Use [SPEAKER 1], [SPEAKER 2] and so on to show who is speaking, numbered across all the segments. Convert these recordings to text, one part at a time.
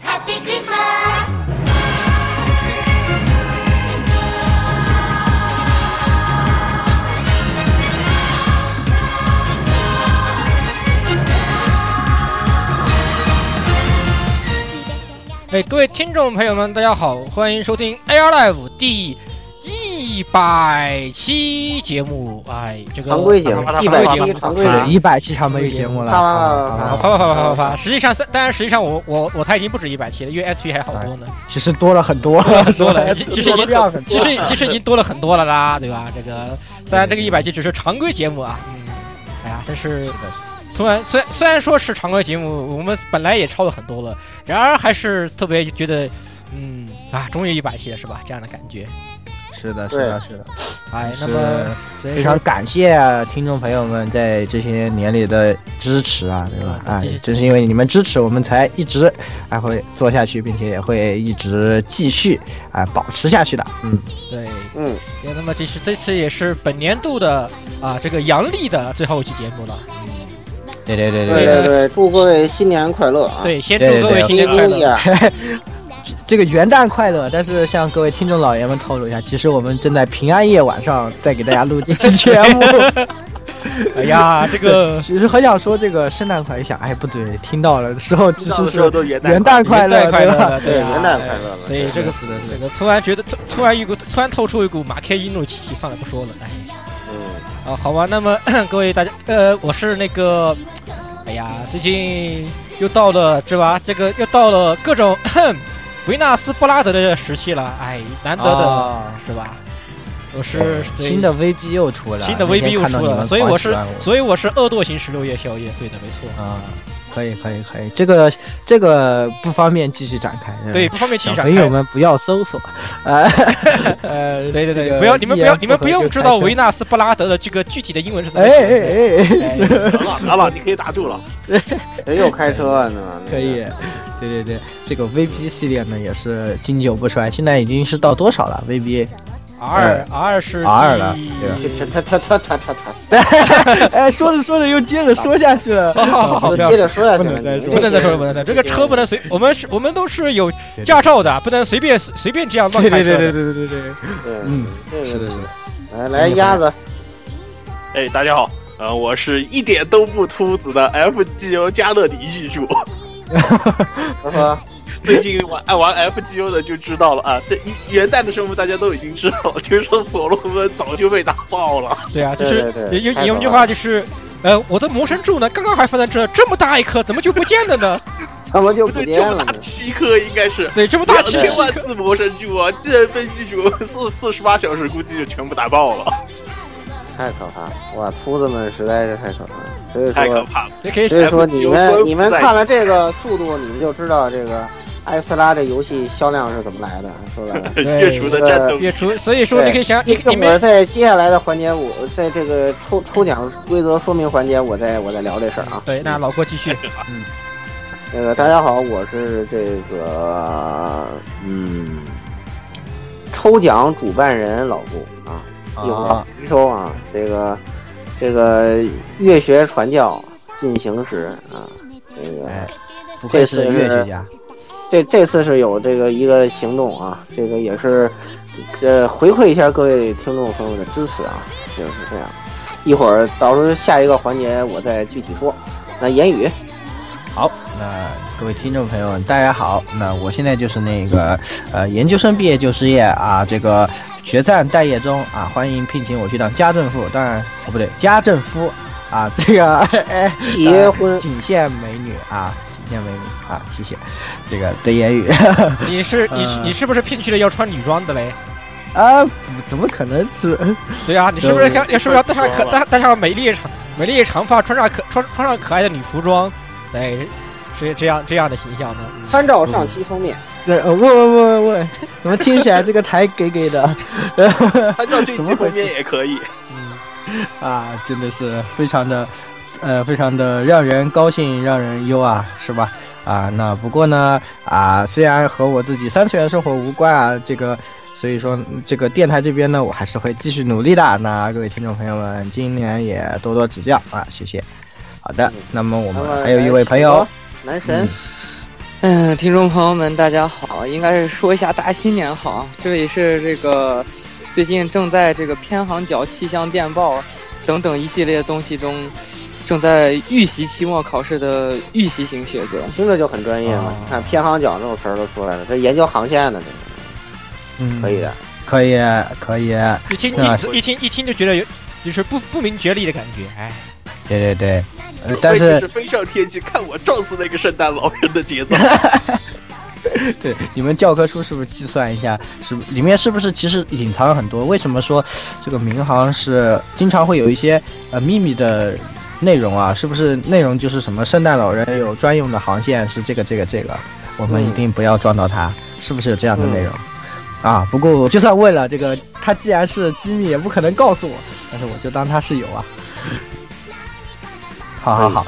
[SPEAKER 1] Happy Christmas!
[SPEAKER 2] 哎，各位听众朋友们，大家好，欢迎收听 AR Live 第一百期节目。哎，这个
[SPEAKER 3] 常规节目
[SPEAKER 2] 啪啪啪啪
[SPEAKER 3] 一
[SPEAKER 2] 啪
[SPEAKER 3] 百
[SPEAKER 2] 啪
[SPEAKER 3] 期
[SPEAKER 2] 啪
[SPEAKER 3] 常规节
[SPEAKER 4] 对，
[SPEAKER 3] 目，
[SPEAKER 4] 一百期常规节目了。
[SPEAKER 3] 好吧
[SPEAKER 4] 好吧
[SPEAKER 3] 好吧
[SPEAKER 2] 啪啪
[SPEAKER 4] 好吧
[SPEAKER 2] 啪啪啪啪。实际上，当然，实际上我我我他已经不止一百期了，因为 SP 还好多呢，
[SPEAKER 4] 其实多了很 多，
[SPEAKER 2] 多了，其其实已经
[SPEAKER 4] 多了很
[SPEAKER 2] 其
[SPEAKER 4] 多。
[SPEAKER 2] 实其实已经多了很多了啦，对吧？这个虽然这个一百集只是常规节目啊，嗯，哎呀，真是突然虽虽然说是常规节目，我们本来也超了很多了，然而还是特别觉得，嗯啊，终于一百期了是吧？这样的感觉。
[SPEAKER 4] 是的，是的，是的，
[SPEAKER 2] 哎，那
[SPEAKER 4] 是
[SPEAKER 2] 么
[SPEAKER 4] 非常感谢听众朋友们在这些年里的支持啊，对吧？
[SPEAKER 2] 嗯
[SPEAKER 4] 哎
[SPEAKER 2] 谢谢，
[SPEAKER 4] 正是因为你们支持，我们才一直还会做下去，并且也会一直继续啊保持下去的。嗯，
[SPEAKER 2] 对，
[SPEAKER 3] 嗯，
[SPEAKER 2] 那么这是这次也是本年度的啊这个阳历的最后一期节目了。
[SPEAKER 4] 对对对
[SPEAKER 3] 对
[SPEAKER 4] 对，
[SPEAKER 3] 对对，祝各位新年快乐啊！
[SPEAKER 2] 对，先祝
[SPEAKER 4] 对
[SPEAKER 2] 各
[SPEAKER 4] 对
[SPEAKER 2] 位
[SPEAKER 4] 对
[SPEAKER 2] 新年
[SPEAKER 3] Happy
[SPEAKER 2] 快
[SPEAKER 3] New
[SPEAKER 2] 乐。
[SPEAKER 3] Year，
[SPEAKER 4] 这个元旦快乐！但是向各位听众老爷们透露一下，其实我们正在平安夜晚上再给大家录这期节目。
[SPEAKER 2] 哎呀，这个
[SPEAKER 4] 其实很想说这个圣诞快乐，一想哎不对，听到了之后其实是
[SPEAKER 5] 都元
[SPEAKER 4] 元旦快乐，
[SPEAKER 2] 元旦快乐
[SPEAKER 4] 对吧？
[SPEAKER 2] 了，
[SPEAKER 3] 对，
[SPEAKER 2] 啊
[SPEAKER 3] 元旦快乐了。
[SPEAKER 2] 所以这个
[SPEAKER 4] 是的，是
[SPEAKER 2] 这个
[SPEAKER 4] 的。
[SPEAKER 2] 突然觉得突突然一股突然透出一股马克一怒气息，算了不说了，哎，
[SPEAKER 3] 嗯，
[SPEAKER 2] 啊好吧，那么 各位大家，呃，我是那个，哎呀，最近又到了是吧？这个又到了各种 维纳斯布拉德的时期了，哎，难得的、
[SPEAKER 4] 啊
[SPEAKER 2] 是吧？我是对
[SPEAKER 4] 哦新的 VB 又出了，
[SPEAKER 2] 新的
[SPEAKER 4] 那天
[SPEAKER 2] VB 又
[SPEAKER 4] 看到
[SPEAKER 2] 出
[SPEAKER 4] 你
[SPEAKER 2] 了，
[SPEAKER 4] 们
[SPEAKER 2] 所以
[SPEAKER 4] 狂
[SPEAKER 2] 我
[SPEAKER 4] 喜
[SPEAKER 2] 是
[SPEAKER 4] 欢
[SPEAKER 2] 所以我是恶堕型十六夜宵夜，对的，没错。
[SPEAKER 4] 啊，可以可以可以，这个这个不方便继续展开。嗯
[SPEAKER 2] 对，，不方便
[SPEAKER 4] 小
[SPEAKER 2] 欣赏。
[SPEAKER 4] 朋友们不要搜索，呃呃，
[SPEAKER 2] 哎对对
[SPEAKER 4] 这
[SPEAKER 2] 对，
[SPEAKER 4] 个
[SPEAKER 2] 不要你们
[SPEAKER 4] 一
[SPEAKER 2] 不
[SPEAKER 4] 言
[SPEAKER 2] 要你们
[SPEAKER 4] 合
[SPEAKER 2] 不
[SPEAKER 4] 就
[SPEAKER 2] 用知道
[SPEAKER 4] 开
[SPEAKER 2] 维纳斯布拉德的这个具体的英文是怎么
[SPEAKER 4] 哎
[SPEAKER 2] 写的。
[SPEAKER 4] 哎哎哎，
[SPEAKER 5] 打了，你可以打住了。
[SPEAKER 3] 谁又开车呢？
[SPEAKER 4] 可以，对对对，这个 VB 系列呢也是经久不衰，现在已经是到多少了？VB，
[SPEAKER 2] R R 是
[SPEAKER 4] R 哎了
[SPEAKER 2] 第
[SPEAKER 4] 对吧
[SPEAKER 3] 那个，他他他他他他他
[SPEAKER 4] 哎，说着说着又接着说下去了，
[SPEAKER 2] 好好好好，
[SPEAKER 3] 他，
[SPEAKER 2] 不要
[SPEAKER 3] 接着说下去
[SPEAKER 4] 不能再
[SPEAKER 3] 了，
[SPEAKER 4] 说
[SPEAKER 2] 不能再说了，不能再说了这个车不能随，我们是，我们都是有驾照的，不能随便随便这样乱
[SPEAKER 4] 对
[SPEAKER 2] 开
[SPEAKER 4] 对
[SPEAKER 2] 车
[SPEAKER 4] 对对
[SPEAKER 2] 的。
[SPEAKER 4] 对对对，
[SPEAKER 3] 嗯
[SPEAKER 4] 嗯，
[SPEAKER 3] 这个
[SPEAKER 4] 是的，是
[SPEAKER 3] 来
[SPEAKER 4] 的，
[SPEAKER 3] 来鸭子，
[SPEAKER 6] 哎，大家好，呃，我是一点都不秃子的 FGO 加勒迪技术。
[SPEAKER 3] 他说
[SPEAKER 6] 最近玩爱玩 FGO 的就知道了啊，这一元旦的时候大家都已经知道了，就是说索罗门早就被打爆了。
[SPEAKER 2] 对啊，就
[SPEAKER 3] 对
[SPEAKER 2] 是
[SPEAKER 3] 对对，
[SPEAKER 2] 有
[SPEAKER 3] 太
[SPEAKER 2] 有一句
[SPEAKER 3] 好了
[SPEAKER 2] 话就是，呃，我的魔神柱呢，刚刚还放在这，这么大一颗，怎么就不见了呢？
[SPEAKER 3] 怎么就
[SPEAKER 6] 不
[SPEAKER 3] 不
[SPEAKER 6] 对，
[SPEAKER 3] 见
[SPEAKER 6] 这么
[SPEAKER 3] 了
[SPEAKER 6] 大
[SPEAKER 3] 呢？
[SPEAKER 6] 七颗应该是。
[SPEAKER 2] 对，这么大
[SPEAKER 6] 两
[SPEAKER 2] 气
[SPEAKER 6] 千万
[SPEAKER 2] 颗，
[SPEAKER 6] 字魔神柱啊！竟然被技术四四十八小时，估计就全部打爆了，
[SPEAKER 3] 太可怕了！哇，秃子们实在是太可怕了。所以
[SPEAKER 6] 太可
[SPEAKER 3] 说，
[SPEAKER 6] 怕了！
[SPEAKER 2] 也 可以
[SPEAKER 3] 所以说
[SPEAKER 6] FGO
[SPEAKER 3] 你们你们
[SPEAKER 6] 在
[SPEAKER 3] 看了这个速度，你们就知道这个艾斯拉这游戏销量是怎么来的。说白 了，
[SPEAKER 6] 月厨的战斗
[SPEAKER 2] 月除，所以说
[SPEAKER 3] 对
[SPEAKER 2] 你可以想，你你
[SPEAKER 3] 一会儿
[SPEAKER 2] 们
[SPEAKER 3] 在接下来的环节，我在这个抽抽奖规则说明环节，我再我再聊这事儿啊。
[SPEAKER 2] 对，那老郭继续，
[SPEAKER 3] 那个大家好，我是这个嗯，抽奖主办人老顾啊，一会儿
[SPEAKER 4] 啊，
[SPEAKER 3] 回收啊，这个这个乐学传教进行时啊，这个
[SPEAKER 4] 哎，不
[SPEAKER 3] 这
[SPEAKER 4] 愧
[SPEAKER 3] 次是
[SPEAKER 4] 是乐学家，
[SPEAKER 3] 这这次是有这个一个行动啊，这个也是这回馈一下各位听众朋友的支持啊，就是这样。一会儿到时候下一个环节我再具体说。那言语，
[SPEAKER 7] 好，那各位听众朋友，大家好。那我现在就是那个呃研究生毕业就失业啊，这个学赞待业中啊，欢迎聘请我去当家政妇，当然哦不对，家政夫啊， 这个
[SPEAKER 3] 嗯
[SPEAKER 7] 哎
[SPEAKER 3] 结婚
[SPEAKER 7] 仅限美女啊，仅限美女啊，谢谢这个的言语。
[SPEAKER 2] 你是你
[SPEAKER 4] 嗯
[SPEAKER 2] 是你是不是聘去了要穿女装的嘞？
[SPEAKER 7] 啊，不怎么可能是？
[SPEAKER 2] 对啊，你是不是
[SPEAKER 7] 对
[SPEAKER 2] 要要是不是要戴上可
[SPEAKER 6] 我
[SPEAKER 2] 戴戴上美丽长美丽长发，穿上可穿穿上可爱的女服装，对，是这样这样的形象呢？嗯
[SPEAKER 3] 参照上期封面，
[SPEAKER 7] 对，呃问问问问问，怎么听起来这个台给给的？
[SPEAKER 6] 按照
[SPEAKER 7] 怎
[SPEAKER 6] 这期
[SPEAKER 7] 么回
[SPEAKER 6] 封
[SPEAKER 7] 事
[SPEAKER 6] 面也可以。
[SPEAKER 2] 嗯，
[SPEAKER 7] 啊，真的是非常的，呃，非常的让人高兴，让人忧啊，是吧？啊，那不过呢，啊，虽然和我自己三次元生活无关啊，这个，所以说嗯这个电台这边呢，我还是会继续努力的。那各位听众朋友们，今年也多多指教啊，谢谢。好的，那么我
[SPEAKER 3] 嗯那么
[SPEAKER 7] 们还有一位朋友，
[SPEAKER 3] 呃男神，
[SPEAKER 1] 嗯，听众朋友们，大家好，应该是说一下大新年好。这里是这个最近正在这个偏航角气象电报等等一系列东西中，正在预习期末考试的预习型学者。
[SPEAKER 3] 听着就很嗯专业嘛。你看偏航角这种词儿都出来了，这研究航线的，这个
[SPEAKER 7] 嗯，
[SPEAKER 3] 可以，的。
[SPEAKER 7] 可以，可以，
[SPEAKER 2] 一听
[SPEAKER 7] 那
[SPEAKER 2] 一一听一听就觉得有就是不不明觉厉的感觉，哎，
[SPEAKER 7] 对对对，呃但
[SPEAKER 6] 准备就是是飞上天去看我撞死那个圣诞老人的节奏。
[SPEAKER 7] 对，你们教科书是不是计算一下，是不里面是不是其实隐藏了很多？为什么说这个民航是经常会有一些呃秘密的内容啊？是不是内容就是什么圣诞老人有专用的航线是这个这个这个，我们一定不要撞到它，是不是有这样的内容？啊，不过我就算问了这个，他既然是机密，也不可能告诉我，但是我就当他是有啊。好好好，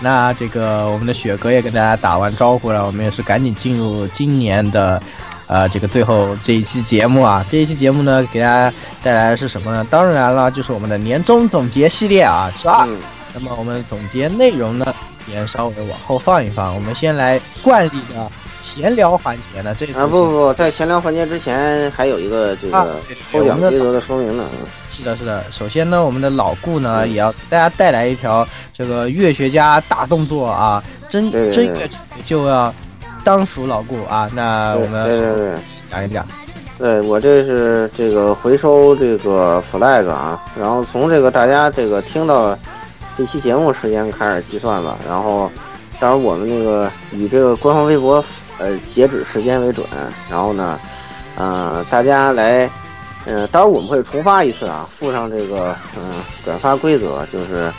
[SPEAKER 7] 那这个我们的雪哥也跟大家打完招呼了，我们也是赶紧进入今年的，呃，这个最后这一期节目啊，这一期节目呢，给大家带来的是什么呢？当然了，就是我们的年终总结系列啊，十二。
[SPEAKER 3] 嗯，
[SPEAKER 7] 那么我们总结内容呢，也稍微往后放一放，我们先来惯例的闲聊环节呢，这次
[SPEAKER 3] 啊不不不，在闲聊环节之前还有一个这
[SPEAKER 7] 是啊
[SPEAKER 3] 个，
[SPEAKER 7] 对对
[SPEAKER 3] 抽
[SPEAKER 7] 我
[SPEAKER 3] 奖
[SPEAKER 7] 们的
[SPEAKER 3] 规则的说明呢。
[SPEAKER 7] 是的，是的。首先呢，我们的老顾
[SPEAKER 3] 嗯
[SPEAKER 7] 呢，也要给大家带来一条这个乐学家大动作啊，真
[SPEAKER 3] 对对
[SPEAKER 7] 真
[SPEAKER 3] 对
[SPEAKER 7] 乐就要当属老顾啊。那
[SPEAKER 3] 对
[SPEAKER 7] 我
[SPEAKER 3] 对
[SPEAKER 7] 们
[SPEAKER 3] 对对。
[SPEAKER 7] 讲一讲，
[SPEAKER 3] 对我这是这个回收这个 flag 啊，然后从这个大家这个听到这期节目时间开始计算吧，然后当然我们那个以这个官方微博呃截止时间为准，然后呢，呃大家来，呃当然我们会重发一次啊，附上这个嗯、呃转发规则，就是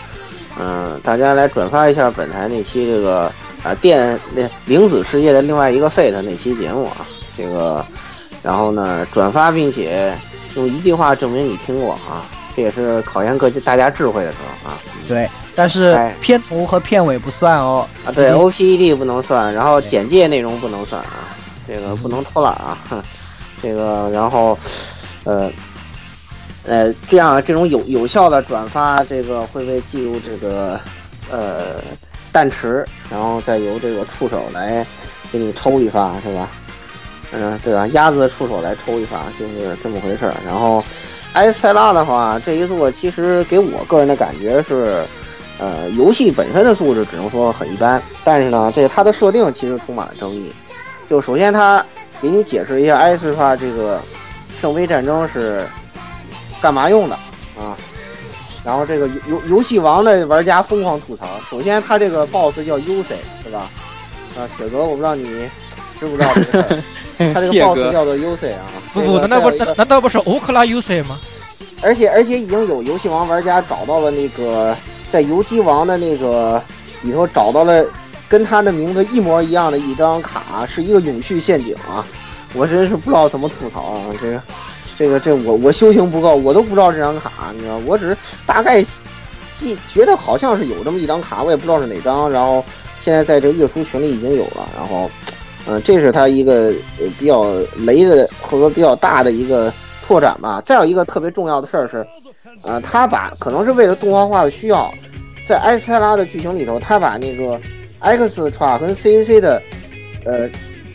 [SPEAKER 3] 嗯、呃大家来转发一下本台那期这个啊电那零子世界的另外一个 fate 那期节目啊，这个。然后呢转发，并且用一句话证明你听过啊，这也是考验各大家智慧的时候啊。
[SPEAKER 7] 对。但是
[SPEAKER 3] 哎
[SPEAKER 7] 片头和片尾不算哦。
[SPEAKER 3] 啊，对
[SPEAKER 7] 嗯
[SPEAKER 3] ，O P E D 不能算，然后
[SPEAKER 7] 对
[SPEAKER 3] 简介内容不能算啊，这个不能偷懒啊， 哼这个然后，呃，呃，这样这种有有效的转发，这个会被记入这个呃弹池，然后再由这个触手来给你抽一发，是吧？嗯、对吧？鸭子触手来抽一发，就是这么回事儿。然后，埃塞拉的话，这一座其实给我个人的感觉是，呃，游戏本身的素质只能说很一般，但是呢，这个它的设定其实充满了争议。就首先它给你解释一下艾斯帕这个圣杯战争是干嘛用的啊，然后这个游游游戏王的玩家疯狂吐槽。首先，他这个 BOSS 叫 u c 是吧？啊，雪哥，我不知道你知不知道这个 事儿，他这
[SPEAKER 1] 谢
[SPEAKER 3] 个 BOSS
[SPEAKER 1] 哥
[SPEAKER 3] 叫做 u c 啊。
[SPEAKER 2] 不
[SPEAKER 3] 这
[SPEAKER 2] 不，
[SPEAKER 3] 个
[SPEAKER 2] 难道
[SPEAKER 3] 再
[SPEAKER 2] 不
[SPEAKER 3] 有一个
[SPEAKER 2] 难难道不是欧克拉 UC 吗？
[SPEAKER 3] 而且而且已经有游戏王玩家找到了那个在游击王的那个里头找到了跟他的名字一模一样的一张卡，是一个永续陷阱啊！我真是不知道怎么吐槽啊，这个这个这我我修行不够，我都不知道这张卡，你知道，我只是大概记觉得好像是有这么一张卡，我也不知道是哪张，然后现在在这个月初群里已经有了，然后。嗯，这是它一个呃比较雷的或者说比较大的一个拓展吧。再有一个特别重要的事儿是，呃，他把可能是为了动画化的需要，在埃斯特拉的剧情里头，他把那个 X 叉跟 CAC 的呃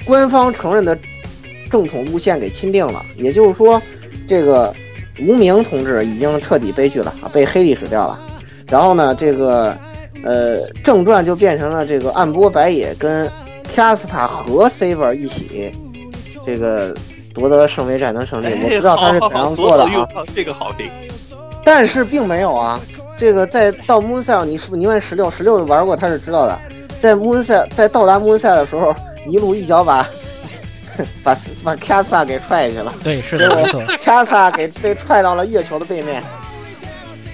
[SPEAKER 3] 官方承认的正统路线给钦定了，也就是说，这个无名同志已经彻底悲剧了，啊被黑历史掉了。然后呢，这个呃，正传就变成了这个暗波白野跟 Kiasta 和 Saber 一起，这个夺得圣杯战争胜利。我不知道他是怎样做的啊，
[SPEAKER 6] 这个好评。
[SPEAKER 3] 但是并没有啊。这个在到 Moonsail，你是不是你问十六，十六玩过他是知道的。在 Moonsail 在到达 Moonsail 的时候，一路一脚把 把把 Kiasta 给踹下去了。
[SPEAKER 2] 对，是
[SPEAKER 3] 结
[SPEAKER 2] 的，
[SPEAKER 3] 果
[SPEAKER 2] 没错。
[SPEAKER 3] Kasa 给被踹到了月球的背面，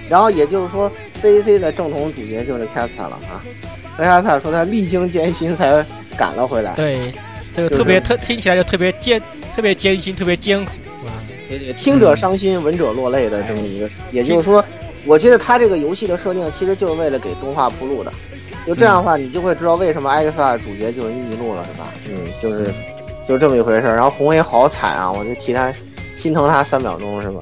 [SPEAKER 3] 然后也就是说，CC 的正统主角就是 Kasa 了啊。Kasa 说他历经艰辛才赶了回来，
[SPEAKER 2] 对，这个
[SPEAKER 3] 就是
[SPEAKER 2] 特别特听起来就特别艰，特别艰辛，特别艰苦啊。
[SPEAKER 3] 听者伤心，闻者落泪的这么一个。也就是说，我觉得他这个游戏的设定其实就是为了给动画铺路的。就这样的话，你就会知道为什么 X 的主角就是一路了，是吧？嗯，就是就是这么一回事儿。然后红也好惨啊，我就替他心疼他三秒钟，是吧？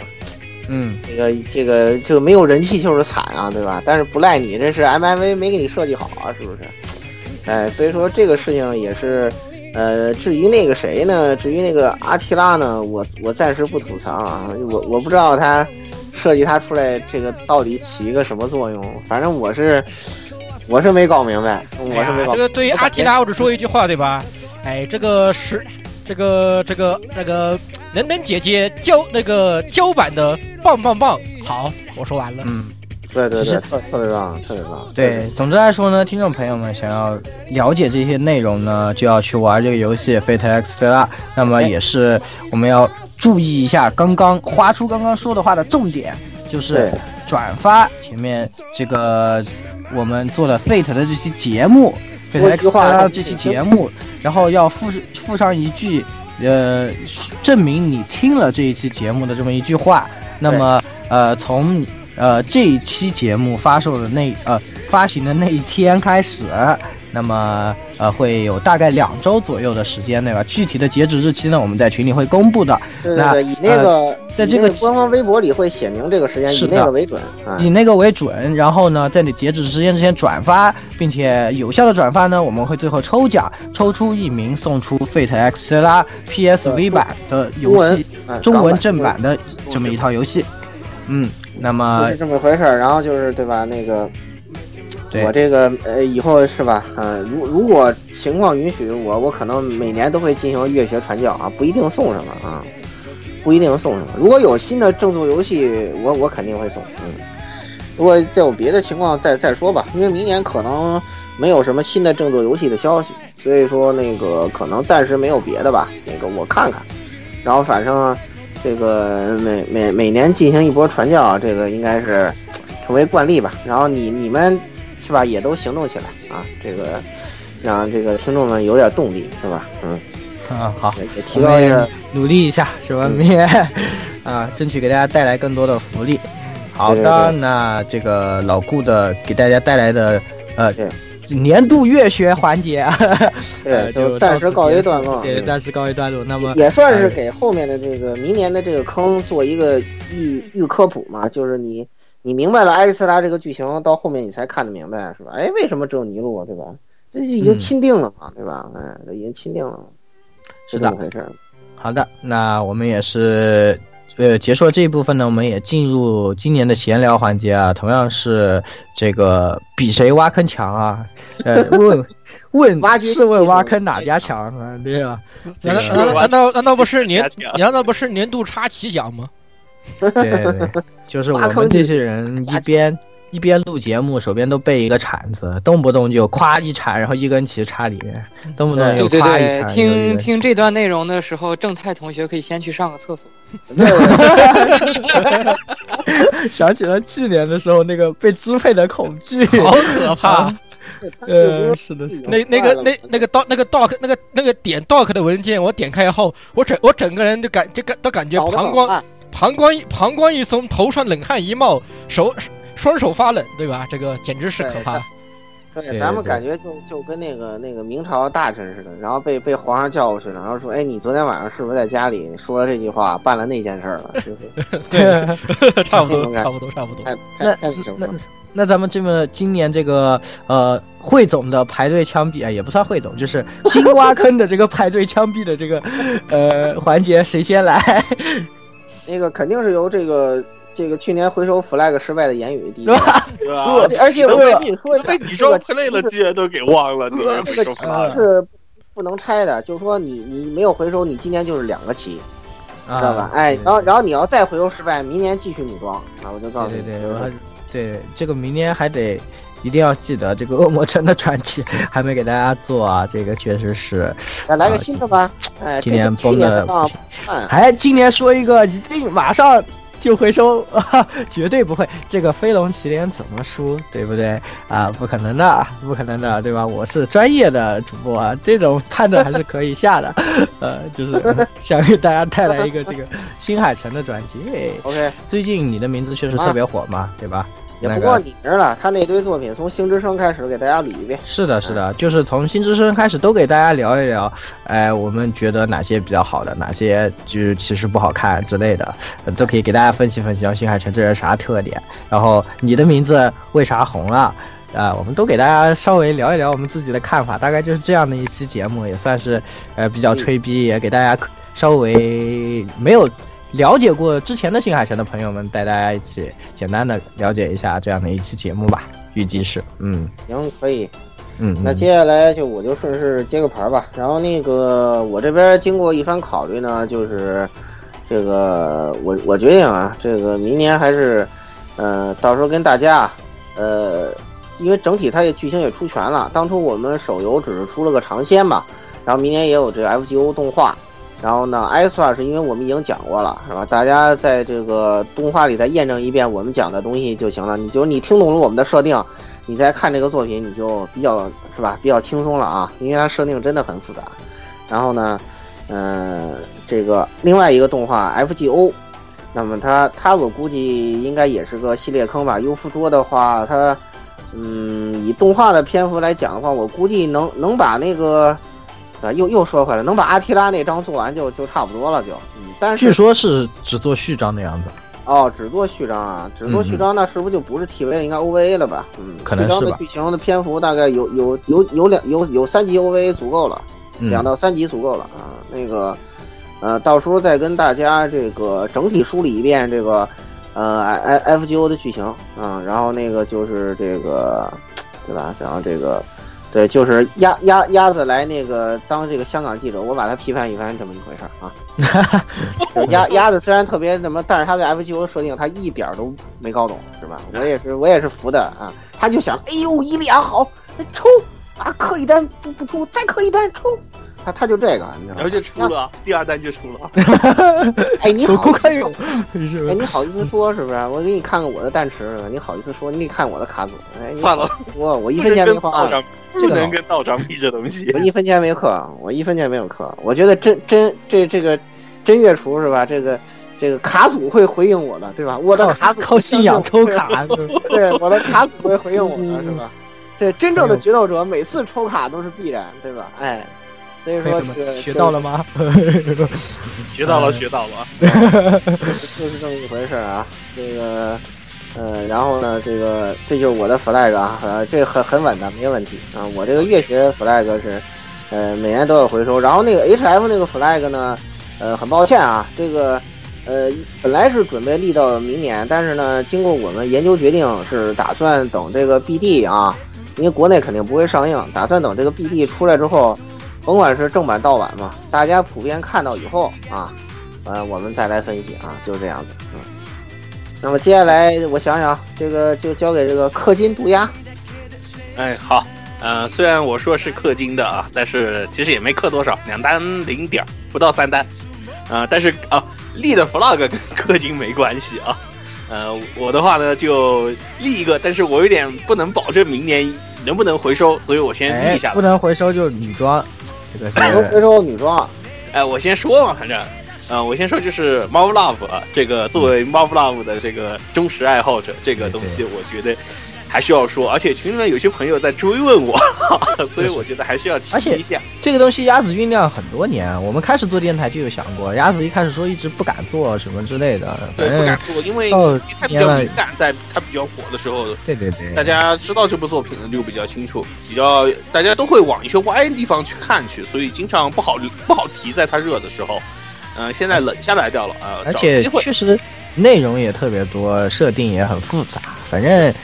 [SPEAKER 4] 嗯，
[SPEAKER 3] 这个这个这个没有人气就是惨啊，对吧？但是不赖你，这是 M I V 没给你设计好啊，是不是？哎，所以说这个事情也是，呃，至于那个谁呢？至于那个阿提拉呢，我我暂时不吐槽啊，我我不知道他设计他出来这个到底起一个什么作用，反正我是我是没搞明白，我
[SPEAKER 2] 哎
[SPEAKER 3] 是没
[SPEAKER 2] 呀
[SPEAKER 3] 搞明
[SPEAKER 2] 这
[SPEAKER 3] 白。
[SPEAKER 2] 个对于阿提拉，我只说一句话，对吧？哎，这个是这个这个这个能能姐姐胶那个胶版的棒棒棒，好，我说完了。
[SPEAKER 4] 嗯，
[SPEAKER 3] 对对
[SPEAKER 4] 其
[SPEAKER 3] 对，
[SPEAKER 4] 实
[SPEAKER 3] 特特别棒，特别棒。
[SPEAKER 4] 对。总之来说呢，听众朋友们想要了解这些内容呢，就要去玩这个游戏《Fate X 对啦。那
[SPEAKER 3] 哎
[SPEAKER 4] 么也是我们要注意一下刚刚花出刚刚说的话的重点，就是
[SPEAKER 3] 对
[SPEAKER 4] 转发前面这个我们做了 Fate 的这期节目
[SPEAKER 3] 说
[SPEAKER 4] ，Fate
[SPEAKER 3] 一句
[SPEAKER 4] X
[SPEAKER 3] 话
[SPEAKER 4] 的这期节目，然后要附附上一句，呃，证明你听了这一期节目的这么一句话。那么，呃，从呃这一期节目发售的那呃发行的那一天开始，那么呃会有大概两周左右的时间，对吧？具体的截止日期呢，我们在群里会公布的。
[SPEAKER 3] 对对
[SPEAKER 4] 那呃
[SPEAKER 3] 对，以那个
[SPEAKER 4] 在
[SPEAKER 3] 以
[SPEAKER 4] 这
[SPEAKER 3] 那
[SPEAKER 4] 个
[SPEAKER 3] 个官方微博里会写明这个时间，以
[SPEAKER 4] 是的
[SPEAKER 3] 那个为准啊。
[SPEAKER 4] 以那个为准，然后呢，在你截止时间之前转发，并且有效的转发呢，我们会最后抽奖，抽出一名送出 Fate X 特拉 PSV 版的游戏，
[SPEAKER 3] 啊
[SPEAKER 4] 嗯中
[SPEAKER 3] 港
[SPEAKER 4] 文
[SPEAKER 3] 版
[SPEAKER 4] 正版的这么一套游戏。嗯，那
[SPEAKER 3] 就
[SPEAKER 4] 么
[SPEAKER 3] 是这么回事儿。然后就是对吧？那个
[SPEAKER 4] 对
[SPEAKER 3] 我这个呃，以后是吧？呃，如如果情况允许，我我可能每年都会进行乐学传教啊，不一定送什么啊，不一定送什么。如果有新的正作游戏，我我肯定会送。嗯，如果再有别的情况再再说吧，因为明年可能没有什么新的正作游戏的消息，所以说那个可能暂时没有别的吧。那个我看看，然后反正。这个每每每年进行一波传教，这个应该是成为惯例吧。然后你你们是吧，也都行动起来啊，这个让这个听众们有点动力是吧？嗯，
[SPEAKER 4] 嗯，好，
[SPEAKER 3] 也也提
[SPEAKER 4] 我
[SPEAKER 3] 高
[SPEAKER 4] 们
[SPEAKER 3] 一下
[SPEAKER 4] 也。努力一下，是吧？明年啊，争取给大家带来更多的福利。好
[SPEAKER 3] 对
[SPEAKER 4] 的，
[SPEAKER 3] 对
[SPEAKER 4] 那这个老顾的给大家带来的呃
[SPEAKER 3] 对
[SPEAKER 4] 年度乐学环节啊，
[SPEAKER 3] 对，
[SPEAKER 4] 呃
[SPEAKER 3] 就
[SPEAKER 4] 就
[SPEAKER 3] 暂时告一段落
[SPEAKER 4] 到。此结束对，
[SPEAKER 3] 嗯
[SPEAKER 4] 暂时告一段落。那么
[SPEAKER 3] 也算是给后面的这个明年的这个坑做一个预预科普嘛，就是你你明白了埃斯拉这个剧情，到后面你才看得明白是吧？哎，为什么只有尼禄啊，对吧？这已经
[SPEAKER 4] 嗯
[SPEAKER 3] 钦定了嘛，对吧？哎，这已经钦定了，
[SPEAKER 4] 是
[SPEAKER 3] 这
[SPEAKER 4] 的
[SPEAKER 3] 么回事儿。
[SPEAKER 4] 好的，那我们也是。呃，结束了这一部分呢，我们也进入今年的闲聊环节啊，同样是这个比谁挖坑强啊， 呃，问问
[SPEAKER 3] 挖掘
[SPEAKER 4] 试问
[SPEAKER 3] 技术
[SPEAKER 4] 挖坑哪家强啊？对 啊，
[SPEAKER 2] 难
[SPEAKER 4] 这
[SPEAKER 2] 道
[SPEAKER 4] 个
[SPEAKER 2] 难道难道难道不是年
[SPEAKER 6] 加强
[SPEAKER 2] 难道不是年度插旗奖吗？
[SPEAKER 4] 对对，对，就是我
[SPEAKER 3] 挖坑
[SPEAKER 4] 们
[SPEAKER 3] 就
[SPEAKER 4] 这些人一边一边录节目，手边都备一个铲子，动不动就咵一铲，然后一根旗插里面，动不动
[SPEAKER 3] 对
[SPEAKER 4] 就
[SPEAKER 1] 对对
[SPEAKER 4] 咵一铲。
[SPEAKER 1] 对，
[SPEAKER 4] 又一
[SPEAKER 1] 听
[SPEAKER 4] 根旗
[SPEAKER 1] 听这段内容的时候，正太同学可以先去上个厕所。
[SPEAKER 4] 想起了去年的时候那个被支配的恐惧。
[SPEAKER 2] 好可怕！
[SPEAKER 4] 呃，是的，是的。
[SPEAKER 2] 那那个那那个 doc 那个 doc 那个那个点 doc 的文件，我点开以后，我整我整个人就感就感都感觉膀胱膀胱一膀胱一松，头上冷汗一冒，手双手发冷，对吧？这个简直是可怕。
[SPEAKER 3] 对，
[SPEAKER 4] 对
[SPEAKER 3] 咱们
[SPEAKER 4] 对
[SPEAKER 3] 感觉就就跟那个那个明朝大臣似的，然后被被皇上叫过去了，然后说，哎，你昨天晚上是不是在家里说了这句话，办了那件事儿了？就是
[SPEAKER 4] 对，
[SPEAKER 2] 差不
[SPEAKER 3] 那种
[SPEAKER 2] 多，
[SPEAKER 3] 感
[SPEAKER 2] 差不多，差不多。
[SPEAKER 3] 太太太那什么
[SPEAKER 4] 那
[SPEAKER 3] 了？
[SPEAKER 4] 那咱们这么今年这个呃汇总的排队枪毙啊，也不算汇总，就是新 挖坑的这个排队枪毙的这个呃环节，谁先来？
[SPEAKER 3] 那个肯定是由这个这个去年回收 flag 失败的言语第 一，
[SPEAKER 6] 对吧？
[SPEAKER 3] 而且而且我跟你说一下，
[SPEAKER 6] 被你
[SPEAKER 3] 这
[SPEAKER 6] 说
[SPEAKER 3] 个
[SPEAKER 6] play 了，居然都给忘了，你还不
[SPEAKER 3] 这个
[SPEAKER 6] 说话
[SPEAKER 3] 棋
[SPEAKER 4] 啊
[SPEAKER 3] 是不能拆的，就是说你你没有回收，你今年就是两个棋，知道
[SPEAKER 4] 啊
[SPEAKER 3] 吧？哎，然后然后你要再回收失败，明年继续女装啊！我就告诉
[SPEAKER 4] 对
[SPEAKER 3] 你，
[SPEAKER 4] 对
[SPEAKER 3] 就
[SPEAKER 4] 对，
[SPEAKER 3] 是
[SPEAKER 4] 我还对这个明年还得一定要记得这个恶魔城的专题还没给大家做啊，这个确实是，
[SPEAKER 3] 哎来
[SPEAKER 4] 啊
[SPEAKER 3] 个新的吧，哎，
[SPEAKER 4] 今
[SPEAKER 3] 这
[SPEAKER 4] 年
[SPEAKER 3] 个去
[SPEAKER 4] 崩
[SPEAKER 3] 年
[SPEAKER 4] 的
[SPEAKER 3] 的
[SPEAKER 4] 不
[SPEAKER 3] 档
[SPEAKER 4] 行。
[SPEAKER 3] 案，
[SPEAKER 4] 哎，今年说一个一定马上就回收， 啊、绝对不会。这个飞龙骑脸怎么输，对不对？啊，不可能的，不可能的，对吧？我是专业的主播啊，这种判断还是可以下的。 呃，就是 想给大家带来一个这个新海诚的专辑，因为
[SPEAKER 3] OK，
[SPEAKER 4] 最近你的名字确实特别火嘛，对吧？
[SPEAKER 3] 啊也
[SPEAKER 4] 那
[SPEAKER 3] 不
[SPEAKER 4] 个
[SPEAKER 3] 过你名儿了，他那堆作品从《星之声》开始给大家捋一遍。
[SPEAKER 4] 是的，是的，就是从新之声开始都给大家聊一聊，哎，我 们觉得哪些比较好的，哪些就是其实不好看之类的，呃都可以给大家分析分析。然后新海诚这人啥特点？然后你的名字为啥红了？啊、我们都给大家稍微聊一聊我们自己的看法，大概就是这样的一期节目，也算是呃比较吹逼，也给大家稍微没有了解过之前的新海诚的朋友们，带大家一起简单的了解一下这样的一期节目吧，预计是，嗯
[SPEAKER 3] 行，可以。
[SPEAKER 4] 嗯，
[SPEAKER 3] 那
[SPEAKER 4] 嗯
[SPEAKER 3] 接下来就我就顺势接个牌吧。然后那个我这边经过一番考虑呢，就是这个我我决定啊，这个明年还是，呃，到时候跟大家，呃，因为整体它也剧情也出全了。当初我们手游只是出了个尝鲜吧，然后明年也有这个 FGO 动画。然后呢 i s a 是因为我们已经讲过了，是吧？大家在这个动画里再验证一遍我们讲的东西就行了。你就是你听懂了我们的设定，你再看这个作品，你就比较是吧，比较轻松了啊，因为它设定真的很复杂。然后呢，嗯、这个另外一个动画 FGO，那么它它我估计应该也是个系列坑吧。优芙桌的话，它嗯，以动画的篇幅来讲的话，我估计能能把那个。啊，又又说回来，能把阿提拉那张做完就就差不多了，就，嗯，但是
[SPEAKER 4] 据说是只做序章的样子，
[SPEAKER 3] 哦，只做序章啊，只做序章，那是不是就不是 TV 了？应该 OVA 了吧？嗯，
[SPEAKER 4] 嗯可能
[SPEAKER 3] 序章
[SPEAKER 4] 是
[SPEAKER 3] 的
[SPEAKER 4] 吧
[SPEAKER 3] 剧情的篇幅大概有有有有两有有三集 OVA 足够了，
[SPEAKER 4] 嗯
[SPEAKER 3] 两到三集足够了啊。那个，呃，到时候再跟大家这个整体梳理一遍这个，呃，I I FGO 的剧情啊，然后那个就是这个，对吧？然后这个。对，就是鸭鸭鸭子来那个当这个香港记者，我把他批判一番，这么一回事儿啊。就是 鸭鸭子虽然特别什么，但是他对 FGO 的设定他一点儿都没搞懂，是吧？我也是我也是服的啊，他就想，哎呦，伊利亚好，那冲啊，磕一单不不出，再磕一单冲，他他就这个，你知道
[SPEAKER 6] 然
[SPEAKER 3] 吗
[SPEAKER 6] 后？就出了，第二弹就出了。
[SPEAKER 3] 哎，你
[SPEAKER 4] 手
[SPEAKER 3] 好
[SPEAKER 4] 工
[SPEAKER 3] 意思
[SPEAKER 4] 开
[SPEAKER 3] 说
[SPEAKER 4] 用，是
[SPEAKER 3] 哎，
[SPEAKER 4] 吧？
[SPEAKER 3] 你好意思说是不是？我给你看看我的蛋池是吧？你好意思说？你得看我的卡组，哎，你
[SPEAKER 6] 算了
[SPEAKER 3] 好意思说，我一
[SPEAKER 6] 不
[SPEAKER 3] 分
[SPEAKER 6] 能
[SPEAKER 3] 钱没
[SPEAKER 6] 跟
[SPEAKER 3] 花
[SPEAKER 6] 道
[SPEAKER 3] 啊。
[SPEAKER 6] 长，不能跟道长比这东西
[SPEAKER 3] 我。一分钱没氪，我一分钱没有氪。我觉得真真这这个真月厨是吧？这个这个卡组会回应我的，对吧？我的 卡组
[SPEAKER 4] 靠信
[SPEAKER 3] 会
[SPEAKER 4] 仰抽
[SPEAKER 3] 回应我，
[SPEAKER 4] 卡，
[SPEAKER 3] 对，我的卡组会回应我的是吧？嗯哎对，真正的决斗者每次抽卡都是必然，对吧？哎，所以
[SPEAKER 4] 朋
[SPEAKER 3] 说
[SPEAKER 4] 友
[SPEAKER 3] 这个
[SPEAKER 4] 们学到了吗？
[SPEAKER 6] 学到了，学到了。
[SPEAKER 3] 就是，就是这么一回事儿啊。这个。呃，然后呢，这个这就是我的 flag 啊，呃，这个很很稳的，没问题啊。我这个月学 flag 是，呃，每年都有回收。然后那个 HF 那个 flag 呢，呃，很抱歉啊，这个呃本来是准备立到明年，但是呢，经过我们研究决定，是打算等这个 BD 啊，因为国内肯定不会上映，打算等这个 BD 出来之后，甭管是正版盗版嘛，大家普遍看到以后啊，呃，我们再来分析啊，就是这样子，嗯。那么接下来我想想，这个就交给这个氪金毒鸦。
[SPEAKER 6] 哎，好，呃，虽然我说是氪金的啊，但是其实也没氪多少，两单零点儿，不到三单，呃，但是啊，立的 flag 跟氪金没关系啊，呃，我的话呢就立一个，但是我有点不能保证明年能不能回收，所以我先
[SPEAKER 4] 哎
[SPEAKER 6] 立一下，
[SPEAKER 4] 不
[SPEAKER 6] 来。
[SPEAKER 4] 能回收就女装，这个
[SPEAKER 2] 哎
[SPEAKER 3] 能回
[SPEAKER 4] 是
[SPEAKER 3] 收女装啊，
[SPEAKER 6] 哎，我先说嘛，反正，呃，我先说就是 Marvel Love 啊，这个作为 Marvel Love 的这个忠实爱好者，这个东西我觉得还需要说，而且群里面有些朋友在追问我， 所以我觉得还是要提
[SPEAKER 4] 而且
[SPEAKER 6] 一下。
[SPEAKER 4] 这个东西鸭子酝酿很多年，我们开始做电台就有想过，鸭子一开始说一直不敢做什么之类的，
[SPEAKER 6] 对，
[SPEAKER 4] 反
[SPEAKER 6] 不敢
[SPEAKER 4] 正
[SPEAKER 6] 做，因为
[SPEAKER 4] 哎到
[SPEAKER 6] 它比
[SPEAKER 4] 年
[SPEAKER 6] 较
[SPEAKER 4] 了
[SPEAKER 6] 敏，感，在它比较火的时候，
[SPEAKER 4] 对对对，
[SPEAKER 6] 大家知道这部作品的就比较清楚，比较大家都会往一些歪的地方去看去，所以经常不好不好提，在它热的时候。嗯、现在冷下来掉了啊、呃
[SPEAKER 4] 而
[SPEAKER 6] 找
[SPEAKER 4] 且
[SPEAKER 6] 机会
[SPEAKER 4] 确实内容也特别多，设定也很复杂，反正。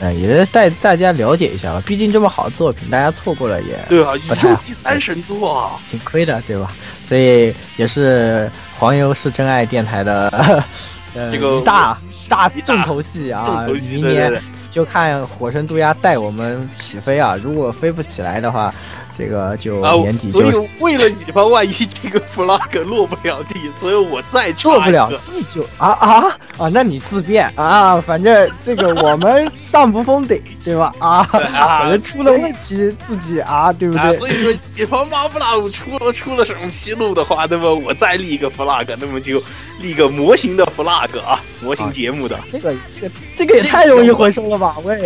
[SPEAKER 4] 嗯，也是带大家了解一下吧，毕竟这么好的作品，大家错过了也
[SPEAKER 6] 对啊，宇
[SPEAKER 4] 不太
[SPEAKER 6] 宙
[SPEAKER 4] 好
[SPEAKER 6] 第三神作啊，
[SPEAKER 4] 挺亏的，对吧？所以也是黄油是真爱电台的， 呃，
[SPEAKER 6] 这个
[SPEAKER 4] 一大一大
[SPEAKER 6] 一大
[SPEAKER 4] 重头戏啊，
[SPEAKER 6] 重头戏
[SPEAKER 4] 明
[SPEAKER 6] 对对
[SPEAKER 4] 年
[SPEAKER 6] 对
[SPEAKER 4] 就看火神渡鸦带我们起飞啊！如果飞不起来的话，这个就
[SPEAKER 6] 啊
[SPEAKER 4] 年！底
[SPEAKER 6] 所以
[SPEAKER 4] 就
[SPEAKER 6] 为了以防万一这个 flag 落不了地，所以我再插
[SPEAKER 4] 做不
[SPEAKER 6] 一
[SPEAKER 4] 了
[SPEAKER 6] 个，
[SPEAKER 4] 自救啊啊啊！那你自便啊，反正这个我们上不封顶，对吧？啊，
[SPEAKER 6] 啊
[SPEAKER 4] 我们出了问题自己啊，对不
[SPEAKER 6] 啊，
[SPEAKER 4] 对？
[SPEAKER 6] 所以说，以防马布拉姆出了出了什么纰漏的话，那么我再立一个 flag，那么就立一个模型的 flag 啊，模型节目的，
[SPEAKER 4] 这个这个这个也太容易回收了吧？喂，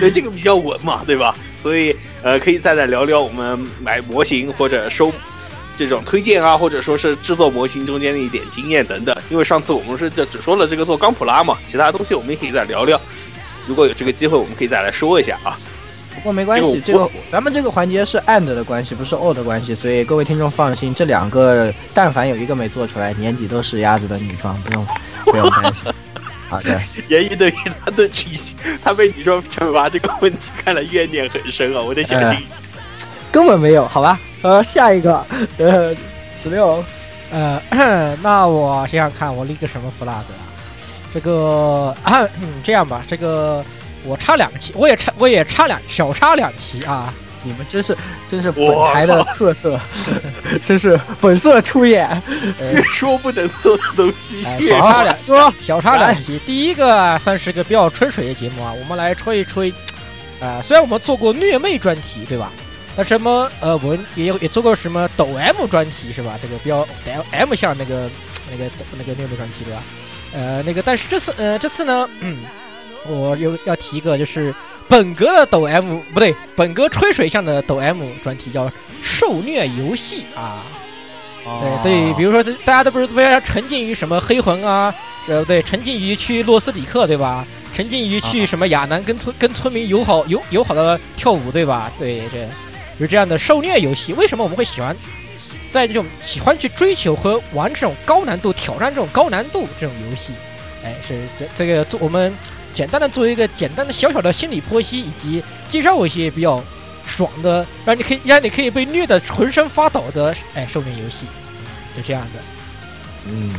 [SPEAKER 6] 对这个比较稳嘛，对吧？所以呃，可以再来聊聊我们买模型或者收这种推荐啊，或者说是制作模型中间的一点经验等等。因为上次我们是就只说了这个做钢普拉嘛，其他东西我们也可以再聊聊。如果有这个机会，我们可以再来说一下啊。
[SPEAKER 4] 不过没关系，
[SPEAKER 6] 这
[SPEAKER 4] 这
[SPEAKER 6] 个
[SPEAKER 4] 个
[SPEAKER 6] 我
[SPEAKER 4] 咱们这个环节是 and 的关系，不是 or 的关系，所以各位听众放心，这两个但凡有一个没做出来，年底都是鸭子的女装，不用不用担心。好的，
[SPEAKER 6] 严一对于他的这些，他被你说惩罚这个问题，看来怨念很深啊！我得小心。
[SPEAKER 4] 根本没有，好吧？呃，下一个，呃，十六，
[SPEAKER 2] 呃， 那我想想看，我立个什么 flag 啊？这个啊、 嗯这样吧，这个我插两期，我也插，我也插两，小插两期啊。
[SPEAKER 4] 你们真是真是本台的 特色，真是本色出演。
[SPEAKER 6] 越说不能做的东西
[SPEAKER 2] 哎，
[SPEAKER 6] 越
[SPEAKER 2] 小
[SPEAKER 4] 好
[SPEAKER 2] 插两，
[SPEAKER 4] 说，
[SPEAKER 2] 小插两期。第一个算是个比较吹水的节目啊，我们来吹一吹。呃，虽然我们做过虐妹专题，对吧？那什么，呃，我们也有也做过什么抖 M 专题是吧？这个比较抖 M 像那个那个那个虐妹专题对吧？呃，那个，但是这次，呃，这次呢，嗯，我有要提一个，就是本格的抖 M 不对，本格吹水向的抖 M 专题叫“受虐游戏”啊。对对，比如说这大家都不是为了沉浸于什么黑魂啊，呃对，沉浸于去洛斯里克对吧？沉浸于去什么亚南跟村跟村民友好友友好的跳舞对吧？对对，有这样的受虐游戏，为什么我们会喜欢在这种喜欢去追求和玩这种高难度挑战这种高难度这种游戏？哎，是这这个做我们简单的做一个简单的小小的心理剖析，以及介绍一些比较爽的，让你可以让你可以被虐的浑身发抖的哎受虐游戏，就这样的。
[SPEAKER 4] 嗯，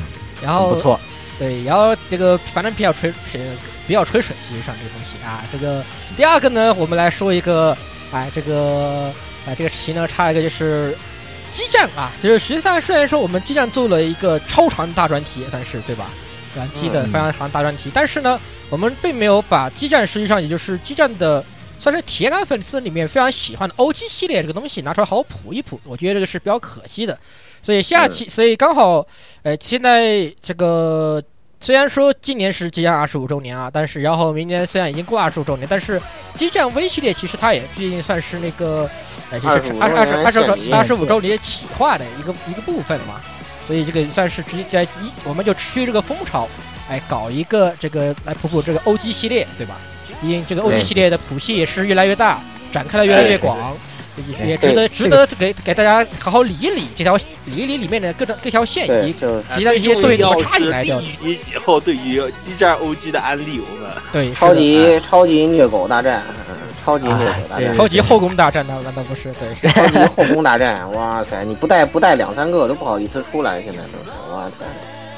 [SPEAKER 2] 然后
[SPEAKER 4] 不错，
[SPEAKER 2] 对，然后这个反正比较吹水，比较吹水，其实上这个东西啊，这个第二个呢，我们来说一个，哎，这个哎这个题呢，差一个就是基站啊，就是实际上虽然说我们基站做了一个超长大专题，也算是对吧？短期的
[SPEAKER 4] 嗯
[SPEAKER 2] 非常长大专题，但是呢，我们并没有把基站实际上也就是基站的。算是铁杆粉丝里面非常喜欢的 OG 系列这个东西拿出来好好谱一谱，我觉得这个是比较可惜的。所以下期，所以刚好，呃，现在这个虽然说今年是即将二十五周年啊，但是然后明年虽然已经过二十五周年，但是激战 V 系列其实它也毕竟算是那个，呃，就是
[SPEAKER 3] 25
[SPEAKER 2] 二二十二十
[SPEAKER 3] 周
[SPEAKER 2] 五
[SPEAKER 3] 年
[SPEAKER 2] 二十五周年企划的一个一个部分嘛，所以这个算是直接在一我们就持续这个风潮，哎，搞一个这个来谱谱这个 OG 系列，对吧？毕竟这个 OG
[SPEAKER 4] 对
[SPEAKER 2] 系列的谱系也是越来越大，展开的越来越
[SPEAKER 4] 对
[SPEAKER 2] 广。也也
[SPEAKER 3] 对
[SPEAKER 2] 值得
[SPEAKER 4] 这
[SPEAKER 2] 值得给给大家好好理一理这条理一理里面的各种各条线以
[SPEAKER 3] 对，
[SPEAKER 2] 及
[SPEAKER 3] 就
[SPEAKER 6] 啊
[SPEAKER 2] 其他一些
[SPEAKER 6] 最重
[SPEAKER 2] 作业怎么
[SPEAKER 6] 要
[SPEAKER 2] 插进
[SPEAKER 6] 是
[SPEAKER 2] 来的
[SPEAKER 6] 利于以后对于激战 OG 的安利，我们
[SPEAKER 2] 对
[SPEAKER 3] 超
[SPEAKER 2] 是的嗯哎
[SPEAKER 3] 级超级虐狗大战，嗯超级虐狗大
[SPEAKER 2] 对
[SPEAKER 3] 战，
[SPEAKER 2] 超级后宫大战呢？难道不是？对，
[SPEAKER 3] 超级后宫大战， 哇塞！你不带不带两三个都不好意思出来，现在都是哇塞！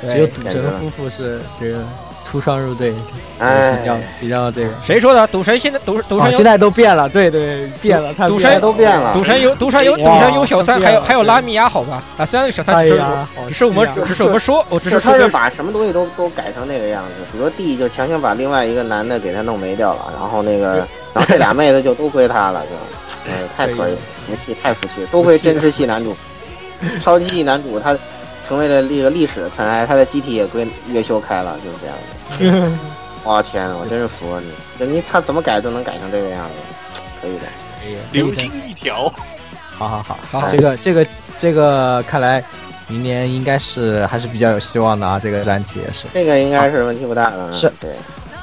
[SPEAKER 4] 只有
[SPEAKER 2] 对
[SPEAKER 4] 赌神夫妇是这个出双入对，比较
[SPEAKER 3] 哎，
[SPEAKER 4] 比较这个。
[SPEAKER 2] 谁说的？赌神现在赌赌
[SPEAKER 4] 哦，
[SPEAKER 2] 神
[SPEAKER 4] 现
[SPEAKER 2] 有
[SPEAKER 4] 在都变了，对对，变了，他
[SPEAKER 2] 赌
[SPEAKER 4] 们
[SPEAKER 2] 神
[SPEAKER 3] 现在都变了
[SPEAKER 2] 赌，神有赌神有赌
[SPEAKER 4] 哇
[SPEAKER 2] 神有小三，
[SPEAKER 4] 变
[SPEAKER 2] 还有
[SPEAKER 4] 了
[SPEAKER 2] 还有拉米亚，好吧？啊，虽然有小三
[SPEAKER 4] 哎
[SPEAKER 2] 只是
[SPEAKER 4] 呀
[SPEAKER 2] 我，
[SPEAKER 4] 好
[SPEAKER 2] 只是我们
[SPEAKER 4] 气啊
[SPEAKER 2] 只是我们说，我只
[SPEAKER 3] 就是他
[SPEAKER 2] 说
[SPEAKER 3] 是把什么东西都都改成那个样子，比如说 D 就强行把另外一个男的给他弄没掉了，然后那个，然后这俩妹子就都归他了，就，哎，太可以了，服气，太服气，都归真之系男主，超级系男主他成为了这个历史的尘埃，他的机体也归月修开了，就是这样的。
[SPEAKER 4] 嗯
[SPEAKER 3] 哇天啊呐，我真是服了你，就你他怎么改都能改成这个样子，可以的。
[SPEAKER 6] 流星一条，
[SPEAKER 4] 好好好，
[SPEAKER 2] 好
[SPEAKER 4] 这个这个这个，看来明年应该是还是比较有希望的啊，这个专题也是。
[SPEAKER 3] 这个应该是问题不大的，
[SPEAKER 4] 是
[SPEAKER 3] 对，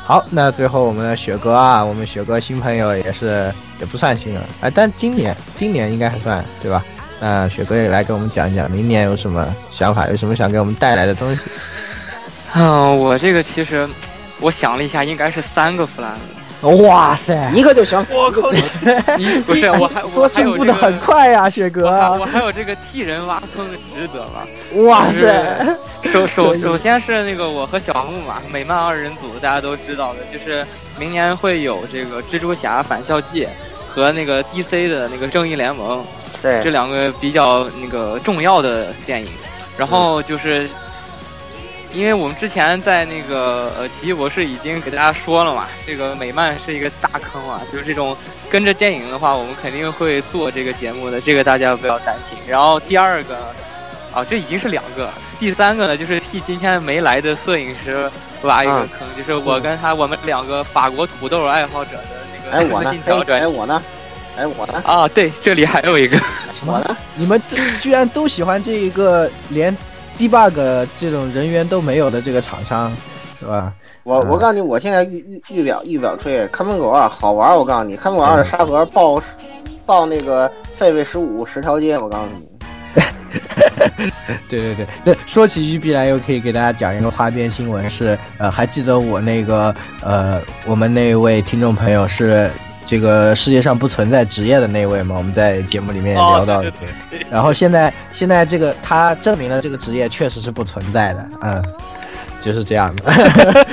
[SPEAKER 4] 好，那最后我们的雪哥啊，我们雪哥新朋友也是也不算新人，哎，但今年今年应该还算对吧？那雪哥也来给我们讲一讲明年有什么想法，有什么想给我们带来的东西。
[SPEAKER 1] 嗯，我这个其实我想了一下，应该是三个 flag。
[SPEAKER 4] 哇塞，
[SPEAKER 3] 一个就行。
[SPEAKER 6] 我靠！
[SPEAKER 1] 不是，我还
[SPEAKER 4] 说
[SPEAKER 1] 我还
[SPEAKER 4] 进
[SPEAKER 1] 有
[SPEAKER 4] 步的
[SPEAKER 1] 这个，
[SPEAKER 4] 很快呀、雪哥。
[SPEAKER 1] 我还有这个替人挖坑的职责 吧？
[SPEAKER 4] 哇
[SPEAKER 1] 就
[SPEAKER 4] 塞，
[SPEAKER 1] 是首首
[SPEAKER 4] 可以
[SPEAKER 1] 首先是那个我和小木马美漫二人组，大家都知道的，就是明年会有这个蜘蛛侠返校季和那个 DC 的那个正义联盟这
[SPEAKER 3] 对，
[SPEAKER 1] 两个比较那个重要的电影。然后就是，因为我们之前在那个呃《奇异博士》已经给大家说了嘛，这个美漫是一个大坑啊，就是这种跟着电影的话，我们肯定会做这个节目的，这个大家不要担心。然后第二个，啊，这已经是两个，第三个呢，就是替今天没来的摄影师挖一个
[SPEAKER 3] 啊
[SPEAKER 1] 坑，就是我跟他我们两个法国土豆爱好者的
[SPEAKER 3] 哎
[SPEAKER 1] 那个
[SPEAKER 3] 我呢
[SPEAKER 1] 信？条
[SPEAKER 3] 哎
[SPEAKER 1] 专
[SPEAKER 3] 哎
[SPEAKER 1] 辑。
[SPEAKER 3] 我呢？哎我呢？
[SPEAKER 1] 啊，对，这里还有一个，
[SPEAKER 3] 我呢？
[SPEAKER 4] 你们这居然都喜欢这一个连 debug 这种人员都没有的这个厂商，是吧？
[SPEAKER 3] 我
[SPEAKER 4] 嗯
[SPEAKER 3] 我告诉你，我现在预预预表预表吹看门狗二好玩儿，我告诉你，看门狗二的沙盒爆爆那个狒狒十五十条街，我告诉你，
[SPEAKER 4] 对对对，那说起育碧来，又可以给大家讲一个花边新闻，是呃，还记得我那个呃，我们那位听众朋友是这个世界上不存在职业的那位吗？我们在节目里面也聊到
[SPEAKER 6] 哦对
[SPEAKER 4] 过然后现在现在这个他证明了这个职业确实是不存在的，嗯，就是这样的。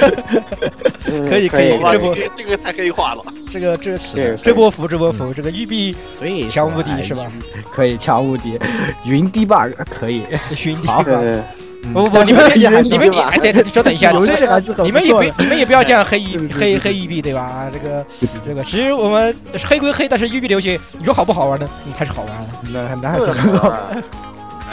[SPEAKER 2] 可
[SPEAKER 3] 嗯
[SPEAKER 2] 以可以
[SPEAKER 6] 哇，
[SPEAKER 2] 这
[SPEAKER 6] 这
[SPEAKER 2] 不
[SPEAKER 6] 个这个太黑化了。
[SPEAKER 2] 这个这
[SPEAKER 3] 对
[SPEAKER 2] 这波幅这波幅，这个玉璧
[SPEAKER 4] 所以
[SPEAKER 2] 强无敌是吧？
[SPEAKER 4] 可以强无敌，云 debug 可以。
[SPEAKER 2] 寻敌。
[SPEAKER 4] 好
[SPEAKER 3] 对对，
[SPEAKER 4] 嗯
[SPEAKER 2] 不不不，你们你 们你们你哎，对，对稍等一下，
[SPEAKER 4] 游
[SPEAKER 2] 你们
[SPEAKER 4] 戏还是很
[SPEAKER 2] 你
[SPEAKER 4] 不
[SPEAKER 2] 们也
[SPEAKER 4] 错的
[SPEAKER 2] 别你们也不要这样黑一
[SPEAKER 4] 对对对
[SPEAKER 2] 黑
[SPEAKER 4] 对
[SPEAKER 2] 黑玉璧对吧？这个这个，其实我们黑归黑，但是玉璧的游戏，你说好不好玩呢？嗯，还是好玩的。
[SPEAKER 4] 那那还
[SPEAKER 3] 就是是好玩儿，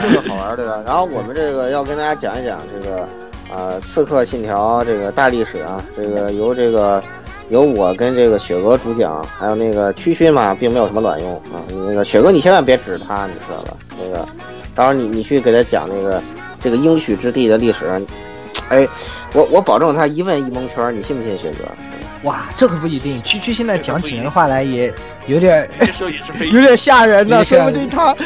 [SPEAKER 3] 就是好玩儿，对吧？然后我们这个要跟大家讲一讲这个呃《刺客信条》这个大历史啊，这个由这个由我跟这个雪哥主讲，还有那个区区嘛，并没有什么卵用啊。那个雪哥，你千万别指着他，你知道吧？那个，到时候你你去给他讲那个这个应许之地的历史，哎，我我保证他一问一蒙圈儿，你信不信，雪哥？
[SPEAKER 4] 哇，这可不一定。区区现在讲起人话来也有点
[SPEAKER 6] 那时候也是非
[SPEAKER 4] 有点吓人
[SPEAKER 2] 有点
[SPEAKER 4] 呢，
[SPEAKER 2] 吓
[SPEAKER 4] 说
[SPEAKER 2] 人
[SPEAKER 4] 不定他，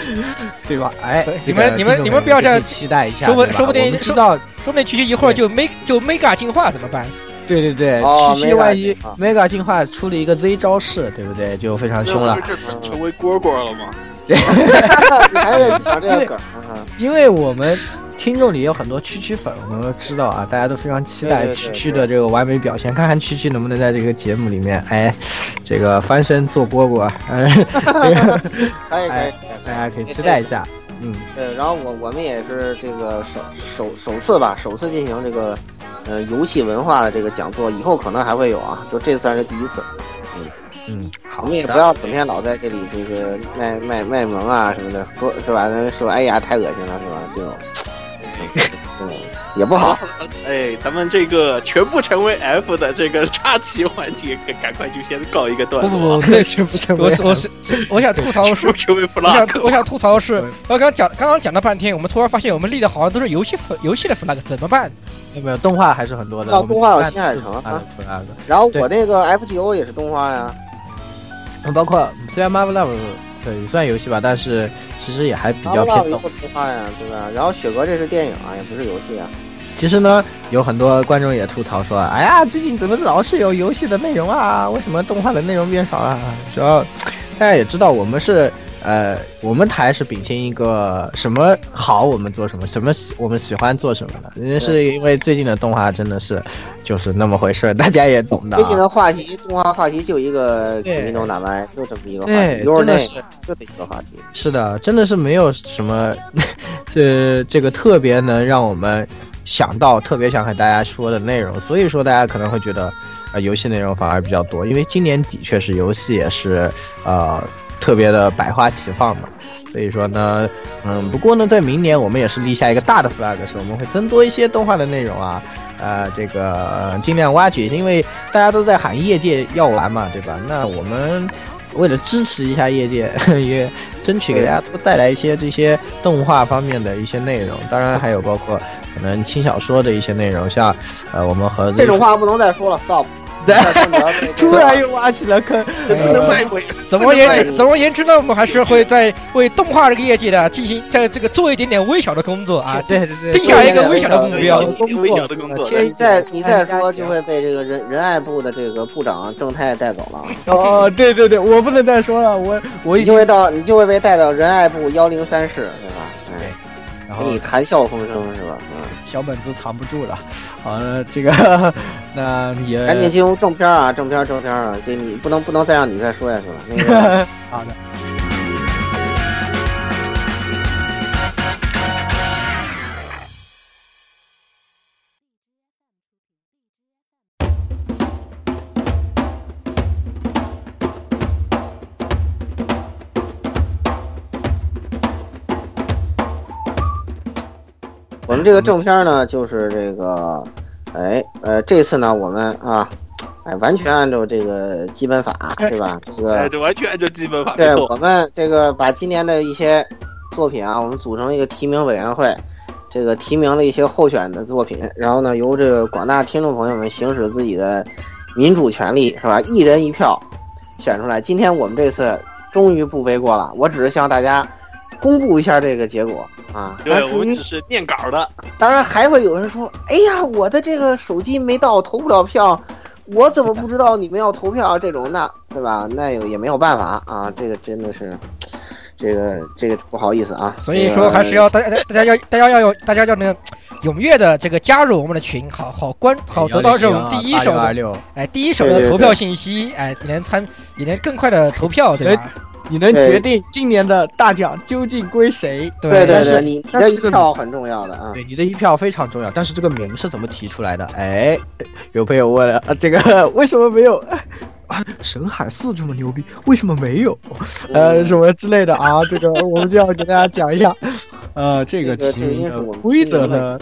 [SPEAKER 4] 对吧？哎
[SPEAKER 2] 对，你
[SPEAKER 4] 这
[SPEAKER 2] 们
[SPEAKER 4] 个
[SPEAKER 2] 你们
[SPEAKER 4] 听众
[SPEAKER 2] 你们不要这样
[SPEAKER 4] 可以期待一下，
[SPEAKER 2] 说不
[SPEAKER 4] 对吧
[SPEAKER 2] 说不定
[SPEAKER 4] 我们知道，
[SPEAKER 2] 说不定区区一会儿就 make 就 mega 进化怎么办？
[SPEAKER 4] 对对对
[SPEAKER 3] 哦，
[SPEAKER 4] 区区
[SPEAKER 3] Mega
[SPEAKER 4] 万一
[SPEAKER 3] 进化
[SPEAKER 4] Mega 进化出了一个 Z 招式，对不对？就非常凶了。
[SPEAKER 6] 这不是成为蝈蝈了吗？
[SPEAKER 3] 哎你还得讲这个梗啊？
[SPEAKER 4] 因为我们听众里有很多区区粉，我们都知道啊，大家都非常期
[SPEAKER 3] 对
[SPEAKER 4] 待
[SPEAKER 3] 对对
[SPEAKER 4] 区区的这个完美表现，看看区区能不能在这个节目里面，哎，这个翻身做蝈蝈，哎，这个
[SPEAKER 3] 可以可以
[SPEAKER 4] 哎。大家可以期待一下。嗯，
[SPEAKER 3] 对，呃然后我我们也是这个首首首次吧，首次进行这个呃游戏文化的这个讲座，以后可能还会有啊，就这次还是第一次。
[SPEAKER 4] 嗯，
[SPEAKER 3] 我们也不要整天老在这里这个卖卖卖萌啊什么的，说是吧？那说哎呀太恶心了是吧？这种，嗯，也不好。，
[SPEAKER 6] 哎，咱们这个全部成为 F 的这个插旗环节，赶赶快就先告一个段
[SPEAKER 2] 不
[SPEAKER 6] 落。
[SPEAKER 2] 不 不，
[SPEAKER 4] 这全部成
[SPEAKER 2] 我
[SPEAKER 4] 为
[SPEAKER 2] 我是是我想吐槽是
[SPEAKER 6] 全部成为
[SPEAKER 2] 我想
[SPEAKER 6] flag，
[SPEAKER 2] 我想吐槽的是，我刚刚讲刚刚讲了半天，我们突然发现我们立的好像都是游戏粉游戏的 flag，怎么办？
[SPEAKER 4] 没有动画还是很多的。
[SPEAKER 3] 啊
[SPEAKER 4] 我们
[SPEAKER 3] 动画有
[SPEAKER 4] 看
[SPEAKER 3] 新海诚啊
[SPEAKER 4] 看了不少的
[SPEAKER 3] 然后我那个 FGO 也是动画呀，
[SPEAKER 4] 嗯包括虽然 Marvel Love 呃也算游戏吧，但是其实也还比
[SPEAKER 3] 然后
[SPEAKER 4] 较偏
[SPEAKER 3] 也
[SPEAKER 4] 动。
[SPEAKER 3] 是动画呀，对吧？然后雪哥这是电影啊，也不是游戏啊。
[SPEAKER 4] 其实呢，有很多观众也吐槽说：“哎呀，最近怎么老是有游戏的内容啊？为什么动画的内容变少啊？”主要大家也知道，我们是呃，我们台是秉承一个什么好我们做什么，什么喜我们喜欢做什么的。因为是因为最近的动画真的是就是那么回事儿，大家也懂的、
[SPEAKER 3] 最近
[SPEAKER 4] 啊。
[SPEAKER 3] 的话题，动画话题就一个《
[SPEAKER 4] 对
[SPEAKER 3] 全民都打麦》，就这么一个话
[SPEAKER 4] 对
[SPEAKER 3] 题，就是
[SPEAKER 4] 真的
[SPEAKER 3] 那
[SPEAKER 4] 是
[SPEAKER 3] 个，就这一个话题。
[SPEAKER 4] 是的，真的是没有什么， 呃，这个特别能让我们想到特别想和大家说的内容，所以说大家可能会觉得，呃，游戏内容反而比较多，因为今年的确是游戏也是呃特别的百花齐放嘛。所以说呢，嗯，不过呢，在明年我们也是立下一个大的 flag，是我们会增多一些动画的内容啊，呃，这个呃尽量挖掘，因为大家都在喊业界要玩嘛，对吧？那我们为了支持一下业界， 也争取给大家多带来一些这些动画方面的一些内容，当然还有包括可能轻小说的一些内容，像呃我们和
[SPEAKER 3] 这种话不能再说了，stop。
[SPEAKER 4] 突然又挖起了坑，
[SPEAKER 6] 不
[SPEAKER 2] 呃
[SPEAKER 6] 能再回。
[SPEAKER 2] 总而言之，总而言之呢，我们还是会在为动画这个业界呢进行在这个做一点点微小的工作啊，
[SPEAKER 4] 对对对，
[SPEAKER 2] 定下一个微小的目标。
[SPEAKER 6] 微小的工作，
[SPEAKER 3] 你再你再说就会被这个仁仁爱部的这个部长正太带走了。
[SPEAKER 4] 哦，对对对，我不能再说了，我我
[SPEAKER 3] 你
[SPEAKER 4] 已
[SPEAKER 3] 就
[SPEAKER 4] 经
[SPEAKER 3] 会到你就会被带到仁爱部幺零三室，对吧？
[SPEAKER 4] 对
[SPEAKER 3] 哎，
[SPEAKER 4] 然
[SPEAKER 3] 给
[SPEAKER 4] 后
[SPEAKER 3] 你谈笑风生是吧？嗯，
[SPEAKER 4] 小本子藏不住了，好了，这个那也
[SPEAKER 3] 赶紧进入正片儿啊，正片儿正片儿啊，这你不能不能再让你再说下去了。那个
[SPEAKER 4] 好的。
[SPEAKER 3] 我们这个正片儿呢，就是这个，哎，呃，这次呢，我们啊，哎，完全按照这个基本法，对吧？这
[SPEAKER 6] 哎，
[SPEAKER 3] 个，
[SPEAKER 6] 这完全按照基本法，没
[SPEAKER 3] 对
[SPEAKER 6] 错。
[SPEAKER 3] 我们这个把今年的一些作品啊，我们组成一个提名委员会，这个提名了一些候选的作品，然后呢，由这个广大听众朋友们行使自己的民主权利，是吧？一人一票选出来。今天我们这次终于不背锅了，我只是向大家公布一下这个结果啊。
[SPEAKER 6] 对
[SPEAKER 3] 但至
[SPEAKER 6] 我们
[SPEAKER 3] 于
[SPEAKER 6] 只是念稿的，
[SPEAKER 3] 当然还会有人说：“哎呀，我的这个手机没到，投不了票，我怎么不知道你们要投票？”这种那对吧？那也也没有办法啊，这个真的是，这个这个不好意思啊。
[SPEAKER 2] 所
[SPEAKER 3] 这
[SPEAKER 2] 以
[SPEAKER 3] 个
[SPEAKER 2] 说，还是要大家大家要大家要有大家要能踊跃的这个加入我们的群，好好关
[SPEAKER 4] 哎
[SPEAKER 2] 好得到这种第一手
[SPEAKER 4] 二
[SPEAKER 2] 的
[SPEAKER 4] 六，
[SPEAKER 2] 哎第一手的投票信息，哎也能参也能更快的投票，对吧？
[SPEAKER 4] 你能
[SPEAKER 3] 对
[SPEAKER 4] 决定今年的大奖究竟归谁？
[SPEAKER 3] 对对
[SPEAKER 4] 但
[SPEAKER 3] 对，
[SPEAKER 4] 是
[SPEAKER 3] 你你
[SPEAKER 4] 但
[SPEAKER 3] 的
[SPEAKER 4] 是
[SPEAKER 3] 一
[SPEAKER 4] 这个
[SPEAKER 3] 票很重要的啊。
[SPEAKER 4] 对，你的一票非常重要，但是这个名是怎么提出来的？哎，有朋友问了，啊、这个 为什么没有？啊，沈海寺这么牛逼，为什么没有？
[SPEAKER 2] 嗯
[SPEAKER 4] 呃，什么之类的啊？这个我们就要给大家讲一下， 呃，这个
[SPEAKER 3] 这个
[SPEAKER 4] 提
[SPEAKER 3] 这个应
[SPEAKER 4] 名
[SPEAKER 3] 该是
[SPEAKER 4] 的
[SPEAKER 3] 我们
[SPEAKER 4] 规
[SPEAKER 3] 今
[SPEAKER 4] 则
[SPEAKER 3] 年的
[SPEAKER 4] 呢，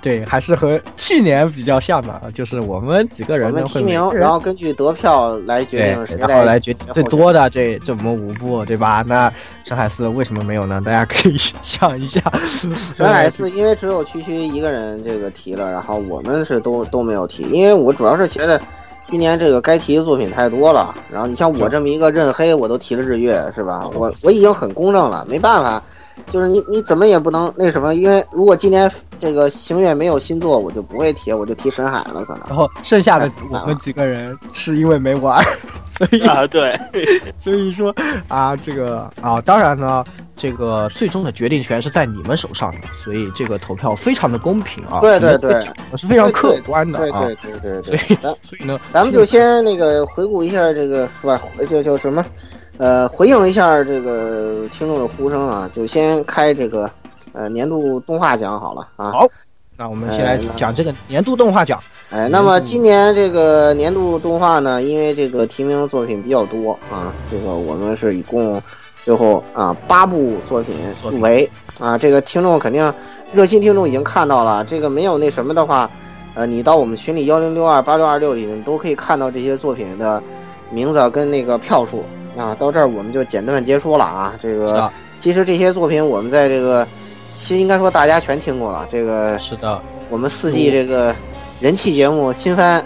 [SPEAKER 4] 对，还是和去年比较像的啊，就是我们几个
[SPEAKER 3] 我
[SPEAKER 4] 人
[SPEAKER 3] 们
[SPEAKER 4] 呢
[SPEAKER 3] 提
[SPEAKER 4] 会每
[SPEAKER 3] 名，
[SPEAKER 4] 个人
[SPEAKER 3] 然后根据得票来决
[SPEAKER 4] 对
[SPEAKER 3] 定谁，
[SPEAKER 4] 然后来
[SPEAKER 3] 来
[SPEAKER 4] 决定最多的这这我们五部，对吧？那沈海寺为什么没有呢？大家可以想一下。
[SPEAKER 3] 沈海四，因为只有区区一个人这个提了，然后我们是都都没有提，因为我主要是觉得今年这个该提的作品太多了。然后你像我这么一个认黑，我都提了日月，是吧？我我已经很公正了，没办法，就是你你怎么也不能那什么，因为如果今年这个行月没有新作，我就不会提，我就提沈海了，可能。
[SPEAKER 4] 然后剩下的
[SPEAKER 3] 太难
[SPEAKER 4] 我
[SPEAKER 3] 了
[SPEAKER 4] 们几个人是因为没玩，所以
[SPEAKER 6] 啊，对，
[SPEAKER 4] 所以说啊，这个啊，当然呢，这个最终的决定权是在你们手上的，所以这个投票非常的公平啊，
[SPEAKER 3] 对对
[SPEAKER 4] 你们的
[SPEAKER 3] 对
[SPEAKER 4] 奖是非常客观的
[SPEAKER 3] 对
[SPEAKER 4] 啊
[SPEAKER 3] 对，对对
[SPEAKER 4] 所
[SPEAKER 3] 对，
[SPEAKER 4] 以
[SPEAKER 3] 咱
[SPEAKER 4] 所以呢，
[SPEAKER 3] 咱们就先那个回顾一下这个是吧？回就就什么，呃，回应一下这个听众的呼声啊，就先开这个呃年度动画奖好了啊。
[SPEAKER 4] 好那我们先来
[SPEAKER 3] 呃
[SPEAKER 4] 讲这个年度动画奖，
[SPEAKER 3] 哎，那么今年这个年度动画呢，因为这个提名作品比较多
[SPEAKER 4] 嗯
[SPEAKER 3] 啊，这个我们是一共最后啊八部作品
[SPEAKER 4] 作品
[SPEAKER 3] 入围啊，这个听众肯定热心听众已经看到了，这个没有那什么的话，呃，你到我们群里幺零六二八六二六里面都可以看到这些作品的名字跟那个票数啊。到这儿我们就简短结束了啊，这
[SPEAKER 4] 是
[SPEAKER 3] 个
[SPEAKER 4] 的，
[SPEAKER 3] 其实这些作品我们在这个其实应该说大家全听过了，这个
[SPEAKER 4] 是的，
[SPEAKER 3] 我们四季这个人气节目新番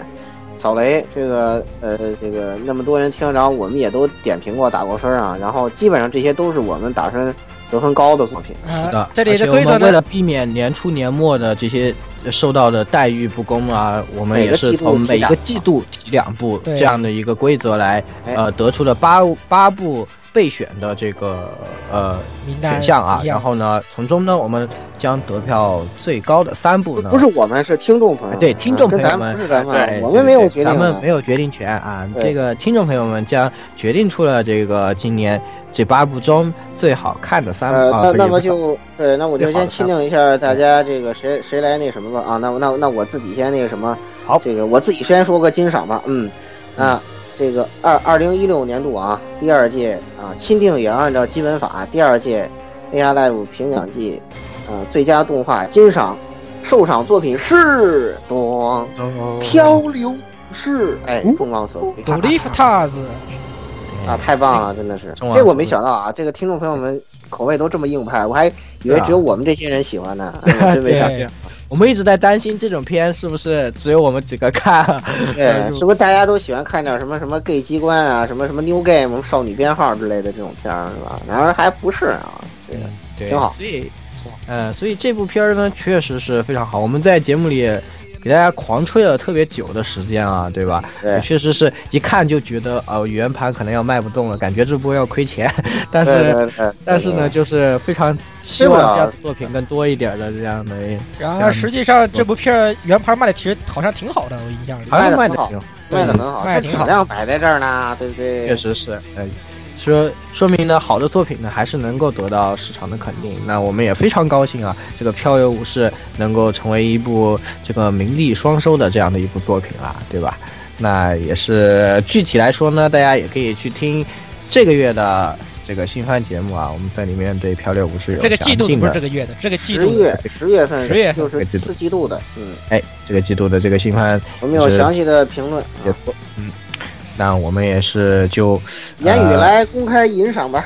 [SPEAKER 3] 扫雷，这个呃这个那么多人听，然后我们也都点评过打过分啊，然后基本上这些都是我们打分得分高的作品。
[SPEAKER 4] 是的
[SPEAKER 2] 啊，，这里
[SPEAKER 4] 而且
[SPEAKER 2] 的
[SPEAKER 4] 我
[SPEAKER 2] 规则
[SPEAKER 4] 们为
[SPEAKER 2] 呢
[SPEAKER 4] 了，避免年初年末的这些呃受到的待遇不公啊，我们
[SPEAKER 3] 每
[SPEAKER 4] 也
[SPEAKER 3] 个
[SPEAKER 4] 是
[SPEAKER 3] 季度
[SPEAKER 4] 从
[SPEAKER 3] 提
[SPEAKER 4] 每一
[SPEAKER 3] 两
[SPEAKER 4] 个
[SPEAKER 3] 部
[SPEAKER 4] 季度提两部
[SPEAKER 2] 对
[SPEAKER 4] 这样的一个规则来，
[SPEAKER 3] 哎
[SPEAKER 4] 呃，得出了八八部备选的这个呃
[SPEAKER 2] 名单
[SPEAKER 4] 选项啊，
[SPEAKER 2] 一样
[SPEAKER 4] 然后呢，从中呢，我们将得票最高的三部呢，
[SPEAKER 3] 不是我们，是听众朋友们。啊
[SPEAKER 4] 对听众朋友
[SPEAKER 3] 跟咱
[SPEAKER 4] 们
[SPEAKER 3] 不是咱
[SPEAKER 4] 哎
[SPEAKER 3] 们，我们没有
[SPEAKER 4] 对对
[SPEAKER 3] 决定啊
[SPEAKER 4] 咱们
[SPEAKER 3] 的
[SPEAKER 4] 没有决定权啊。
[SPEAKER 3] 对
[SPEAKER 4] 这个听众朋友们将决定出了这个今年这八部中最好看的三
[SPEAKER 3] 呃，
[SPEAKER 4] 部啊，
[SPEAKER 3] 那
[SPEAKER 4] 不是
[SPEAKER 3] 那
[SPEAKER 4] 也
[SPEAKER 3] 么
[SPEAKER 4] 不是
[SPEAKER 3] 就对，那我就
[SPEAKER 4] 最
[SPEAKER 3] 先
[SPEAKER 4] 好的啊嗯
[SPEAKER 3] 钦定一下大家这个谁谁来那什么吧啊，那我那我那我自己先那个什么，
[SPEAKER 4] 好
[SPEAKER 3] 这个我自己先说个金赏吧，嗯，那这个二二零一六年度啊，第二届啊，钦定也按照基本法第二届 AI Live 评奖季，呃，最佳动画金赏受赏作品是咚漂流是，哎，
[SPEAKER 4] 哦
[SPEAKER 3] 重磅词汇。
[SPEAKER 2] d o l i f
[SPEAKER 4] 啊
[SPEAKER 2] t a s
[SPEAKER 3] 啊，太棒了，真的是，
[SPEAKER 4] 嗯中文
[SPEAKER 3] 这我
[SPEAKER 4] 词
[SPEAKER 3] 没想到啊，这个听众
[SPEAKER 4] 啊
[SPEAKER 3] 朋友们口味都这么硬派，我还以为只有我们这些人喜欢呢，哎我真没
[SPEAKER 2] 对
[SPEAKER 3] 想到。
[SPEAKER 4] 我们一直在担心这种片是不是只有我们几 个看，啊
[SPEAKER 3] 对，是不是大家都喜欢看点什么什么 gay 机关啊，什么什么 new game 什么少女编号之类的这种片儿是吧？然而还不是啊，这个
[SPEAKER 4] 对，
[SPEAKER 3] 挺好
[SPEAKER 4] 所以，呃，所以这部片儿呢，确实是非常好。我们在节目里给大家狂吹了特别久的时间啊，对吧？
[SPEAKER 3] 对
[SPEAKER 4] 确实是一看就觉得，呃，圆盘可能要卖不动了，感觉这波要亏钱。 但
[SPEAKER 3] 对
[SPEAKER 4] 是，
[SPEAKER 3] 对对，
[SPEAKER 4] 但是呢，就是非常希望这样的作品更多一点的这样的，
[SPEAKER 2] 然而实际上这部片儿原盘卖的其实好像挺好的，我印象里。
[SPEAKER 4] 好像卖
[SPEAKER 3] 卖
[SPEAKER 4] 的
[SPEAKER 3] 得很好
[SPEAKER 4] 挺好，
[SPEAKER 3] 卖的很好，
[SPEAKER 2] 卖
[SPEAKER 3] 这
[SPEAKER 2] 得挺好
[SPEAKER 3] 质量摆在这儿呢，对不
[SPEAKER 4] 确
[SPEAKER 3] 对？
[SPEAKER 4] 实是，呃，说说明呢，好的作品呢还是能够得到市场的肯定。那我们也非常高兴啊，这个《漂流武士》能够成为一部这个名利双收的这样的一部作品啦，对吧？那也是具体来说呢，大家也可以去听这个月的这个新番节目啊，我们在里面对《漂流武士》有
[SPEAKER 2] 这个
[SPEAKER 4] 详
[SPEAKER 2] 季度
[SPEAKER 4] 尽
[SPEAKER 2] 不是这
[SPEAKER 4] 的
[SPEAKER 2] 个月的，这个季
[SPEAKER 3] 十
[SPEAKER 2] 度的
[SPEAKER 3] 月十月份
[SPEAKER 2] 十月份
[SPEAKER 3] 就是
[SPEAKER 4] 这个季度
[SPEAKER 3] 四季度的，嗯，
[SPEAKER 4] 哎这个季度的这个新番
[SPEAKER 3] 我们有
[SPEAKER 4] 是
[SPEAKER 3] 详细的评论
[SPEAKER 4] 也
[SPEAKER 3] 啊，
[SPEAKER 4] 多，嗯，那我们也是就
[SPEAKER 3] 言语
[SPEAKER 4] 呃
[SPEAKER 3] 来公开吟赏吧。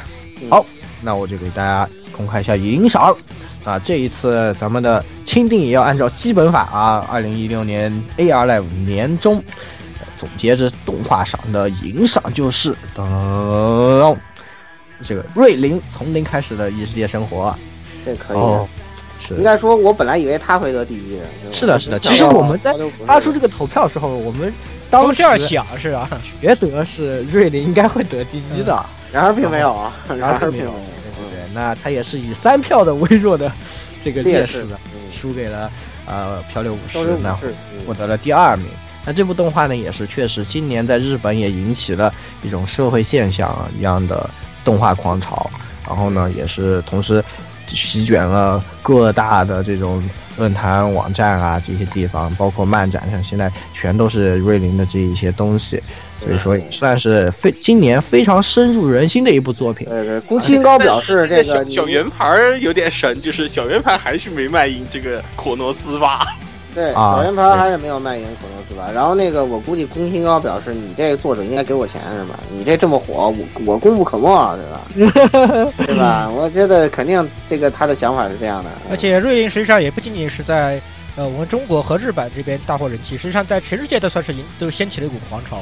[SPEAKER 4] 那我就给大家公开一下银赏啊！这一次咱们的钦定也要按照基本法啊，二零一六年 AR Live 年终、呃总结之动画赏的银赏就是噔，这个瑞林从零开始的异世界生活啊
[SPEAKER 3] 这可以
[SPEAKER 4] 哦
[SPEAKER 3] 的。，
[SPEAKER 4] 是
[SPEAKER 3] 应该说，我本来以为他会得第一。
[SPEAKER 4] 是的是的其实我们在发出这
[SPEAKER 3] 个，
[SPEAKER 4] 个投票的时候，我们
[SPEAKER 2] 都
[SPEAKER 4] 当时
[SPEAKER 2] 这样想是啊吧？
[SPEAKER 4] 觉得是瑞林应该会得第一的。
[SPEAKER 3] 然而并没有 啊，然
[SPEAKER 4] 然后
[SPEAKER 3] 而
[SPEAKER 4] 没
[SPEAKER 3] 并
[SPEAKER 4] 有，
[SPEAKER 3] 没
[SPEAKER 4] 对
[SPEAKER 3] 有。嗯
[SPEAKER 4] 对对，那他也是以三票的微弱的这个劣势的
[SPEAKER 3] 劣势嗯
[SPEAKER 4] 输给了呃漂流武士
[SPEAKER 3] 周六，
[SPEAKER 4] 那
[SPEAKER 3] 不是，嗯
[SPEAKER 4] 获得了第二名。那这部动画呢，也是确实今年在日本也引起了一种社会现象一样的动画狂潮，然后呢，也是同时席卷了各大的这种论坛网站啊这些地方，包括漫展上，现在全都是瑞林的这一些东西，所以说也算是非今年非常深入人心的一部作品。
[SPEAKER 3] 对对，宫崎英高 表示这个
[SPEAKER 6] 小小圆盘儿有点神，就是小圆盘还是没卖赢这个cổ诺斯吧？
[SPEAKER 3] 对
[SPEAKER 4] 啊
[SPEAKER 3] 小圆盘还是没有卖赢可诺斯吧。然后那个我估计宫崎英高表示，你这作者应该给我钱是吧？你这这么火，我我功不可没啊，对 吧？对吧？我觉得肯定这个他的想法是这样的。
[SPEAKER 2] 而且瑞银实际上也不仅仅是在呃我们中国和日本这边大获人气，实际上在全世界都算是引都掀起了一股狂潮。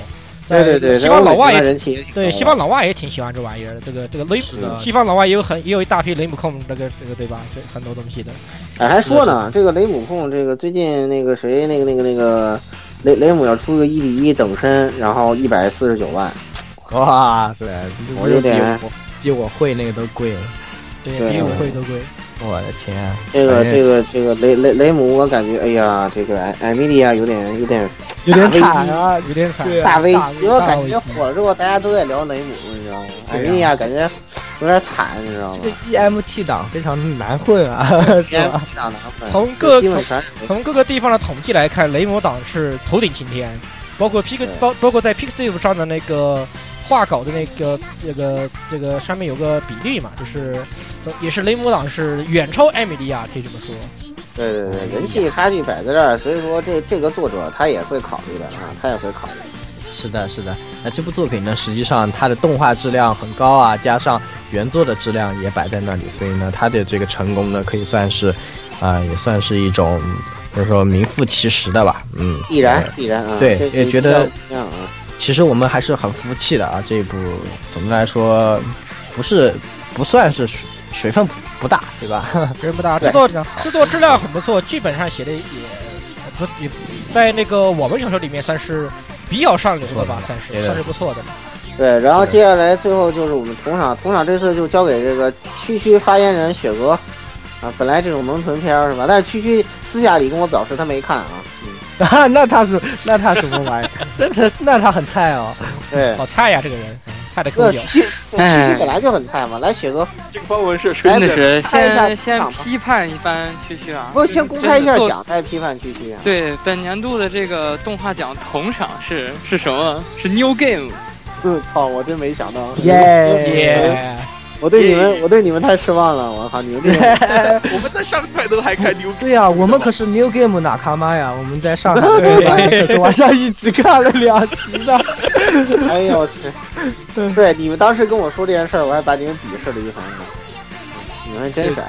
[SPEAKER 3] 对
[SPEAKER 2] 在
[SPEAKER 3] 对对，
[SPEAKER 2] 西
[SPEAKER 3] 在
[SPEAKER 2] 方
[SPEAKER 3] 欧美
[SPEAKER 2] 老外
[SPEAKER 3] 这边
[SPEAKER 2] 也
[SPEAKER 3] 人气也挺
[SPEAKER 2] 对
[SPEAKER 3] 高
[SPEAKER 2] 西
[SPEAKER 3] 的
[SPEAKER 2] 方老外也挺喜欢这玩意儿的，这个这个雷
[SPEAKER 4] 是的
[SPEAKER 2] 西方老外也有很也有一大批雷姆控这个这个对吧？这很多东西的。
[SPEAKER 3] 哎，还说呢，这个雷姆控，这个最近那个谁，那个那个那个雷雷姆要出个一比一等身，然后一百四十九万，
[SPEAKER 4] 哇塞，
[SPEAKER 3] 我有点
[SPEAKER 4] 比我比我会那个都贵了，
[SPEAKER 2] 对，
[SPEAKER 3] 对
[SPEAKER 2] 比我会都贵。
[SPEAKER 4] 我的天啊、
[SPEAKER 3] 这个
[SPEAKER 4] 哎
[SPEAKER 3] 这个这个雷雷雷姆，我感觉哎呀，这个艾艾米莉亚有点有点
[SPEAKER 4] 有点
[SPEAKER 3] 大
[SPEAKER 4] 惨啊，
[SPEAKER 2] 有点惨。
[SPEAKER 4] 对啊
[SPEAKER 3] 大危
[SPEAKER 4] 大
[SPEAKER 3] 机，我
[SPEAKER 2] 大
[SPEAKER 3] 感
[SPEAKER 2] 危
[SPEAKER 3] 觉
[SPEAKER 2] 机
[SPEAKER 3] 火了之后，大家都在聊雷姆，你知道吗？艾米莉亚感觉有点惨，你知道
[SPEAKER 4] 这
[SPEAKER 3] 吗
[SPEAKER 4] 个？EMT 党非常难混啊，是
[SPEAKER 3] 天
[SPEAKER 4] 吧？
[SPEAKER 3] 非常难混，
[SPEAKER 2] 从各
[SPEAKER 3] 基
[SPEAKER 2] 从
[SPEAKER 3] 本全是
[SPEAKER 2] 从各个地方的统计来看，雷姆党是头顶青天，包括 P
[SPEAKER 3] 对
[SPEAKER 2] 包包括在 Pixiv 上的那个画稿的那个这个这个上面有个比例嘛，就是也是雷姆党是远超艾米莉亚，可以这么说。
[SPEAKER 3] 对对对，人气差距摆在这儿，所以说这这个作者他也会考虑的啊，他也会考虑。
[SPEAKER 4] 是的，是的。那这部作品呢，实际上它的动画质量很高啊，加上原作的质量也摆在那里，所以呢，它的这个成功呢，可以算是，啊、也算是一种，就是说名副其实的吧。嗯，
[SPEAKER 3] 必然
[SPEAKER 4] 呃。
[SPEAKER 3] 必然啊，
[SPEAKER 4] 对
[SPEAKER 3] 这
[SPEAKER 4] 也
[SPEAKER 3] 是
[SPEAKER 4] 觉得
[SPEAKER 3] 比较不一样啊。
[SPEAKER 4] 其实我们还是很服气的啊，这一部总的来说，不是不算是水水分不不大，对吧？
[SPEAKER 2] 人不大，
[SPEAKER 3] 对
[SPEAKER 2] 制作制作质量很不错，剧本上写的也呃不也在那个网文小说里面算是比较上流的吧，算是
[SPEAKER 4] 对的
[SPEAKER 2] 算是不错的。
[SPEAKER 3] 对，然后接下来最后就是我们同场，同场这次就交给这个区区发言人雪哥啊。本来这种萌臀片儿是吧？但是区区私下里跟我表示他没看啊。嗯，
[SPEAKER 4] 啊，那他是那他什么玩意儿？那他 那 他很菜哦。
[SPEAKER 3] 对，
[SPEAKER 2] 好菜呀，这个人嗯菜的够
[SPEAKER 3] 这
[SPEAKER 2] 久
[SPEAKER 3] 区。区区
[SPEAKER 1] 哎
[SPEAKER 3] 区本来就很菜嘛。来，雪哥，
[SPEAKER 6] 这个方文社吹
[SPEAKER 3] 来
[SPEAKER 1] 真的是
[SPEAKER 3] 看一下
[SPEAKER 1] 先
[SPEAKER 3] 市
[SPEAKER 1] 先
[SPEAKER 3] 场吧
[SPEAKER 1] 批判一番区区啊，
[SPEAKER 3] 不是
[SPEAKER 1] 就是
[SPEAKER 3] 先公开一
[SPEAKER 1] 真
[SPEAKER 3] 下
[SPEAKER 1] 的做
[SPEAKER 3] 奖，再批判区区啊。
[SPEAKER 1] 对，本年度的这个动画奖同赏是是什么？是 New Game。
[SPEAKER 3] 嗯，操，我真没想 到，
[SPEAKER 4] 耶
[SPEAKER 2] 耶，
[SPEAKER 3] 我对你 们，我对你们太失望了。我靠，你们这个
[SPEAKER 6] 我们在上海都还看牛逼，
[SPEAKER 4] 对呀、我们可是 New Game 纳卡妈呀，我们在上海对可是 晚上一起看了两集呢。
[SPEAKER 3] 哎 呦我去！对，你们当时跟我说这件事儿，我还把你们鄙视了一番呢。你们真是哎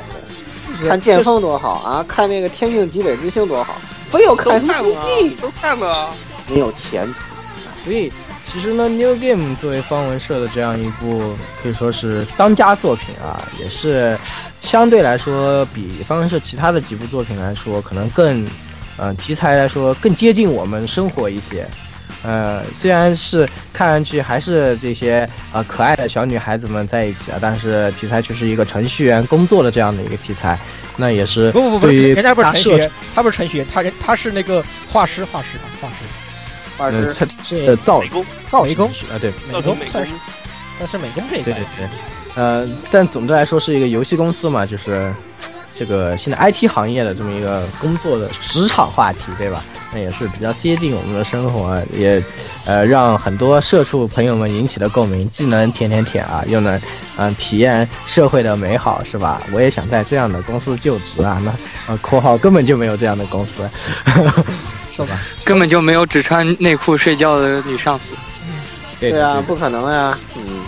[SPEAKER 4] 就 是
[SPEAKER 3] 看剑锋多好啊，看那个天命极北之星多好，非要看 New Game
[SPEAKER 5] 都看了。
[SPEAKER 3] 没有前途。
[SPEAKER 4] 所以其实呢，New Game 作为方文社的这样一部可以说是当家作品啊，也是相对来说比方文社其他的几部作品来说，可能更，呃，题材来说更接近我们生活一些。呃，虽然是看上去还是这些呃可爱的小女孩子们在一起啊，但是题材却是一个程序员工作的这样的一个题材，那也是
[SPEAKER 2] 不不不，
[SPEAKER 4] 对于
[SPEAKER 2] 人家不是
[SPEAKER 4] 大
[SPEAKER 2] 程序
[SPEAKER 4] 社
[SPEAKER 2] 员，他不是程序员，他人他是那个画师，画师吧，画师，
[SPEAKER 3] 二
[SPEAKER 4] 呃，
[SPEAKER 3] 十
[SPEAKER 4] 它是
[SPEAKER 3] 哦
[SPEAKER 4] 造
[SPEAKER 6] 美工，
[SPEAKER 4] 造
[SPEAKER 2] 美工
[SPEAKER 4] 型师啊，对，
[SPEAKER 2] 美
[SPEAKER 6] 造成
[SPEAKER 2] 工
[SPEAKER 6] 美工
[SPEAKER 2] 算是，但是美工这一
[SPEAKER 4] 对
[SPEAKER 2] 块
[SPEAKER 4] 对对，呃，但总的来说是一个游戏公司嘛，就是这个现在 IT 行业的这么一个工作的职场话题，对吧？那也是比较接近我们的生活，啊也呃让很多社畜朋友们引起了共鸣，既能舔舔舔啊，又能嗯、呃体验社会的美好，是吧？我也想在这样的公司就职啊，那呃（括号根本就没有这样的公司），是吧？
[SPEAKER 1] 根本就没有只穿内裤睡觉的女上司。
[SPEAKER 4] 对
[SPEAKER 3] 对啊，
[SPEAKER 4] 对
[SPEAKER 3] 不可能呀，嗯，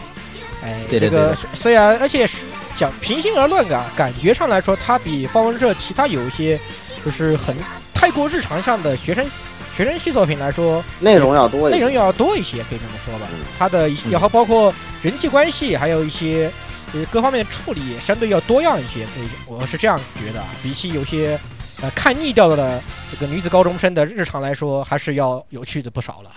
[SPEAKER 2] 哎，
[SPEAKER 4] 对对
[SPEAKER 2] 这
[SPEAKER 4] 对
[SPEAKER 2] 个
[SPEAKER 4] 对
[SPEAKER 2] 虽虽然，而且是讲平心而论啊，感觉上来说，它比方文社其他有一些就是很太过日常向的学生学生系作品来说，
[SPEAKER 3] 内容要多一
[SPEAKER 2] 内
[SPEAKER 3] 点
[SPEAKER 2] 容。要多一些，可以这么说吧。它的一些然后包括人际关系，还有一些呃各方面的处理，相对要多样一些。可以，我是这样觉得啊，比起有些呃看腻掉的这个女子高中生的日常来说，还是要有趣的不少了。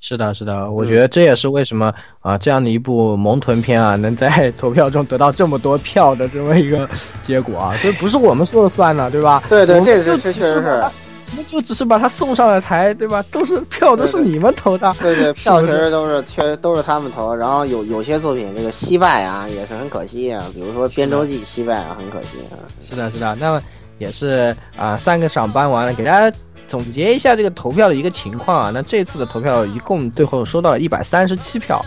[SPEAKER 4] 是的，是的，
[SPEAKER 3] 嗯
[SPEAKER 4] 我觉得这也是为什么啊、这样的一部萌臀片啊，能在投票中得到这么多票的这么一个结果啊，这不是我们说了算的，对吧？
[SPEAKER 3] 对对
[SPEAKER 4] 我们
[SPEAKER 3] 这
[SPEAKER 4] 就
[SPEAKER 3] 这这
[SPEAKER 4] 只
[SPEAKER 3] 确实
[SPEAKER 4] 把它
[SPEAKER 3] 是，
[SPEAKER 4] 我们就只是把它送上了台，对吧？都是票，都是
[SPEAKER 3] 对对
[SPEAKER 4] 你们投的，
[SPEAKER 3] 对对，票
[SPEAKER 4] 是
[SPEAKER 3] 确
[SPEAKER 4] 不是
[SPEAKER 3] 实都是确都是他们投，然后有有些作品这个惜败啊，也是很可惜啊，比如说《边州记》惜败啊，很可惜啊。
[SPEAKER 4] 是的，是的，那么也是啊、三个赏颁完了，给大家总结一下这个投票的一个情况啊。那这次的投票一共最后收到了一百三十七票，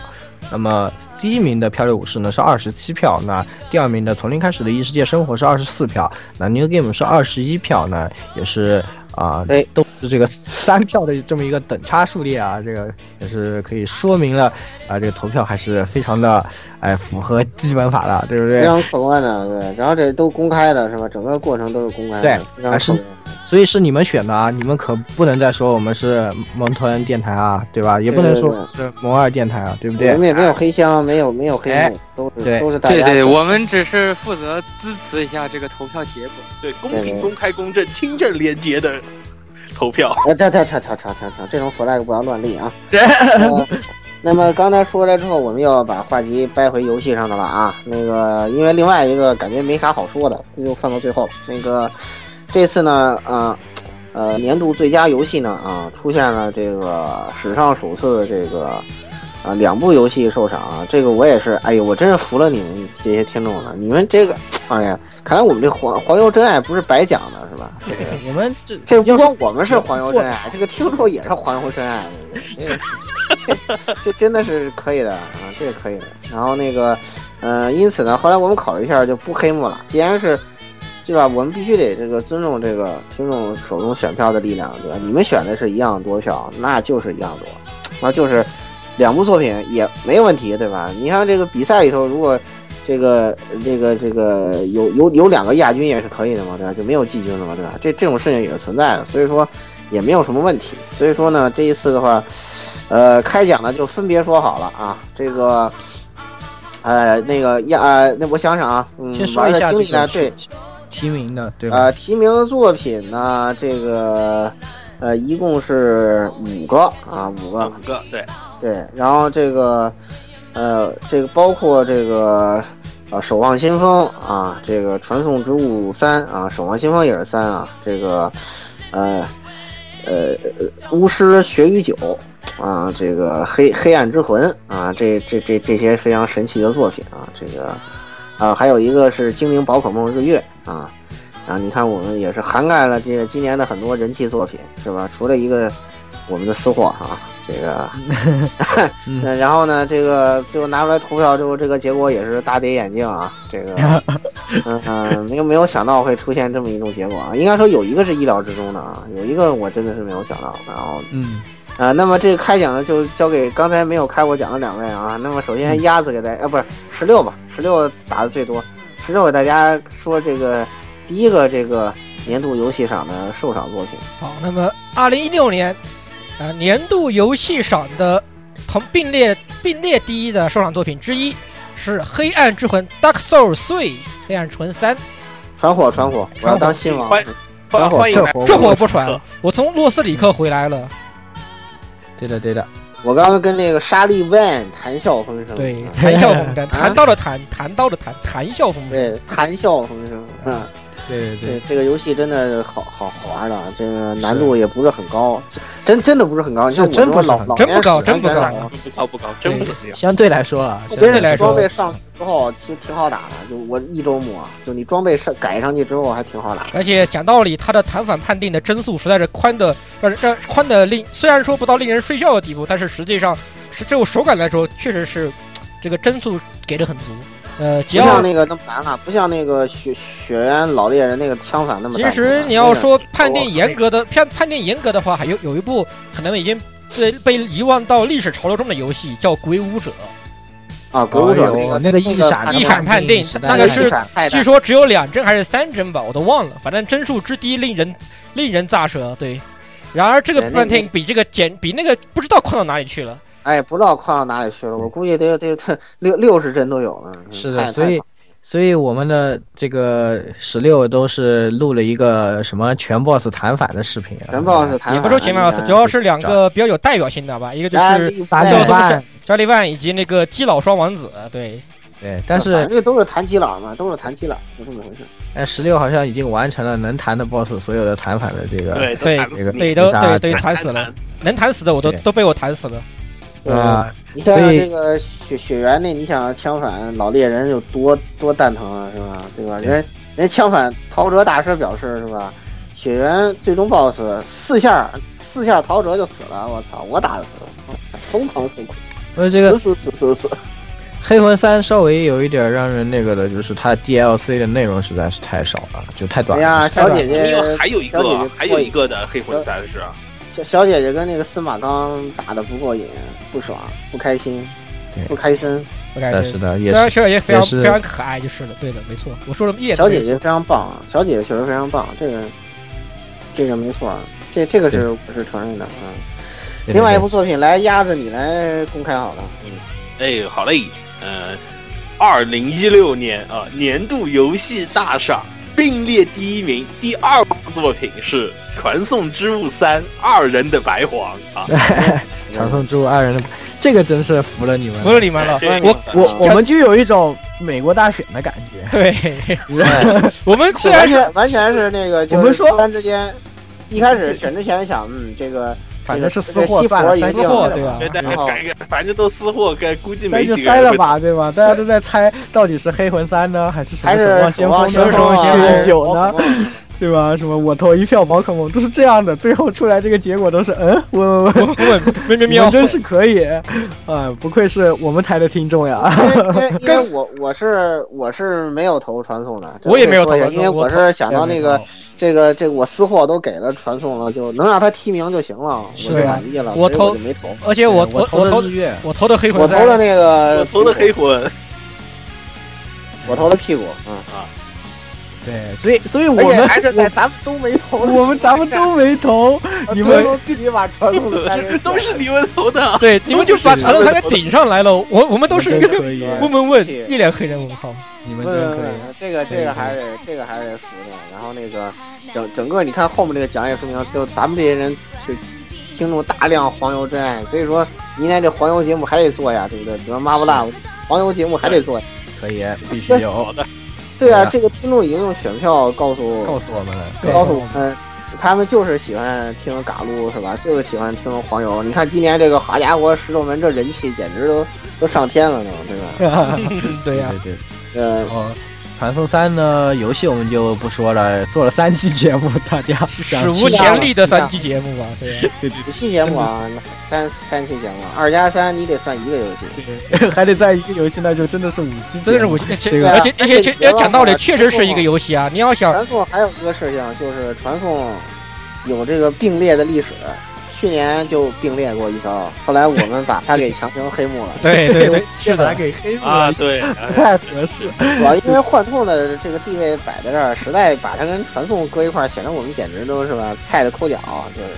[SPEAKER 4] 那么第一名的《漂流武士》呢是二十七票，那第二名的《从零开始的异世界生活》是二十四票，那 New Game 是二十一票呢，也是啊，
[SPEAKER 3] 哎
[SPEAKER 4] 都是这个三票的这么一个等差数列啊，这个也是可以说明了啊，这个投票还是非常的哎符合基本法的，对不对？
[SPEAKER 3] 非常客观的，对，然后这都公开的是吧？整个过程都是公开的，
[SPEAKER 4] 对
[SPEAKER 3] 非常
[SPEAKER 4] 还
[SPEAKER 3] 客
[SPEAKER 4] 是
[SPEAKER 3] 观。
[SPEAKER 4] 所以是你们选的啊，你们可不能再说我们是蒙屯电台啊，对吧？也不能说是蒙二电台啊，对不
[SPEAKER 3] 我
[SPEAKER 4] 对
[SPEAKER 3] 们？也没有黑箱，没有没有黑
[SPEAKER 4] 哎
[SPEAKER 3] 幕，都
[SPEAKER 4] 对
[SPEAKER 3] 是都是大家
[SPEAKER 1] 对对，我们只是负责支持一下这个投票结果。
[SPEAKER 6] 对，公
[SPEAKER 3] 对
[SPEAKER 6] 平、公开、公正、清正廉洁的投票。
[SPEAKER 3] 哎，停停停停停停停，这种 flag 不要乱立啊！呃那么刚才说了之后，我们要把话题掰回游戏上的了啊。那个，因为另外一个感觉没啥好说的，这就放到最后了。那个，这次呢，啊、呃，年度最佳游戏呢，啊、出现了这个史上首次的这个，啊、两部游戏受赏啊。这个我也是，哎呦，我真是服了你们这些听众了。你们这个，哎呀，看来我们这黄黄油真爱不是白讲的，是吧？这个。
[SPEAKER 4] 我们这
[SPEAKER 3] 这不
[SPEAKER 4] 要是
[SPEAKER 3] 光我们是黄油真爱，这个听众也是黄油真爱，这个这这真的是可以的啊，这是可以的。然后那个，呃，因此呢，后来我们考虑一下，就不黑幕了。既然是，对吧？我们必须得这个尊重这个听众手中选票的力量，对吧？你们选的是一样多票，那就是一样多，那就是两部作品也没问题，对吧？你像这个比赛里头，如果这个这个这个有有有两个亚军也是可以的嘛，对吧？就没有季军了嘛，对吧？这这种事情也是存在的，所以说也没有什么问题。所以说呢，这一次的话，呃，开奖呢就分别说好了啊，这个。呃，那个亚，呃，那我想想啊，嗯，
[SPEAKER 4] 先说一下
[SPEAKER 3] 经
[SPEAKER 4] 这
[SPEAKER 3] 理呢，
[SPEAKER 4] 个
[SPEAKER 3] 对，
[SPEAKER 4] 提名的，对吧？
[SPEAKER 3] 呃，提名的作品呢，这个呃，一共是五个啊，五个
[SPEAKER 6] 五个对，
[SPEAKER 3] 对，然后这个呃，这个包括这个呃，守望先锋啊，这个传送之物三啊，守望先锋也是三啊，这个呃呃，巫师学与酒啊，这个黑黑暗之魂啊，这这这这些非常神奇的作品啊，这个啊，还有一个是精灵宝可梦日月啊。啊，你看，我们也是涵盖了这个今年的很多人气作品，是吧？除了一个我们的私货啊，这个那然后呢，这个最后拿出来投票之后，这个结果也是大跌眼镜啊！这个，嗯、嗯，没有没有想到会出现这么一种结果啊！应该说有一个是意料之中的啊，有一个我真的是没有想到。然后
[SPEAKER 4] 嗯，
[SPEAKER 3] 啊、那么这个开奖呢，就交给刚才没有开过奖的两位啊。那么首先呃鸭子给大家，啊，不是十六吧，十六打的最多，十六给大家说这个第一个这个年度游戏赏的受赏作品。
[SPEAKER 2] 好，那么二零一六年，呃，年度游戏赏的同并列并列第一的收赏作品之一是《黑暗之魂》（Dark Souls 3：黑暗之魂三
[SPEAKER 3] 传火，传火，我要当新王。
[SPEAKER 6] 欢
[SPEAKER 3] 传
[SPEAKER 6] 欢
[SPEAKER 3] 火
[SPEAKER 6] 欢迎
[SPEAKER 4] 这
[SPEAKER 6] 来
[SPEAKER 4] 活
[SPEAKER 2] 这
[SPEAKER 4] 我
[SPEAKER 2] 会儿不传了，我从洛斯里克回来了。
[SPEAKER 4] 对的对的，
[SPEAKER 3] 我刚刚跟那个莎莉万谈笑风生，
[SPEAKER 2] 对，
[SPEAKER 3] 啊
[SPEAKER 2] 谈笑风生，谈
[SPEAKER 3] 啊
[SPEAKER 2] 到了谈，谈到了谈，谈笑风生。
[SPEAKER 3] 对，谈笑风生。嗯，
[SPEAKER 4] 对对对
[SPEAKER 3] 对，这个游戏真的好好好玩的，这个难度也不是很高，真真的不是很高。你像我
[SPEAKER 4] 真
[SPEAKER 3] 这
[SPEAKER 4] 不
[SPEAKER 3] 种
[SPEAKER 4] 是
[SPEAKER 3] 老
[SPEAKER 4] 很
[SPEAKER 3] 老
[SPEAKER 2] 真不
[SPEAKER 3] 年
[SPEAKER 2] 高
[SPEAKER 3] 史
[SPEAKER 2] 真不
[SPEAKER 3] 完全
[SPEAKER 2] 高
[SPEAKER 3] 打
[SPEAKER 6] 不高不高，真不怎么样。
[SPEAKER 4] 相对来说啊，
[SPEAKER 2] 对来说
[SPEAKER 3] 装备上去之后其实挺好打的，就我一周目啊，就你装备上改上去之后还挺好打。
[SPEAKER 2] 而且讲道理，他的弹反判定的帧数实在是宽的，让人让宽的令虽然说不到令人睡觉的地步，但是实际上是就手感来说，确实是这个帧数给的很足。呃，只
[SPEAKER 3] 不像
[SPEAKER 2] 要
[SPEAKER 3] 那个那么难了，不像那个血血缘老猎人那个啊枪法那么
[SPEAKER 2] 其
[SPEAKER 3] 单纯了。
[SPEAKER 2] 实你要说判定
[SPEAKER 6] 我
[SPEAKER 2] 严格的判判定严格的话，还有有一部可能已经被被遗忘到历史潮流中的游戏叫《鬼舞者》，
[SPEAKER 3] 啊，鬼武者那个
[SPEAKER 4] 那个一闪
[SPEAKER 2] 一闪判定
[SPEAKER 4] 时代
[SPEAKER 2] 那个是
[SPEAKER 3] 一闪太
[SPEAKER 2] 据说只有两帧还是三帧吧，我都忘了，反正帧数之低令人令人咋舌。对，然而这个
[SPEAKER 3] 对那
[SPEAKER 2] 判定比这个简比那个不知道宽到哪里去了。
[SPEAKER 3] 哎，不知道跨到哪里去了，我估计得得得六六十帧都有了。嗯
[SPEAKER 4] 是
[SPEAKER 3] 太
[SPEAKER 4] 的，
[SPEAKER 3] 太
[SPEAKER 4] 所以所以我们的这个十六都是录了一个什么全 boss 弹反的视频啊，
[SPEAKER 3] 全 boss 弹
[SPEAKER 2] 也不说前面啊 boss，主要是两个比较有代表性的吧，一个就
[SPEAKER 3] 加
[SPEAKER 2] 是
[SPEAKER 3] 力
[SPEAKER 4] 反
[SPEAKER 2] 叫
[SPEAKER 4] 手
[SPEAKER 2] 做
[SPEAKER 4] 办，
[SPEAKER 2] 加利万以及那个基佬双王子。对，
[SPEAKER 4] 对，但
[SPEAKER 3] 反正
[SPEAKER 4] 是
[SPEAKER 3] 这都是弹基佬嘛，都是弹基佬，就这么回事。
[SPEAKER 4] 但十六好像已经完成了能弹的 boss 所有的弹反的这个，
[SPEAKER 6] 对
[SPEAKER 2] 对
[SPEAKER 6] 啊
[SPEAKER 2] 对，都对对，弹死了，。能弹死的我都
[SPEAKER 4] 对
[SPEAKER 2] 都被我弹死了。
[SPEAKER 3] 对
[SPEAKER 4] 啊，
[SPEAKER 3] 你想想
[SPEAKER 4] 所以
[SPEAKER 3] 这个血血缘那，你想想枪反老猎人有多多蛋疼啊，是吧？对吧？
[SPEAKER 4] 对
[SPEAKER 3] 人人枪反陶喆大师表示是吧？血缘最终 BOSS 四下四下陶喆就死了，我操，我打的死了，我操疯狂疯狂，
[SPEAKER 4] 所以这个
[SPEAKER 3] 死死死死死，
[SPEAKER 4] 黑魂三稍微有一点让人那个的，就是它 DLC 的内容实在是太少了，就太短
[SPEAKER 3] 哎
[SPEAKER 4] 了。
[SPEAKER 3] 呀，
[SPEAKER 4] 实在
[SPEAKER 3] 小姐
[SPEAKER 6] 因
[SPEAKER 3] 姐
[SPEAKER 6] 为还有一
[SPEAKER 3] 小姐
[SPEAKER 6] 个
[SPEAKER 3] 姐，
[SPEAKER 6] 还有一个的黑魂三啊是，
[SPEAKER 3] 小小姐姐跟那个司马刚打的不过瘾，不爽，不开心
[SPEAKER 4] 对，
[SPEAKER 3] 不开心。
[SPEAKER 2] 我感觉
[SPEAKER 4] 是是的，也
[SPEAKER 2] 虽然
[SPEAKER 4] 是
[SPEAKER 2] 小姐姐非常
[SPEAKER 4] 也是
[SPEAKER 2] 非常可爱就是了，对的，没错，我说了一点都
[SPEAKER 3] 小
[SPEAKER 2] 没
[SPEAKER 3] 姐姐非常棒，啊，小姐姐确实非常棒，这个这个没错啊，这这个是我是承认的啊。
[SPEAKER 4] 对
[SPEAKER 3] 另外一
[SPEAKER 4] 对
[SPEAKER 3] 部作品来鸭子你来公开好了，
[SPEAKER 6] 哎，好嘞，呃，二零一六年啊、年度游戏大赏并列第一名，第二部作品是《传送之物三：二人的白黄》啊，
[SPEAKER 4] 对长送之物二人的，这个真是服了你们
[SPEAKER 2] 服
[SPEAKER 4] 了。
[SPEAKER 2] 了你们了。
[SPEAKER 6] 这个
[SPEAKER 2] 我
[SPEAKER 4] 我我们就有一种美国大选的感觉。
[SPEAKER 2] 对， 我们虽然
[SPEAKER 3] 完
[SPEAKER 2] 是
[SPEAKER 3] 全完全是那个，就
[SPEAKER 4] 我们
[SPEAKER 3] 是
[SPEAKER 4] 说
[SPEAKER 3] 突然之间，一开始选之前想，嗯，这个
[SPEAKER 4] 反正
[SPEAKER 3] 这
[SPEAKER 4] 是私
[SPEAKER 3] 个
[SPEAKER 4] 货
[SPEAKER 3] 西服
[SPEAKER 4] 算了
[SPEAKER 3] 已经
[SPEAKER 4] 三
[SPEAKER 2] 私货对吧
[SPEAKER 6] 对，但
[SPEAKER 3] 然后
[SPEAKER 6] 反正反正都私货，该估计
[SPEAKER 4] 那
[SPEAKER 6] 没
[SPEAKER 4] 就
[SPEAKER 6] 几个
[SPEAKER 4] 塞
[SPEAKER 6] 人
[SPEAKER 4] 了
[SPEAKER 6] 会。
[SPEAKER 4] 吧，对吧？大家都在猜到底是黑魂三呢，还是什
[SPEAKER 3] 还
[SPEAKER 4] 么
[SPEAKER 3] 是
[SPEAKER 4] 守望先锋
[SPEAKER 3] 守
[SPEAKER 4] 呢，
[SPEAKER 3] 望
[SPEAKER 4] 还
[SPEAKER 3] 先
[SPEAKER 4] 是
[SPEAKER 3] 锋啊
[SPEAKER 4] 虚
[SPEAKER 3] 还
[SPEAKER 4] 人
[SPEAKER 3] 是
[SPEAKER 4] 九呢
[SPEAKER 3] 宝，可梦
[SPEAKER 4] 对吧？什么我投一票宝可梦，都是这样的，最后出来这个结果都是嗯，我 我我，
[SPEAKER 2] 喵喵
[SPEAKER 4] 你们
[SPEAKER 2] 喵，
[SPEAKER 4] 真是可以，啊，不愧是我们台的听众呀。
[SPEAKER 3] 啊因为因为因为我我是我是没有投传送的，
[SPEAKER 2] 我也没有投
[SPEAKER 3] 这个
[SPEAKER 2] 传
[SPEAKER 3] 说一下因
[SPEAKER 2] 送
[SPEAKER 3] 为
[SPEAKER 2] 我
[SPEAKER 3] 我
[SPEAKER 2] 投
[SPEAKER 3] 是想到那个这个这个我私货都给了传送了，就能让他提名就行了，我
[SPEAKER 2] 是
[SPEAKER 3] 就
[SPEAKER 2] 啊
[SPEAKER 3] 满意了，
[SPEAKER 2] 我
[SPEAKER 3] 所以
[SPEAKER 2] 投
[SPEAKER 3] 就没投。
[SPEAKER 2] 而且我
[SPEAKER 4] 我
[SPEAKER 2] 我
[SPEAKER 4] 的
[SPEAKER 2] 投
[SPEAKER 4] 日月，
[SPEAKER 2] 我投的黑魂
[SPEAKER 3] 我
[SPEAKER 2] 三，
[SPEAKER 3] 投的那个，
[SPEAKER 6] 我投的黑，魂，
[SPEAKER 3] 我投的屁股，嗯，
[SPEAKER 4] 对，所以哎所以
[SPEAKER 3] 而
[SPEAKER 4] 我
[SPEAKER 3] 且
[SPEAKER 4] 们
[SPEAKER 3] 还是在咱们都没投的情况下，
[SPEAKER 4] 我们咱们都没投，你们
[SPEAKER 3] 都自己把传送 的
[SPEAKER 6] 都是你们投的。
[SPEAKER 2] 对，你们就把长龙三给顶上来了。我 我们都
[SPEAKER 4] 你
[SPEAKER 2] 是
[SPEAKER 4] 们真可以，
[SPEAKER 2] 问问问，一脸黑人问号。
[SPEAKER 4] 你们
[SPEAKER 3] 不
[SPEAKER 4] 真
[SPEAKER 3] 不
[SPEAKER 4] 可以。
[SPEAKER 3] 不，这个这个还是这个还是服的。然后那个整整个你看后面这个讲也说明了，就咱们这些人就听众大量黄油真爱，所以说明年这黄油节目还得做呀，对不对？你们妈不辣，黄油节目还得做呀。
[SPEAKER 4] 可以，必须 有
[SPEAKER 6] 好，的，
[SPEAKER 3] 对啊，
[SPEAKER 4] 对啊
[SPEAKER 3] 这个听众已经用选票告诉
[SPEAKER 4] 告诉我们了。
[SPEAKER 2] 对
[SPEAKER 3] 告诉我们，他们就是喜欢听嘎噜是吧？就是喜欢听黄油。你看今年这个好家伙，石头门这人气简直都都上天了呢，对啊吧？
[SPEAKER 2] 对呀，
[SPEAKER 4] 对对。
[SPEAKER 3] 呃
[SPEAKER 4] 然，后《传送三》呢，游戏我们就不说了，做了三期节目，大家
[SPEAKER 2] 史
[SPEAKER 4] 想
[SPEAKER 2] 无
[SPEAKER 4] 期待
[SPEAKER 2] 前例的三期节目吧，啊对呀，
[SPEAKER 4] 对对
[SPEAKER 3] 五期节目啊，三三期节目，啊二加三你得算一个游戏。
[SPEAKER 4] 对，还得在一个游戏，那就真的是五期节目，
[SPEAKER 2] 真的是我，
[SPEAKER 4] 这
[SPEAKER 2] 而
[SPEAKER 4] 个
[SPEAKER 3] 啊
[SPEAKER 2] 且而且
[SPEAKER 3] 而
[SPEAKER 2] 确
[SPEAKER 3] 且
[SPEAKER 2] 要讲道理，确实是一个游戏啊。你要想
[SPEAKER 3] 传送还有一个事情就是传送有这个并列的历史，去年就并列过一招，后来我们把他给强行黑幕了。
[SPEAKER 2] 对对对，
[SPEAKER 4] 是
[SPEAKER 2] 是
[SPEAKER 4] 把它
[SPEAKER 2] 的，
[SPEAKER 4] 给黑幕
[SPEAKER 6] 啊，
[SPEAKER 4] 了，
[SPEAKER 6] 对，
[SPEAKER 4] 不太合适。
[SPEAKER 3] 主要因为幻痛的这个地位摆在这儿，实在把它跟传送搁一块儿，显得我们简直都是吧菜的抠脚，就是。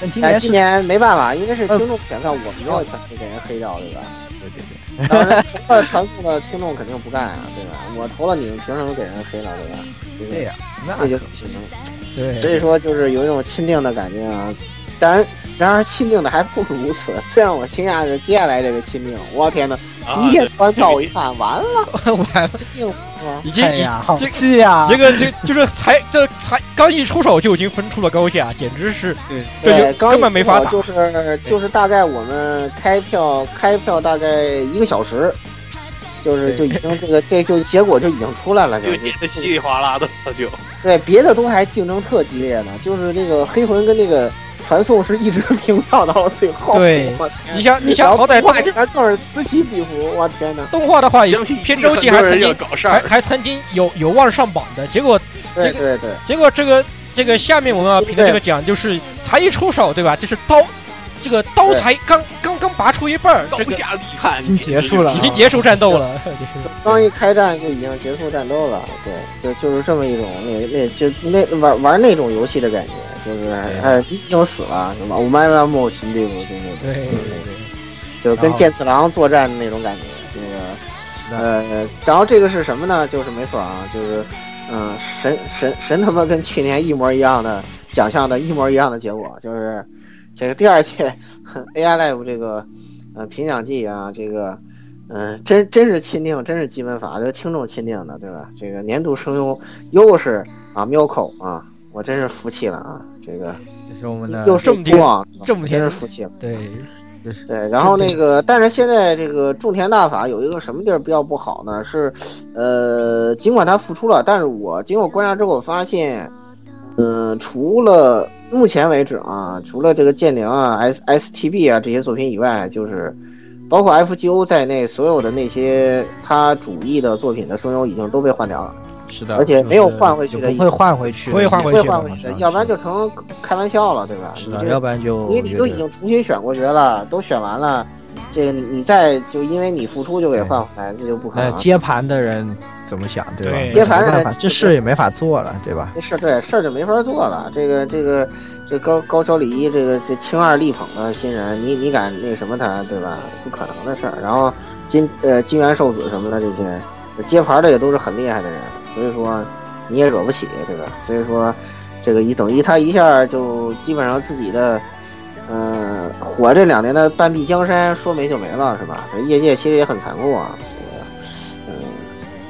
[SPEAKER 4] 但今
[SPEAKER 3] 但
[SPEAKER 4] 年
[SPEAKER 3] 今
[SPEAKER 4] 是
[SPEAKER 3] 年没办法，因为是听众选票，我们要全部给人黑掉，对吧？
[SPEAKER 4] 对对对，
[SPEAKER 3] 当然，投了传送的听众肯定不干啊，对吧？我投了，你们凭什么给人黑了，对吧？就是
[SPEAKER 4] 这样，那
[SPEAKER 3] 这就
[SPEAKER 4] 可
[SPEAKER 3] 不
[SPEAKER 4] 不
[SPEAKER 3] 行
[SPEAKER 4] 行。。
[SPEAKER 3] 所
[SPEAKER 2] 对，
[SPEAKER 3] 以说就是有一种钦定的感觉啊。当然，然而钦定的还不如此。 最让我惊讶的是接下来这个钦定，我天呐，
[SPEAKER 6] 啊
[SPEAKER 3] 一天投完票，
[SPEAKER 6] 对
[SPEAKER 3] 我一看，完了，
[SPEAKER 2] 完了，
[SPEAKER 3] 定了。
[SPEAKER 2] 已经
[SPEAKER 4] 哎
[SPEAKER 2] 已
[SPEAKER 4] 呀，好
[SPEAKER 2] 这
[SPEAKER 4] 气呀！
[SPEAKER 2] 这个这就是才这才刚一出手就已经分出了高下，简直是
[SPEAKER 4] 对
[SPEAKER 2] 这
[SPEAKER 3] 对，
[SPEAKER 2] 就
[SPEAKER 3] 刚
[SPEAKER 2] 根本没法打。
[SPEAKER 3] 就是就是大概我们开票开票大概一个小时，就是就已经这个这就结果就已经出来了，就
[SPEAKER 6] 又演的稀里哗啦的就
[SPEAKER 3] 对别的都还竞争特激烈呢，就是那个黑魂跟那个传送是一直 平票到了最后。
[SPEAKER 2] 对
[SPEAKER 3] 我天
[SPEAKER 2] 你想你
[SPEAKER 3] 然
[SPEAKER 2] 想
[SPEAKER 3] 后
[SPEAKER 2] 好歹
[SPEAKER 3] 画
[SPEAKER 2] 大
[SPEAKER 3] 这边更是此起彼伏，我天哪！
[SPEAKER 2] 动画的话，也
[SPEAKER 6] 相信
[SPEAKER 2] 片周记还
[SPEAKER 6] 很多
[SPEAKER 2] 曾
[SPEAKER 6] 人要
[SPEAKER 2] 经
[SPEAKER 6] 搞事
[SPEAKER 2] 还
[SPEAKER 6] 儿，
[SPEAKER 2] 还曾经有有望上榜的，结果
[SPEAKER 3] 对对对，
[SPEAKER 2] 结果这个这个下面我们要评的这个奖就是才一出手，对吧？就是刀，这个刀才刚刚刚拔出一半儿，
[SPEAKER 6] 高
[SPEAKER 2] 这个
[SPEAKER 6] 下立判，
[SPEAKER 4] 已经结束了
[SPEAKER 2] 已经结束战斗了。就是
[SPEAKER 3] 刚一开战就已经结束战斗了，对，就就是这么一种那那就那玩玩那种游戏的感觉，就是哎，已经死了，是吧？我们 M M 新队伍，对对
[SPEAKER 2] 对
[SPEAKER 3] 就跟剑次郎作战那种感觉，那个呃，然后这个是什么呢？就是没错啊，就是嗯、神神神他妈跟去年一模一样的奖项的一模一样的结果，就是这个第二届 哼 AI Live 这个呃评奖季啊，这个嗯、呃真真是钦定，真是基本法，这个听众钦定的，对吧？这个年度声优又是啊 Miko 啊，我真是服气了啊，这个
[SPEAKER 4] 这是我们的
[SPEAKER 3] 又是
[SPEAKER 2] 种田
[SPEAKER 3] 孤王，是吧
[SPEAKER 2] 种田
[SPEAKER 3] 真是服气了。
[SPEAKER 2] 对，
[SPEAKER 3] 对，然后那个，但是现在这个种田大法有一个什么地儿比较不好呢？是，呃，尽管它复出了，但是我经过观察之后发现，嗯、除了目前为止啊，除了这个剑灵啊、S S T B 啊这些作品以外，就是包括 F G O 在内，所有的那些他主义的作品的声优已经都被换掉了。
[SPEAKER 4] 是的，
[SPEAKER 3] 而且没有换回去
[SPEAKER 4] 就是
[SPEAKER 3] 的
[SPEAKER 4] 也不会换回去的，
[SPEAKER 2] 不会换
[SPEAKER 3] 不
[SPEAKER 2] 回
[SPEAKER 3] 会
[SPEAKER 2] 去
[SPEAKER 3] 换回去的，要不然就成开玩笑了，对吧？
[SPEAKER 4] 是
[SPEAKER 3] 你
[SPEAKER 4] 的，
[SPEAKER 3] 这
[SPEAKER 4] 要不然就
[SPEAKER 3] 因为你都已经重新选过角了，都选完了，这个你你再就因为你复出就给换回来，这就不可
[SPEAKER 4] 呃
[SPEAKER 3] 能。
[SPEAKER 4] 接盘的人怎么想，对吧？
[SPEAKER 2] 对
[SPEAKER 3] 啊接盘的人
[SPEAKER 4] 没办法这事也没法做了，对吧？
[SPEAKER 3] 这事儿对事儿就没法做了。这个这个这高高桥礼一这个这青二力捧的新人，你你敢那什么他对吧？不可能的事儿。然后金呃金元寿子什么的这些接盘的也都是很厉害的人，所以说你也惹不起对吧？所以说这个一等于他一下就基本上自己的。嗯，火这两年的半壁江山说没就没了是吧？这业界其实也很残酷啊。这个，嗯，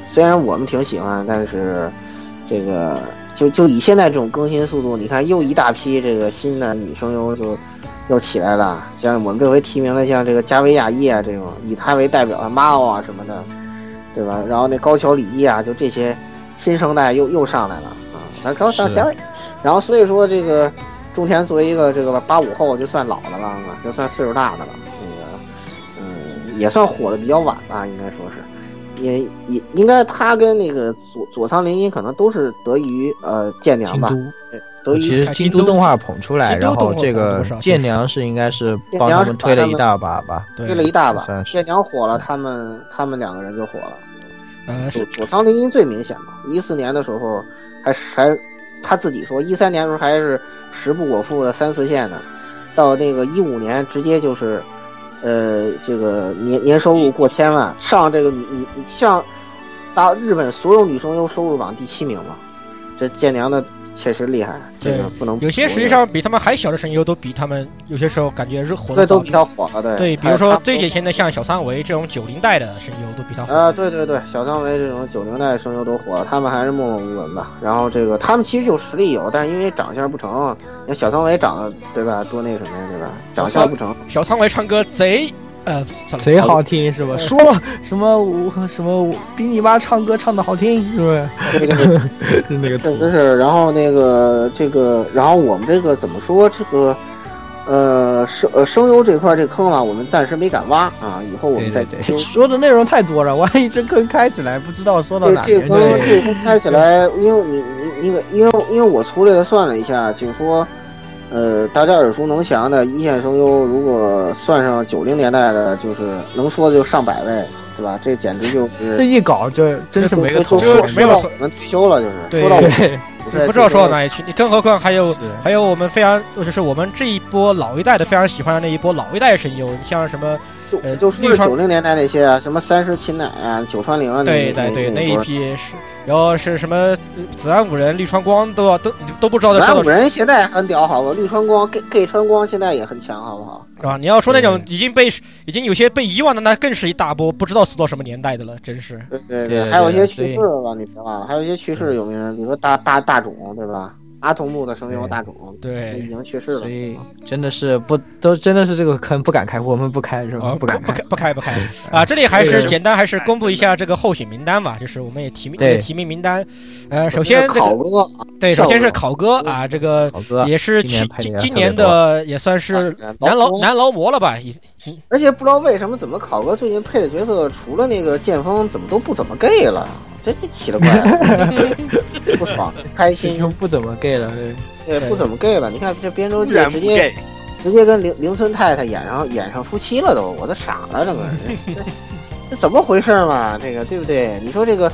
[SPEAKER 3] 虽然我们挺喜欢，但是这个就就以现在这种更新速度，你看又一大批这个新的女声优就又起来了，像我们这回提名的像这个加维亚伊啊这种，以她为代表的 Mao 啊什么的，对吧？然后那高桥礼一啊，就这些新生代又又上来了啊。那高
[SPEAKER 4] 是
[SPEAKER 3] 上加维，然后所以说这个中田作为一个这个八五后就算老的了啊，就算岁数大的了，那个嗯也算火的比较晚吧，应该说是。也也应该他跟那个佐佐仓绫音可能都是得益于呃建良
[SPEAKER 4] 京
[SPEAKER 3] 吧
[SPEAKER 4] 都，，
[SPEAKER 3] 得益
[SPEAKER 4] 其
[SPEAKER 3] 于
[SPEAKER 4] 实京都动画捧出来，
[SPEAKER 2] 京都
[SPEAKER 4] 然
[SPEAKER 2] 动画
[SPEAKER 4] 后这
[SPEAKER 2] 捧
[SPEAKER 4] 个
[SPEAKER 2] 多少
[SPEAKER 4] 建良是应该是
[SPEAKER 3] 建
[SPEAKER 4] 帮他
[SPEAKER 3] 良
[SPEAKER 4] 们
[SPEAKER 3] 是
[SPEAKER 4] 推了
[SPEAKER 3] 把他
[SPEAKER 4] 一
[SPEAKER 3] 们
[SPEAKER 4] 大把吧？
[SPEAKER 3] 推了一大
[SPEAKER 4] 也
[SPEAKER 3] 把，
[SPEAKER 4] 算是
[SPEAKER 3] 建良火了，他们他们两个人就火了。
[SPEAKER 2] 呃
[SPEAKER 3] 佐
[SPEAKER 2] 是
[SPEAKER 3] 佐仓绫音最明显嘛，一四年的时候还是还他自己说，一三年的时候还是时不我负的三四线呢，到那个一五年直接就是，呃，这个年年收入过千万，上这个女女上达日本所有女声优收入榜第七名嘛，这建良的确实厉害，这个
[SPEAKER 2] 对
[SPEAKER 3] 不能
[SPEAKER 2] 有些实际上比他们还小的声优都比他们有些时候感觉是火
[SPEAKER 3] 这
[SPEAKER 2] 的
[SPEAKER 3] 都比他火了，对
[SPEAKER 2] 对，比
[SPEAKER 3] 他
[SPEAKER 2] 如说
[SPEAKER 3] 他
[SPEAKER 2] 最典型的像小三维这种九零代的声优都比他火。
[SPEAKER 3] 啊，对对对，小张维这种九零代声优都火了，他们还是默默无闻吧。然后这个他们其实有实力有，但是因为长相不成，那小张维长得对吧，多那什么呀，对吧？长相不成，
[SPEAKER 2] 小仓维唱歌贼，呃，算了
[SPEAKER 4] 贼好听是吧？说什么我什么我比你妈唱歌唱的好听是吧？
[SPEAKER 3] 这个
[SPEAKER 4] 就 那个
[SPEAKER 3] 这
[SPEAKER 4] 图
[SPEAKER 3] 个是，然后那个这个，然后我们这个怎么说这个，呃，声呃声优这块这坑啊，我们暂时没敢挖啊，以后我
[SPEAKER 4] 对
[SPEAKER 3] 们再
[SPEAKER 4] 对对，说的内容太多了，万一这坑开起来，不知道说到
[SPEAKER 3] 这
[SPEAKER 4] 哪
[SPEAKER 3] 这
[SPEAKER 4] 边
[SPEAKER 3] 坑这
[SPEAKER 4] 去。
[SPEAKER 3] 坑开起来，因为你你你因为因为因为我粗略的算了一下，就是说，呃，大家耳熟能详的一线声优，如果算上九零年代的，就是能说的就上百位，对吧？这简直就
[SPEAKER 4] 这
[SPEAKER 3] 是
[SPEAKER 4] 一搞就真是没个头
[SPEAKER 3] 就
[SPEAKER 4] 绪
[SPEAKER 3] 说说
[SPEAKER 2] 没有
[SPEAKER 4] 了。
[SPEAKER 3] 到
[SPEAKER 2] 头
[SPEAKER 3] 我们退休了，就是
[SPEAKER 4] 对
[SPEAKER 3] 说到我们在
[SPEAKER 4] 对，
[SPEAKER 2] 不知
[SPEAKER 3] 退休
[SPEAKER 2] 道说
[SPEAKER 3] 了
[SPEAKER 2] 到哪里去。你更何况还有还有我们非常就是我们这一波老一代的非常喜欢的那一波老一代声优，你像什么呃
[SPEAKER 3] 就就说
[SPEAKER 2] 绿
[SPEAKER 3] 是
[SPEAKER 2] 川
[SPEAKER 3] 九零年代那些啊，什么三十秦乃啊、九川
[SPEAKER 4] 嗯
[SPEAKER 3] 绫啊，
[SPEAKER 2] 对
[SPEAKER 3] 那
[SPEAKER 2] 对对，
[SPEAKER 3] 那
[SPEAKER 2] 那一
[SPEAKER 3] 波。
[SPEAKER 2] 批是，然后是什么呃子安五人、绿川光都要都都不知道在
[SPEAKER 3] 子安
[SPEAKER 2] 说
[SPEAKER 3] 五
[SPEAKER 2] 到
[SPEAKER 3] 人现在很屌，好吧？绿川光、gay gay 川光现在也很强，好不好？
[SPEAKER 2] 是吧？你要说那种已经被已经有些被遗忘的，那更是一大波，不知道死到什么年代的了，真是。
[SPEAKER 3] 对对
[SPEAKER 4] 对对
[SPEAKER 3] 还有一些
[SPEAKER 4] 对
[SPEAKER 3] 去世了，你别忘啊了，还有一些去世的有名人，比如说大大大种，对吧？阿童木的声优
[SPEAKER 4] 对
[SPEAKER 3] 大种，已
[SPEAKER 2] 对，
[SPEAKER 3] 经去世了
[SPEAKER 4] 所。以
[SPEAKER 3] 嗯
[SPEAKER 4] 真的是不都真的是这个坑不敢开，我们不开是吧？
[SPEAKER 2] 啊，不
[SPEAKER 4] 敢
[SPEAKER 2] 不
[SPEAKER 4] 开。
[SPEAKER 2] 开不开不 开啊！这里还
[SPEAKER 4] 这
[SPEAKER 2] 是
[SPEAKER 4] 个
[SPEAKER 2] 简单还是公布一下这个候选名单吧，就是我们也提名
[SPEAKER 4] 对
[SPEAKER 2] 提名名单。呃，首先这
[SPEAKER 3] 考
[SPEAKER 2] 个
[SPEAKER 3] 哥
[SPEAKER 2] 对，
[SPEAKER 3] 上
[SPEAKER 2] 首先是
[SPEAKER 3] 了
[SPEAKER 2] 考哥啊，这个
[SPEAKER 4] 好哥，
[SPEAKER 2] 也是
[SPEAKER 4] 今年
[SPEAKER 2] 去
[SPEAKER 4] 排
[SPEAKER 2] 今
[SPEAKER 4] 名啊
[SPEAKER 2] 今
[SPEAKER 4] 特别
[SPEAKER 2] 年的也算是
[SPEAKER 4] 哦
[SPEAKER 2] 男劳
[SPEAKER 3] 男，
[SPEAKER 2] 男劳模了吧？已
[SPEAKER 3] 啊而且不知道为什么，怎么考哥最近配的角色，除了那个剑锋，怎么都不怎么 gay 了，这这奇了怪了，不爽，开
[SPEAKER 4] 心
[SPEAKER 3] 心
[SPEAKER 4] 胸，不怎么 gay 了，对
[SPEAKER 3] 对，不怎么 gay 了。你看这边州
[SPEAKER 6] 突
[SPEAKER 3] 界
[SPEAKER 6] 然不
[SPEAKER 3] 直接
[SPEAKER 6] gay，
[SPEAKER 3] 直接跟林林村太太演上演上夫妻了都，我都傻了，整个人，这这怎么回事嘛？这个对不对？你说这个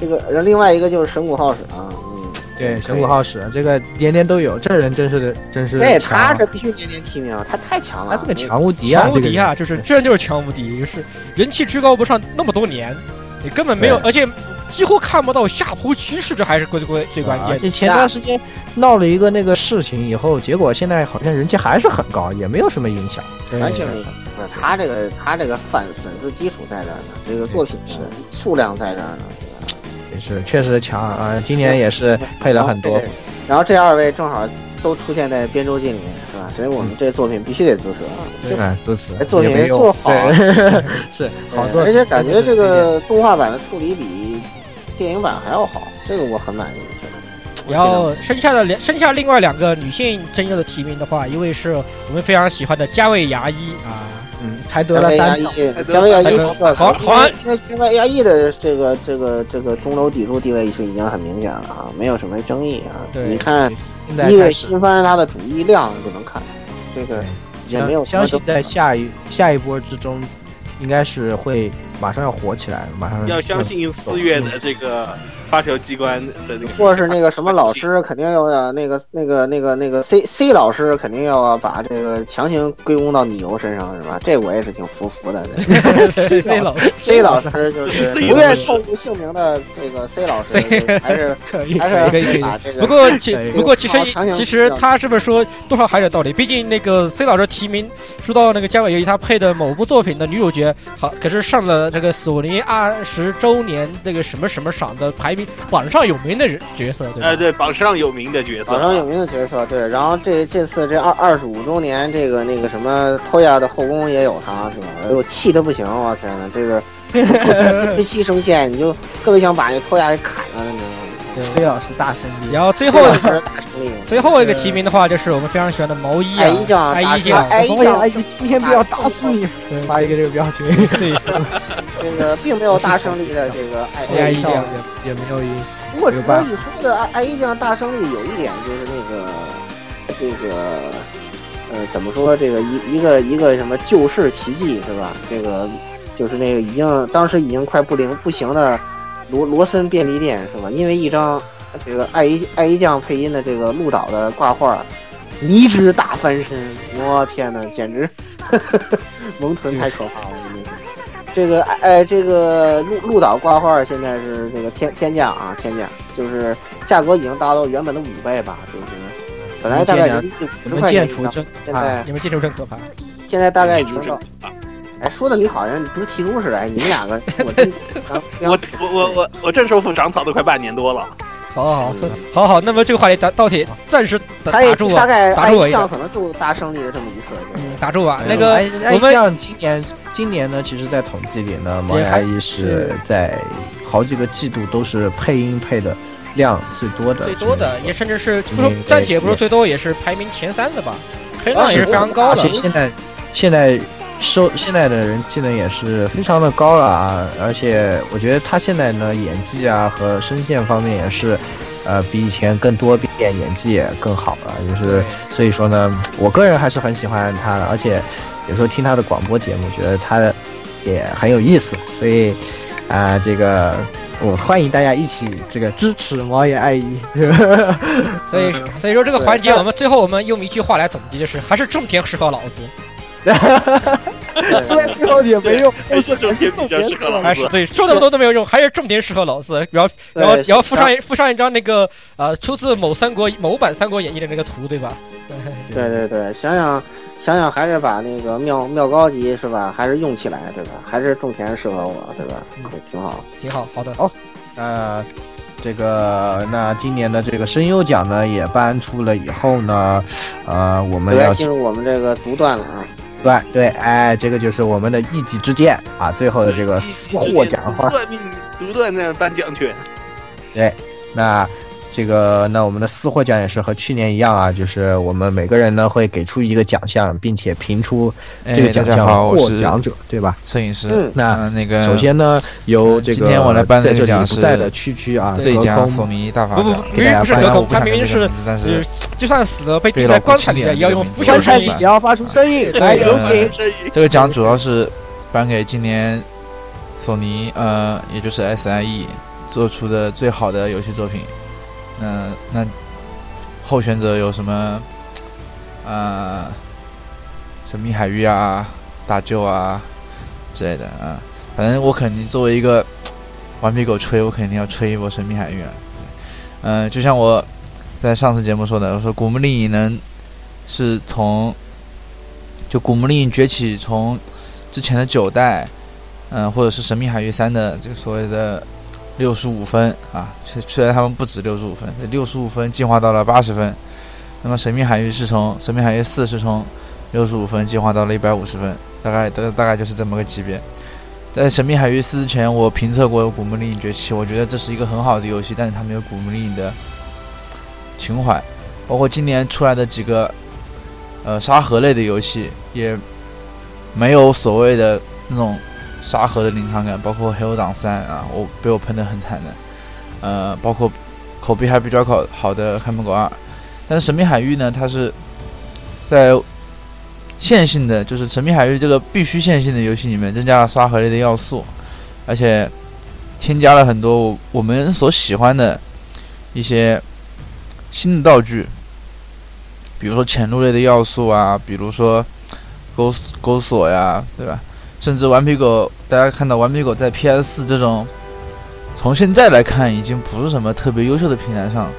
[SPEAKER 3] 这个，然后另外一个就是神谷浩史啊，嗯，
[SPEAKER 4] 对，神谷浩史啊这个年年都有，这人真是真是
[SPEAKER 3] 对，
[SPEAKER 4] 强啊
[SPEAKER 3] 他这必须年年提名，啊他太强
[SPEAKER 4] 他
[SPEAKER 3] 了，
[SPEAKER 4] 这个强无敌啊，
[SPEAKER 2] 强无
[SPEAKER 4] 这个
[SPEAKER 2] 敌
[SPEAKER 4] 人
[SPEAKER 2] 啊，就是这就是强无敌，就是人气居高不上那么多年，你根本没有，而且几乎看不到下坡趋势，这还是最最最关
[SPEAKER 4] 啊而
[SPEAKER 2] 键的。
[SPEAKER 4] 且前段时间闹了一个那个事情以后，结果现在好像人气还是很高，也没有什么影响。
[SPEAKER 3] 完全没有。那他这个他这个粉粉丝基础在这儿呢，这个作品
[SPEAKER 4] 是
[SPEAKER 3] 数量在这儿呢。
[SPEAKER 4] 也是确实强啊，今年也是配
[SPEAKER 3] 对
[SPEAKER 4] 了
[SPEAKER 3] 吧
[SPEAKER 4] 很多
[SPEAKER 3] 对。然后这二位正好都出现在边州记里面，是吧？所以我们这作品必须得支持啊！这
[SPEAKER 4] 嗯，如此
[SPEAKER 3] 作
[SPEAKER 4] 嗯也
[SPEAKER 3] 品
[SPEAKER 4] 没
[SPEAKER 3] 做
[SPEAKER 4] 用，
[SPEAKER 3] 好啊，
[SPEAKER 4] 对，是好作
[SPEAKER 3] 对
[SPEAKER 4] 品，
[SPEAKER 3] 而且感觉
[SPEAKER 4] 真
[SPEAKER 3] 这
[SPEAKER 4] 的是推荐
[SPEAKER 3] 个动画版的处理比电影版还要好，这个我很满意。真的
[SPEAKER 2] 然后剩下的两剩下另外两个女性声优的提名的话，一位是我们非常喜欢的加味牙医 啊，
[SPEAKER 4] 嗯，才得了三票，
[SPEAKER 3] 姜维牙医，
[SPEAKER 2] 好好安
[SPEAKER 3] 因为姜维牙医的这个这个这个中流砥柱地位是已经很明显了啊，没有什么争议啊。
[SPEAKER 2] 对
[SPEAKER 3] 你看
[SPEAKER 4] 现在
[SPEAKER 3] 因为
[SPEAKER 4] 开始
[SPEAKER 3] 新番它的主义量就能看，这个也没有什么
[SPEAKER 4] 相信
[SPEAKER 3] 争议
[SPEAKER 4] 在
[SPEAKER 3] 啊
[SPEAKER 4] 下一下一波之中，应该是会马上要火起来，马上
[SPEAKER 6] 要相信四月的这个发条机关的那个，
[SPEAKER 3] 或者是那个什么老师肯定要啊，那个那个那个那个 C C 老师肯定要啊，把这个强行归功到你游身上是吧？这我也是挺服服的。这
[SPEAKER 2] 对老
[SPEAKER 3] C 老师就是
[SPEAKER 6] C
[SPEAKER 3] 不愿透露姓名的这个 C 老师，就是还是
[SPEAKER 2] 可以
[SPEAKER 3] 还
[SPEAKER 4] 可以可以可
[SPEAKER 3] 是
[SPEAKER 4] 以
[SPEAKER 3] 把这个
[SPEAKER 2] 不过其
[SPEAKER 4] 对
[SPEAKER 2] 不过其实
[SPEAKER 3] 好强行
[SPEAKER 2] 其实
[SPEAKER 3] 制造
[SPEAKER 2] 他是不是说多少还有点道理？毕竟那个 C 老师提名说到那个加尾由衣，他配的某部作品的女主角，好可是上了这个索尼二十周年这个什么什么赏的排名榜上有名的人角色，对吧？
[SPEAKER 6] 呃，对，榜上有名的角色，
[SPEAKER 3] 榜上有名的角色对，然后这这次这二二十五周年这个那个什么偷亚的后宫也有他是吧？哎呦气的不行，我天呐，这个。不惜生线，你就特别想把那偷牙给砍了，你知道吗？
[SPEAKER 4] 崔老师大胜利，
[SPEAKER 2] 然后最
[SPEAKER 3] 最
[SPEAKER 2] 后
[SPEAKER 3] 后是大胜利。
[SPEAKER 2] 最后一个提名的话，就是我们非常喜欢的毛衣
[SPEAKER 3] 哎一
[SPEAKER 2] 啊，
[SPEAKER 3] 将
[SPEAKER 2] 哎
[SPEAKER 3] 打
[SPEAKER 2] 一
[SPEAKER 3] 出来
[SPEAKER 2] 酱，
[SPEAKER 3] 哎
[SPEAKER 4] 导演阿姨今天不要打死你，发一个这个表情，
[SPEAKER 3] 这个并没有大胜利的这个爱
[SPEAKER 2] 哎
[SPEAKER 3] 爱
[SPEAKER 2] 一
[SPEAKER 3] 一
[SPEAKER 2] 酱
[SPEAKER 3] 将。
[SPEAKER 4] 也没有赢，
[SPEAKER 3] 不过值得一说的爱爱一将大胜利有一点就是那个这个呃怎么说这个一一个一个什么救世奇迹是吧？这个就是那个已经当时已经快不灵不行的罗罗森便利店是吧？因为一张这个爱一爱一将配音的这个鹿岛的挂画。迷之大翻身，我天呐，简 直萌臀太可怕了！真的是这个哎，这个鹿鹿岛挂画现在是这个天天价啊，天价，就是价格已经达到原本的五倍吧，就是本来大概人民币五
[SPEAKER 4] 你
[SPEAKER 3] 十
[SPEAKER 4] 们
[SPEAKER 3] 块钱
[SPEAKER 4] 建
[SPEAKER 3] 一
[SPEAKER 4] 除
[SPEAKER 3] 张，
[SPEAKER 4] 真
[SPEAKER 3] 现
[SPEAKER 4] 啊，
[SPEAKER 3] 在
[SPEAKER 2] 你们这种真可怕。
[SPEAKER 3] 现在大概已经
[SPEAKER 6] 这
[SPEAKER 3] 到，哎，说的你好像不是提督似的，哎，你们两个，我真啊
[SPEAKER 6] 我我我我我正收复长草都快半年多了，
[SPEAKER 2] 好好好好好，那么这个话题咱到此暂时打
[SPEAKER 3] 他也
[SPEAKER 2] 打住
[SPEAKER 3] 大
[SPEAKER 2] 啊，
[SPEAKER 3] 概
[SPEAKER 2] 打住我一下
[SPEAKER 3] 将可能就大胜利了这么一次，对
[SPEAKER 2] 嗯，打住啊，那
[SPEAKER 4] 哎
[SPEAKER 2] 个。
[SPEAKER 4] 哎
[SPEAKER 2] 我们
[SPEAKER 4] 像今年今年呢，其实，在统计里呢，毛阿姨是在好几个季度都是配音配的量最多的，
[SPEAKER 2] 最多的，也甚至是不说
[SPEAKER 4] 嗯
[SPEAKER 2] 暂且不说
[SPEAKER 4] 对
[SPEAKER 2] 最多，也是排名前三的吧，排名也是非常高
[SPEAKER 4] 而
[SPEAKER 2] 的
[SPEAKER 4] 且。现在现在收现在的人气呢也是非常的高了啊，而且我觉得他现在呢演技啊和声线方面也是
[SPEAKER 7] 呃比以前更多变，演技也更好了。就是所以说呢，我个人还是很喜欢他的，而且有时候听他的广播节目，觉得他也很有意思。所以啊、这个我欢迎大家一起这个支持毛爷爱一。
[SPEAKER 2] 所以所以说这个环节，我们最后我们用一句话来总结，就是还是种田适合老子。
[SPEAKER 7] 虽然最后也没用，但是
[SPEAKER 6] 种田比较适合老
[SPEAKER 2] 还是
[SPEAKER 6] 子。
[SPEAKER 2] 对，说那么多都没有用， 还是重点适合老四。然后，
[SPEAKER 3] 对
[SPEAKER 2] 然后，然后附上
[SPEAKER 3] 是
[SPEAKER 2] 一附上一张那个呃，出自某三国某版《三国演义》的那个图，对吧？
[SPEAKER 3] 对对对，想想想想还是把那个妙妙高级是吧，还是用起来对吧？还是种田适合我对吧？对，挺好。
[SPEAKER 2] 挺好，好的，
[SPEAKER 7] 那呃这个那今年的这个声优奖呢也颁出了以后呢，呃，我们
[SPEAKER 3] 回来
[SPEAKER 7] 要
[SPEAKER 3] 进入我们这个独断了啊，
[SPEAKER 7] 对对，哎，这个就是我们的一己之见啊，最后的这个私获奖的话，
[SPEAKER 6] 断命独断的颁奖权，
[SPEAKER 7] 那。这个，那我们的私获奖也是和去年一样啊，就是我们每个人呢会给出一个奖项，并且评出这个
[SPEAKER 4] 哎大
[SPEAKER 7] 奖
[SPEAKER 4] 家
[SPEAKER 7] 项
[SPEAKER 4] 好，我
[SPEAKER 7] 获
[SPEAKER 4] 是
[SPEAKER 7] 奖者，对吧？
[SPEAKER 4] 摄影师。
[SPEAKER 3] 嗯
[SPEAKER 7] 那
[SPEAKER 4] 嗯，那个
[SPEAKER 7] 首先呢，由
[SPEAKER 4] 嗯
[SPEAKER 7] 这个
[SPEAKER 4] 今天我来颁的
[SPEAKER 7] 在
[SPEAKER 4] 这
[SPEAKER 7] 这
[SPEAKER 4] 个
[SPEAKER 7] 里
[SPEAKER 4] 奖
[SPEAKER 7] 不在
[SPEAKER 4] 是
[SPEAKER 7] 的区区啊，
[SPEAKER 4] 最
[SPEAKER 7] 隔
[SPEAKER 4] 佳
[SPEAKER 7] 空
[SPEAKER 4] 索尼大法
[SPEAKER 2] 不不
[SPEAKER 4] 奖，
[SPEAKER 2] 不
[SPEAKER 4] 给大家
[SPEAKER 2] 不是
[SPEAKER 4] 颁
[SPEAKER 2] 隔空
[SPEAKER 4] 我不想
[SPEAKER 2] 他明
[SPEAKER 4] 念
[SPEAKER 2] 明
[SPEAKER 4] 这个
[SPEAKER 2] 是
[SPEAKER 4] 名字，但
[SPEAKER 2] 就是就算死了被
[SPEAKER 4] 对
[SPEAKER 2] 钉
[SPEAKER 4] 了
[SPEAKER 2] 在
[SPEAKER 4] 我
[SPEAKER 2] 棺
[SPEAKER 4] 不
[SPEAKER 2] 材里
[SPEAKER 4] 记得
[SPEAKER 2] 的，也要
[SPEAKER 4] 这个
[SPEAKER 2] 用
[SPEAKER 4] 名字
[SPEAKER 2] 拂
[SPEAKER 7] 棺
[SPEAKER 2] 晓之
[SPEAKER 4] 我
[SPEAKER 7] 材
[SPEAKER 4] 记
[SPEAKER 7] 里
[SPEAKER 2] 音
[SPEAKER 4] 得。
[SPEAKER 7] 也要发出声音，来
[SPEAKER 2] 呃
[SPEAKER 4] 嗯
[SPEAKER 7] 有请。
[SPEAKER 4] 这个奖主要是颁给今年索尼呃，也就是 SIE 做出的最好的游戏作品。嗯、那候选者有什么？呃，神秘海域啊，大舅啊之类的啊。反正我肯定作为一个顽皮狗吹，我肯定要吹一波神秘海域了。嗯、就像我在上次节目说的，我说古墓丽影能是从就古墓丽影崛起从之前的九代，嗯、或者是神秘海域三的这个所谓的六十五分啊，虽虽然他们不止六十五分，六十五分进化到了八十分，那么神秘海域是从神秘海域四是从六十五分进化到了一百五十分，大概大大概就是这么个级别。在神秘海域四之前，我评测过《古墓丽影崛起》，我觉得这是一个很好的游戏，但是它没有《古墓丽影》的情怀，包括今年出来的几个呃沙盒类的游戏，也没有所谓的那种沙盒的临场感，包括《黑手党三》啊，我被我喷得很惨的，呃，包括口碑还比较好好的《看门狗二》，但是《神秘海域》呢，它是在线性的，就是《神秘海域》这个必须线性的游戏里面增加了沙盒类的要素，而且添加了很多我我们所喜欢的一些新的道具，比如说潜入类的要素啊，比如说钩钩索呀，对吧？甚至顽皮狗，大家看到顽皮狗在 PS 4这种从现在来看已经不是什么特别优秀的平台上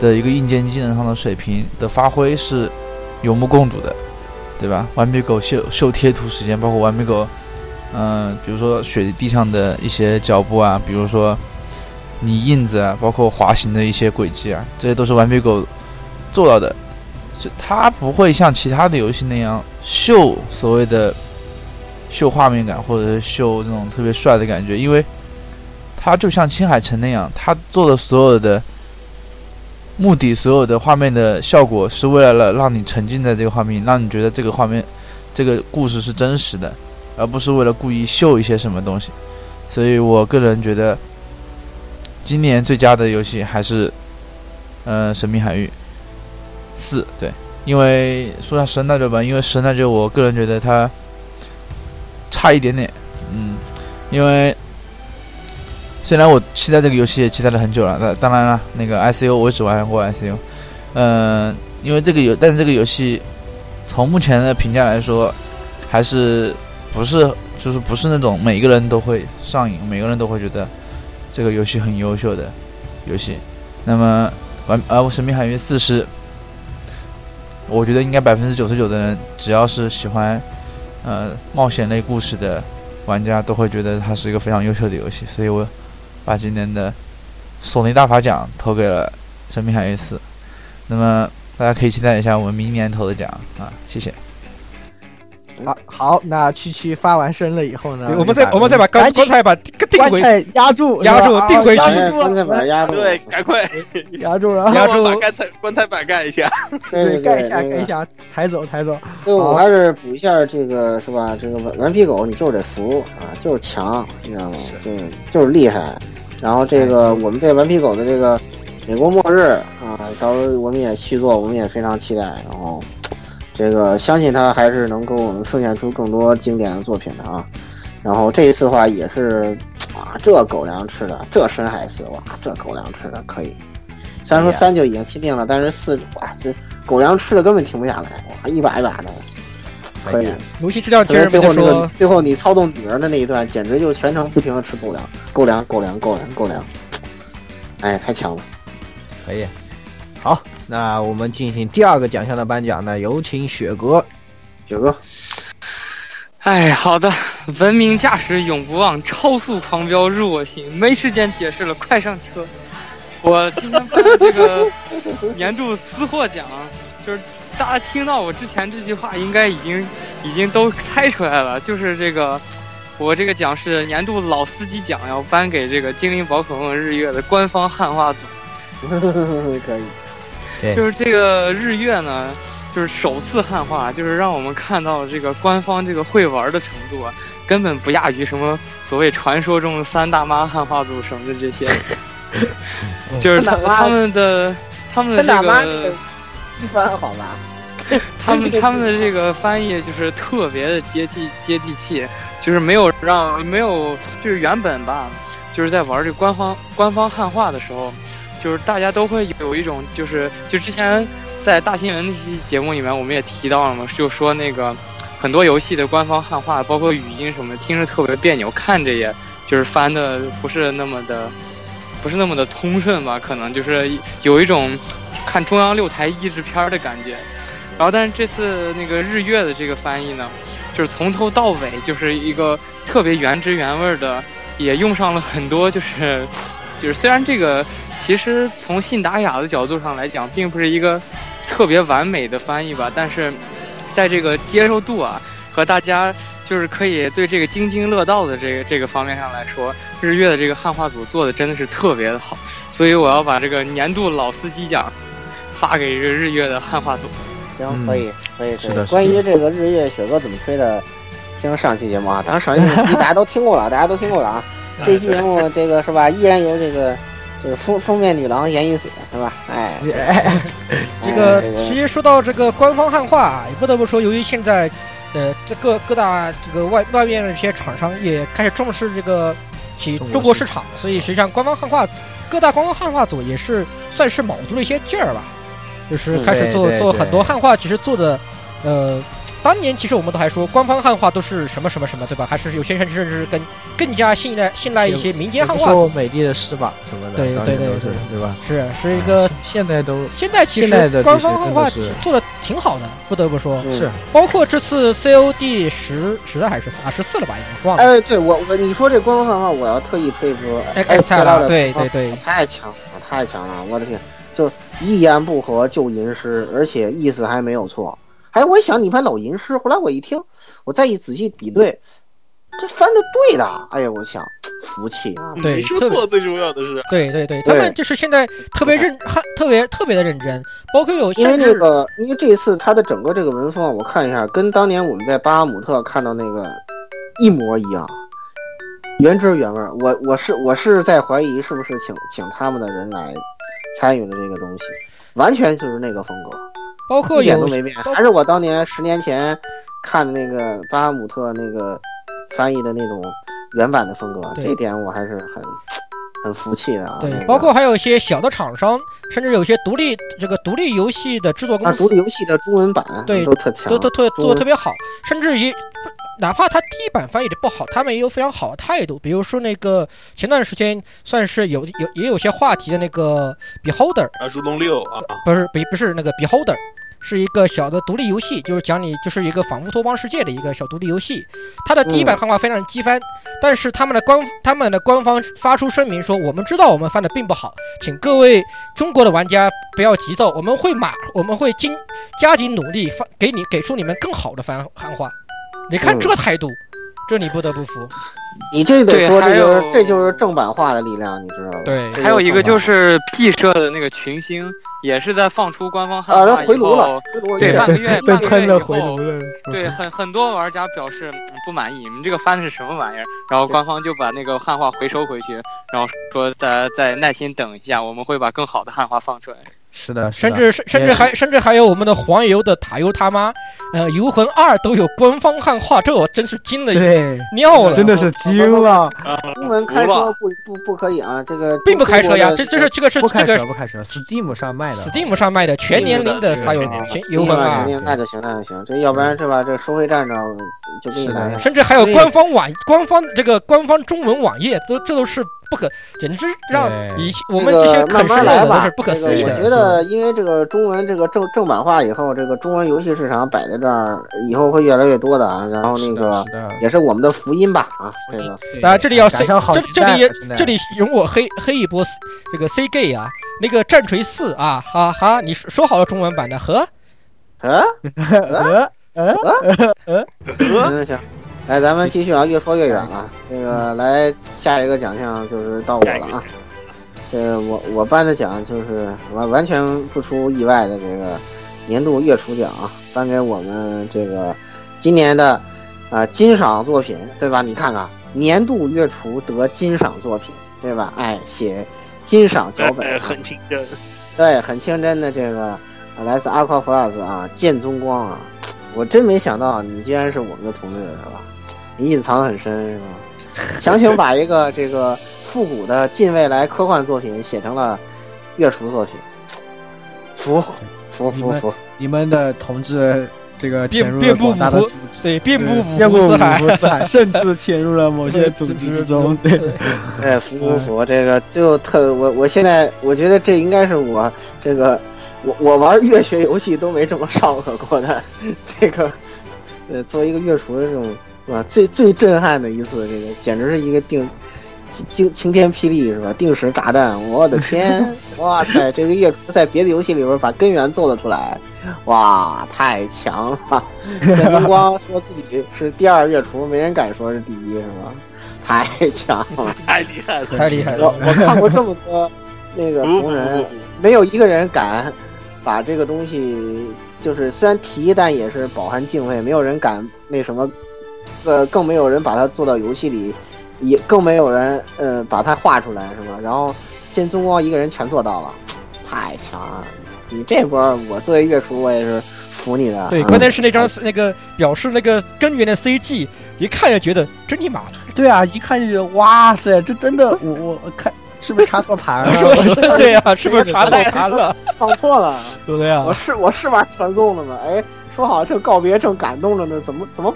[SPEAKER 4] 的一个硬件技能上的水平的发挥是有目共睹的，对吧？顽皮狗秀秀贴图时间，包括顽皮狗，嗯、比如说雪地上的一些脚步啊，比如说泥印子啊，包括滑行的一些轨迹啊，这些都是顽皮狗做到的。是它不会像其他的游戏那样秀所谓的秀画面感，或者是秀那种特别帅的感觉，因为它就像青海城那样，它做的所有的目的、所有的画面的效果，是为了了让你沉浸在这个画面，让你觉得这个画面、这个故事是真实的，而不是为了故意秀一些什么东西。所以我个人觉得，今年最佳的游戏还是呃《神秘海域》。四对，因为说下神奈就吧，因为神奈就我个人觉得它差一点点，嗯，因为虽然我期待这个游戏也期待了很久了，但当然了，那个 ICU 我只玩过 ICU，嗯、因为这个游，但是这个游戏从目前的评价来说，还是不是就是不是那种每个人都会上瘾，每个人都会觉得这个游戏很优秀的游戏。那么玩呃《神秘海域四》是我觉得应该百分之九十九的人，只要是喜欢呃冒险类故事的玩家，都会觉得它是一个非常优秀的游戏。所以我把今年的索尼大法奖投给了《神秘海域四》。那么大家可以期待一下我们明年投的奖啊！谢谢。
[SPEAKER 7] 好，好，那区区发完声了以后呢
[SPEAKER 2] 对，我们再我们再把
[SPEAKER 7] 赶
[SPEAKER 2] 棺
[SPEAKER 7] 紧
[SPEAKER 2] 棺材把钉
[SPEAKER 7] 棺
[SPEAKER 2] 回，
[SPEAKER 7] 材压住，
[SPEAKER 2] 压
[SPEAKER 7] 是
[SPEAKER 2] 住
[SPEAKER 7] 吧
[SPEAKER 2] 定回去
[SPEAKER 7] 啊
[SPEAKER 3] 哎
[SPEAKER 7] 压
[SPEAKER 3] 棺材
[SPEAKER 7] 住
[SPEAKER 3] 板
[SPEAKER 7] 了，
[SPEAKER 3] 压
[SPEAKER 2] 呃
[SPEAKER 3] 住，
[SPEAKER 6] 对，赶快
[SPEAKER 7] 压住了，
[SPEAKER 2] 压
[SPEAKER 6] 帮
[SPEAKER 2] 住
[SPEAKER 6] 我把棺材棺材板盖一下。
[SPEAKER 3] 对对
[SPEAKER 7] 盖一下，
[SPEAKER 3] 那个
[SPEAKER 7] 盖一下，抬走，抬走。
[SPEAKER 3] 对，我
[SPEAKER 7] 好
[SPEAKER 3] 还是补一下这个是吧？这个顽顽皮狗，你就是得服啊，就是强，你知道吗？就是就是厉害。然后这个我们对顽皮狗的这个美国末日啊，到时候我们也续作，我们也非常期待。然后，这个相信他还是能给我们奉献出更多经典的作品的啊。然后这一次的话也是，啊，这狗粮吃的，这深海四，哇，这狗粮吃的可以。虽然说三就已经钦定了，但是四，哇，这狗粮吃的根本停不下来，哇，一把一把的，可以。
[SPEAKER 2] 游戏质量
[SPEAKER 3] 特
[SPEAKER 2] 确
[SPEAKER 3] 别最
[SPEAKER 2] 实没得
[SPEAKER 3] 后那个
[SPEAKER 2] 说，
[SPEAKER 3] 最后你操纵女儿的那一段，简直就全程不停的吃狗粮，狗粮，狗粮，狗粮，狗粮，哎，太强了。
[SPEAKER 4] 可以。好，那我们进行第二个奖项的颁奖呢，有请雪哥。
[SPEAKER 3] 雪哥，
[SPEAKER 1] 哎，好的，文明驾驶永不忘，超速狂飙入我心。没时间解释了，快上车！我今天颁这个年度私货奖，就是大家听到我之前这句话，应该已经已经都猜出来了，就是这个我这个奖是年度老司机奖，要颁给这个精灵宝可梦日月的官方汉化组。
[SPEAKER 3] 可以。
[SPEAKER 4] 对
[SPEAKER 1] 就是这个日月呢，就是首次汉化，就是让我们看到这个官方这个会玩的程度啊，根本不亚于什么所谓传说中的三大妈汉化组什么的这些，就是他
[SPEAKER 3] 三大妈
[SPEAKER 1] 他们的他们的
[SPEAKER 3] 三大
[SPEAKER 1] 这
[SPEAKER 3] 妈那
[SPEAKER 1] 个
[SPEAKER 3] 个一番好吧？
[SPEAKER 1] 他们他们的这个翻译就是特别的接地接地气，就是没有让没有就是原本吧，就是在玩这官方官方汉化的时候，就是大家都会有一种就是就之前在大新闻那期节目里面我们也提到了嘛，就说那个很多游戏的官方汉化，包括语音什么的，听着特别别扭，看着也就是翻的不是那么的不是那么的通顺吧，可能就是有一种看中央六台译制片儿的感觉。然后，但是这次那个日月的这个翻译呢，就是从头到尾就是一个特别原汁原味儿的，也用上了很多就是， 就是虽然这个其实从信达雅的角度上来讲，并不是一个特别完美的翻译吧，但是在这个接受度啊和大家就是可以对这个津津乐道的这个这个方面上来说，日月的这个汉化组做的真的是特别的好，所以我要把这个年度老司机奖发给这个日月的汉化组。
[SPEAKER 3] 行，可以，可以，可以
[SPEAKER 4] 是的是的
[SPEAKER 3] 关于这个日月雪哥怎么吹的，听上期节目啊，当然上一期大家都听过了，大家都听过了啊。这期节目这个是吧，依然由这个这个封封面女郎严玉子是吧？哎，
[SPEAKER 4] 哎
[SPEAKER 2] 这
[SPEAKER 3] 个
[SPEAKER 2] 个其实说到这个官方汉化啊，也不得不说，由于现在，呃，这各各大这个外外面的一些厂商也开始重视这个起
[SPEAKER 4] 中国
[SPEAKER 2] 中国市
[SPEAKER 4] 市
[SPEAKER 2] 场，所以实际上官方汉化，各大官方汉化组也是算是卯足了一些劲儿吧，就是
[SPEAKER 3] 嗯
[SPEAKER 2] 开始
[SPEAKER 4] 对
[SPEAKER 2] 做
[SPEAKER 4] 对
[SPEAKER 2] 做
[SPEAKER 4] 对
[SPEAKER 2] 很多汉化，其实做的，呃。当年其实我们都还说官方汉化都是什么什么什么，对吧？还是有些甚至甚至更更加信赖信赖一些民间汉化
[SPEAKER 4] 说
[SPEAKER 2] 组，
[SPEAKER 4] 美丽的诗吧什么的，
[SPEAKER 2] 对
[SPEAKER 4] 当
[SPEAKER 2] 对
[SPEAKER 4] 年
[SPEAKER 2] 对
[SPEAKER 4] 都是
[SPEAKER 2] 对
[SPEAKER 4] 对吧？
[SPEAKER 2] 是是一个
[SPEAKER 4] 啊现在都
[SPEAKER 2] 现在其
[SPEAKER 4] 现在
[SPEAKER 2] 实
[SPEAKER 4] 的这
[SPEAKER 2] 官
[SPEAKER 4] 些
[SPEAKER 2] 方
[SPEAKER 4] 真
[SPEAKER 2] 汉
[SPEAKER 4] 的
[SPEAKER 2] 化
[SPEAKER 4] 是
[SPEAKER 2] 做的挺好的，不得不说，
[SPEAKER 3] 嗯
[SPEAKER 4] 是
[SPEAKER 2] 包括这次 COD 十十三还是14啊十四了吧，应该忘了。
[SPEAKER 3] 哎，对我我你说这官方汉化，我要特意哎吹一波
[SPEAKER 2] 哎 X
[SPEAKER 3] 泰
[SPEAKER 2] 泰
[SPEAKER 3] 拉
[SPEAKER 2] 拉，
[SPEAKER 3] 的，
[SPEAKER 2] 对对对，
[SPEAKER 3] 啊太强了，太强了，我的天，就是一言不合就吟诗，而且意思还没有错。哎，我一想你们还老吟诗，后来我一听，我再一仔细比对，这翻的对的。哎呀，我想服气啊！
[SPEAKER 2] 对
[SPEAKER 6] 没说
[SPEAKER 2] 特别
[SPEAKER 6] 错，最重要的是，
[SPEAKER 2] 对对
[SPEAKER 3] 对
[SPEAKER 2] 对，他们就是现在特别认，还特别特别的认真，包括有
[SPEAKER 3] 因为
[SPEAKER 2] 甚
[SPEAKER 3] 那
[SPEAKER 2] 至
[SPEAKER 3] 个，因为这一次它的整个这个文风啊，我看一下，跟当年我们在巴哈姆特看到那个一模一样，原汁原味儿。我我是我是在怀疑是不是请请他们的人来参与了这个东西，完全就是那个风格。
[SPEAKER 2] 包括
[SPEAKER 3] 一点
[SPEAKER 2] 有
[SPEAKER 3] 都没变，
[SPEAKER 2] 包
[SPEAKER 3] 还是我当年十年前看的那个巴哈姆特那个翻译的那种原版的风格，
[SPEAKER 2] 对
[SPEAKER 3] 这点我还是很很服气的啊。那
[SPEAKER 2] 对，
[SPEAKER 3] 个
[SPEAKER 2] 包括还有一些小的厂商，甚至有些独立这个独立游戏的制作
[SPEAKER 3] 啊，
[SPEAKER 2] 公
[SPEAKER 3] 独立
[SPEAKER 2] 司
[SPEAKER 3] 游戏的中文版
[SPEAKER 2] 对
[SPEAKER 3] 都特强，
[SPEAKER 2] 都都特
[SPEAKER 3] 中
[SPEAKER 2] 做的特
[SPEAKER 3] 文
[SPEAKER 2] 别好，甚至于。哪怕他第一版翻译的不好，他们也有非常好的态度。比如说那个前段时间算是有有也有些话题的那个 Beholder，
[SPEAKER 6] 啊，如龙六啊，
[SPEAKER 2] 不是，不不是那个 Beholder，是一个小的独立游戏，就是讲你就是一个反乌托邦世界的一个小独立游戏。它的第一版汉化非常机翻，但是他们的官他们的官方发出声明说，我们知道我们翻的并不好，请各位中国的玩家不要急躁，我们会马我们会精加紧努力发给你给出你们更好的翻汉化。你看
[SPEAKER 3] 嗯
[SPEAKER 2] 这态度，这你不得不服。
[SPEAKER 3] 你这得
[SPEAKER 1] 对
[SPEAKER 3] 说，
[SPEAKER 1] 还
[SPEAKER 3] 这
[SPEAKER 1] 有
[SPEAKER 3] 就是这就是正版化的力量，你知道吗？
[SPEAKER 2] 对
[SPEAKER 3] 这正版
[SPEAKER 1] 还有一个就是《P 社的那个群星，也是在放出官方汉
[SPEAKER 3] 啊，
[SPEAKER 1] 化
[SPEAKER 3] 它
[SPEAKER 1] 以后，
[SPEAKER 3] 回炉了，回炉了
[SPEAKER 1] 对，半 个月
[SPEAKER 4] 被
[SPEAKER 1] 半个
[SPEAKER 4] 喷
[SPEAKER 1] 月
[SPEAKER 4] 了
[SPEAKER 1] 以
[SPEAKER 4] 回
[SPEAKER 1] 后
[SPEAKER 4] 炉，了。
[SPEAKER 1] 对，很很多玩家表示嗯不满意，你们这个翻的是什么玩意儿？然后官方就把那个汉化回收回去，然后说大家再耐心等一下，我们会把更好的汉化放出来。
[SPEAKER 4] 是的，是
[SPEAKER 2] 甚
[SPEAKER 4] 的
[SPEAKER 2] 至甚甚至还甚至还有我们的黄油的塔油他妈，呃，游魂二都有官方汉化，这我真是惊了
[SPEAKER 4] 对，
[SPEAKER 2] 尿了，
[SPEAKER 4] 真的是惊了，
[SPEAKER 3] 中文开车不不不可以啊，这个
[SPEAKER 2] 并不开车呀，这这是这个是
[SPEAKER 4] 不开
[SPEAKER 2] 这
[SPEAKER 4] 车
[SPEAKER 2] 个
[SPEAKER 4] 不开车，Steam 上卖的
[SPEAKER 2] Steam 上卖的全年龄的撒有全游魂啊
[SPEAKER 3] 那
[SPEAKER 2] 二
[SPEAKER 3] 肯，定那就行，那就行，这要不
[SPEAKER 2] 嗯
[SPEAKER 3] 然是吧？这收费站这儿就给你
[SPEAKER 4] 是的
[SPEAKER 3] 来了。
[SPEAKER 2] 甚至还有官方网官方这个官方中文网页，都这都是不可，简直让
[SPEAKER 4] 对
[SPEAKER 2] 以
[SPEAKER 3] 这
[SPEAKER 2] 我们这些
[SPEAKER 3] 个
[SPEAKER 2] 啃
[SPEAKER 3] 慢
[SPEAKER 2] 食
[SPEAKER 3] 慢
[SPEAKER 2] 肉
[SPEAKER 3] 来
[SPEAKER 2] 的都
[SPEAKER 3] 吧
[SPEAKER 2] 是，不可思议
[SPEAKER 3] 这个
[SPEAKER 2] 的。
[SPEAKER 3] 我
[SPEAKER 2] 嗯
[SPEAKER 3] 觉得，因为这个中文这个正正版化以后，这个中文游戏市场摆在这儿，以后会越来越多的啊。然后那
[SPEAKER 4] 是
[SPEAKER 3] 个
[SPEAKER 4] 的，是的。
[SPEAKER 3] 也是我们的福音吧啊，这个
[SPEAKER 2] 大家这里要 C，
[SPEAKER 4] 赶上好
[SPEAKER 2] 这
[SPEAKER 4] 时
[SPEAKER 2] 这
[SPEAKER 4] 代
[SPEAKER 2] 里也
[SPEAKER 4] 了现在
[SPEAKER 2] 这里容我黑黑一波 C- 这个 C gay 啊，那个战锤四啊，哈哈，你说说好了中文版的和
[SPEAKER 3] 嗯
[SPEAKER 4] 呃
[SPEAKER 3] 啊
[SPEAKER 6] 呃
[SPEAKER 3] 嗯行，来咱们继续啊，越说越远了。这个来下一个奖项就是到我
[SPEAKER 6] 下一
[SPEAKER 3] 了
[SPEAKER 6] 个
[SPEAKER 3] 啊。这我我颁的奖就是完完全不出意外的这个年度月厨奖啊，颁给我们这个今年的啊、呃金赏作品，对吧？你看看年度月厨得金赏作品，对吧？哎，写金赏脚本、啊
[SPEAKER 6] 呃很清真，
[SPEAKER 3] 对，很清真的这个呃来自 Aqua Plus 啊，剑宗光啊，我真没想到你居然是我们的同志是吧？你隐藏得很深是吧？强行把一个这个复古的近未来科幻作品写成了月厨作品，服服服服！
[SPEAKER 4] 你们的同志这个
[SPEAKER 2] 遍
[SPEAKER 4] 潜入了
[SPEAKER 2] 遍布
[SPEAKER 4] 广大的
[SPEAKER 2] 五湖
[SPEAKER 4] 组织，
[SPEAKER 2] 对遍布五
[SPEAKER 4] 遍
[SPEAKER 2] 湖
[SPEAKER 4] 布
[SPEAKER 2] 四
[SPEAKER 4] 五
[SPEAKER 2] 海，
[SPEAKER 4] 湖四海，甚至潜入了某 些组织之中。对，
[SPEAKER 3] 哎，服服服！这个就特我我现在我觉得这应该是我这个我我玩乐学游戏都没这么上火过的， 这个呃作为一个乐厨的这种是吧最最震撼的一次，这个简直是一个定晴晴晴天霹雳是吧？定时炸弹，我的天！哇塞，这个乐厨在别的游戏里边把根源做了出来，哇，太强了！这不光说自己是第二乐厨，没人敢说是第一是吧？太强了！
[SPEAKER 6] 太厉害了，
[SPEAKER 2] 太厉害
[SPEAKER 3] 我
[SPEAKER 2] 了。
[SPEAKER 3] 我看过这么多那个
[SPEAKER 6] 服
[SPEAKER 3] 同
[SPEAKER 6] 服服
[SPEAKER 3] 人，
[SPEAKER 6] 服。
[SPEAKER 3] 没有一个人敢把这个东西，就是虽然提，但也是饱含敬畏，没有人敢那什么，呃，更没有人把它做到游戏里，也更没有人呃把它画出来，是吗？然后剑宗光一个人全做到了，太强了！你这波儿我作为月厨，我也是服你的。
[SPEAKER 2] 对，
[SPEAKER 3] 嗯
[SPEAKER 2] 关键是那张那个表示那个根源的 CG，一看就觉得真你妈，
[SPEAKER 4] 对啊，一看就觉得哇塞，这真的，我我我看是不是插错盘 了？
[SPEAKER 2] 是不是这样？啊是不是查错盘了？
[SPEAKER 3] 放错了。
[SPEAKER 2] 对不对啊
[SPEAKER 3] 我？是我是玩传送的吗？哎，说好正告别正感动着呢，怎么怎么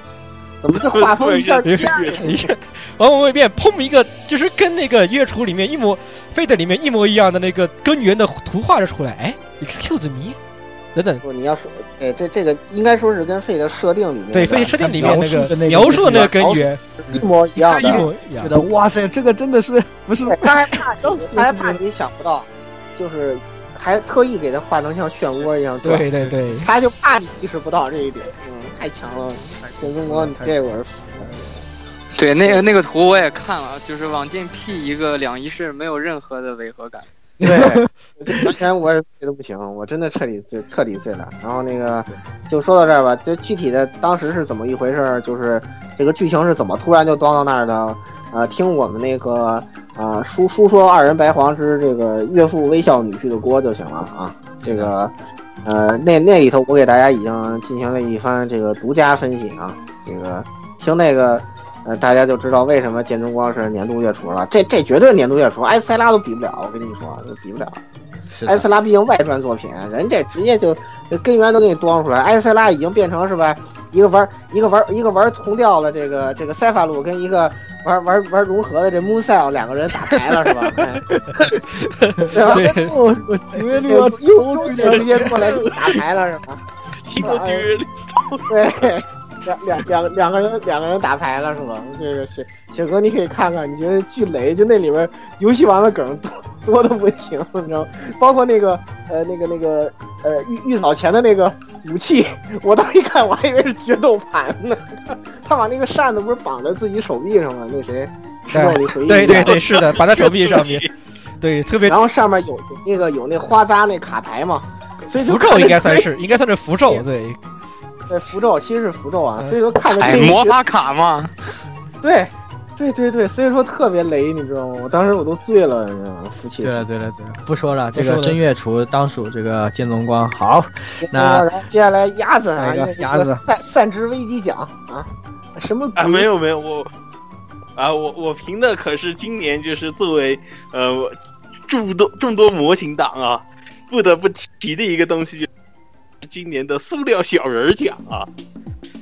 [SPEAKER 3] 怎么这画风一 下
[SPEAKER 2] 一
[SPEAKER 3] 变
[SPEAKER 2] 个
[SPEAKER 3] 了？
[SPEAKER 2] 一个，完我一变，砰一个，就是跟那个月厨里面一模 Fate 里面一模一样的那个根源的图画就出来。哎，Excuse me，等等，
[SPEAKER 3] 不，你要说，哎，这这个应该说是跟费的设定里面
[SPEAKER 2] 对，
[SPEAKER 3] 的
[SPEAKER 2] 飞行设定里面
[SPEAKER 4] 啊描
[SPEAKER 2] 那
[SPEAKER 4] 述
[SPEAKER 2] 个
[SPEAKER 4] 的那个
[SPEAKER 2] 描述的那个根源
[SPEAKER 3] 一模一样
[SPEAKER 2] 一
[SPEAKER 3] 的。
[SPEAKER 2] 模一样
[SPEAKER 4] 觉。得哇塞，这个真的是不是
[SPEAKER 3] 对他还怕
[SPEAKER 4] 都
[SPEAKER 3] 你
[SPEAKER 4] 是，
[SPEAKER 3] 他还怕 你想不到，就是还特意给他画成像漩涡一样转，
[SPEAKER 2] 对对对，
[SPEAKER 3] 他就怕你意识不到这一点。嗯，太强了，田中光，你这我是服了。
[SPEAKER 1] 对，那个那个图我也看了，就是往进 P 一个两仪式，没有任何的违和感。
[SPEAKER 3] 对，我这完全我也觉得不行，我真的彻底醉，彻底醉了。然后那个就说到这儿吧，就具体的当时是怎么一回事儿，就是这个剧情是怎么突然就端到那儿的。呃，听我们那个啊、书书说二人白黄之这个岳父微笑女婿的锅就行了啊，这个。呃，那那里头我给大家已经进行了一番这个独家分析啊，这个听那个，呃，大家就知道为什么剑中光是年度月厨了。这这绝对年度月厨，埃斯拉都比不了，我跟你说，都比不了。埃斯拉毕竟外传作品，人这直接就这根源都给你端出来。埃斯拉已经变成是吧，一个玩一个玩一个玩同调的这个这个塞法鲁跟一个玩玩玩融合的这 Mooncell 两个人打牌了是吧？ 哎对吧？
[SPEAKER 4] 我我订阅率
[SPEAKER 3] 又
[SPEAKER 4] 要
[SPEAKER 3] 又又直接过来就打牌了是吧？
[SPEAKER 6] 提供订阅率
[SPEAKER 3] 对，两两两两个人两个人打牌了是吗？这个雪雪哥，你可以看看，你觉得巨雷就那里边游戏王的梗多多的不行，你知道吗？包括那个呃那个那个呃预预扫前的那个武器，我当时一看我还以为是决斗盘呢，他把那个扇子不是绑在自己手臂上吗？那谁，时代里回忆
[SPEAKER 2] 对对对，是的，绑在手臂上 面，对，特别
[SPEAKER 3] 然后上面有有那个有那花扎那卡牌嘛，所以就
[SPEAKER 2] 符咒应该算是应该算是符咒，对，
[SPEAKER 3] 对符咒其实是符咒啊，
[SPEAKER 4] 嗯
[SPEAKER 3] 所以说看着
[SPEAKER 1] 哎
[SPEAKER 3] 这，个
[SPEAKER 1] 魔法卡嘛，
[SPEAKER 3] 对。对对对，所以说特别雷，你知道吗？我当时我都醉了，你知道吗？夫妻
[SPEAKER 4] 对了对了对了，不说了，这
[SPEAKER 2] 说
[SPEAKER 4] 个
[SPEAKER 2] 了
[SPEAKER 4] 正月初当属这个剑龙光。好，那
[SPEAKER 3] 然后接下来鸭子啊，
[SPEAKER 4] 哪个
[SPEAKER 3] 这
[SPEAKER 4] 鸭子
[SPEAKER 3] 散散值危机奖啊，什么
[SPEAKER 6] 啊，
[SPEAKER 3] 鬼
[SPEAKER 6] 没有没有，我啊，我我评的可是今年就是作为呃我众多众多模型党啊，不得不提的一个东西，就是今年的塑料小人儿奖啊。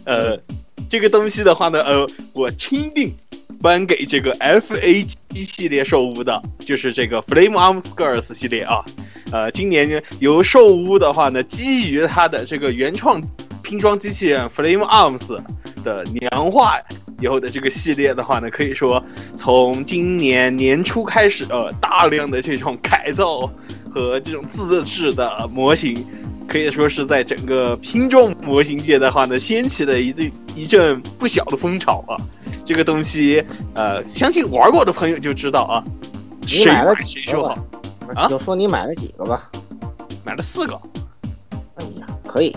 [SPEAKER 6] 呃，
[SPEAKER 3] 嗯
[SPEAKER 6] 这个东西的话呢，呃，我钦定颁给这个 F A 七系列兽屋的，就是这个 Flame Arms Girls 系列啊。呃，今年由兽屋的话呢，基于它的这个原创拼装机器人 Flame Arms 的呃娘化以呃后的这个系列的话呢，可以说从今年年初开始，呃，大量的这种改造和这种自制的模型，可以说是在整个拼装模型界的话呢，掀起了一阵一阵不小的风潮啊。这个东西，呃，相信玩过的朋友就知道啊，
[SPEAKER 3] 你
[SPEAKER 6] 谁
[SPEAKER 3] 买了
[SPEAKER 6] 买谁
[SPEAKER 3] 几个
[SPEAKER 6] 说
[SPEAKER 3] 吧
[SPEAKER 6] 好，啊
[SPEAKER 3] 就说你买了几个吧。
[SPEAKER 6] 买了四个，
[SPEAKER 3] 哎呀，可以，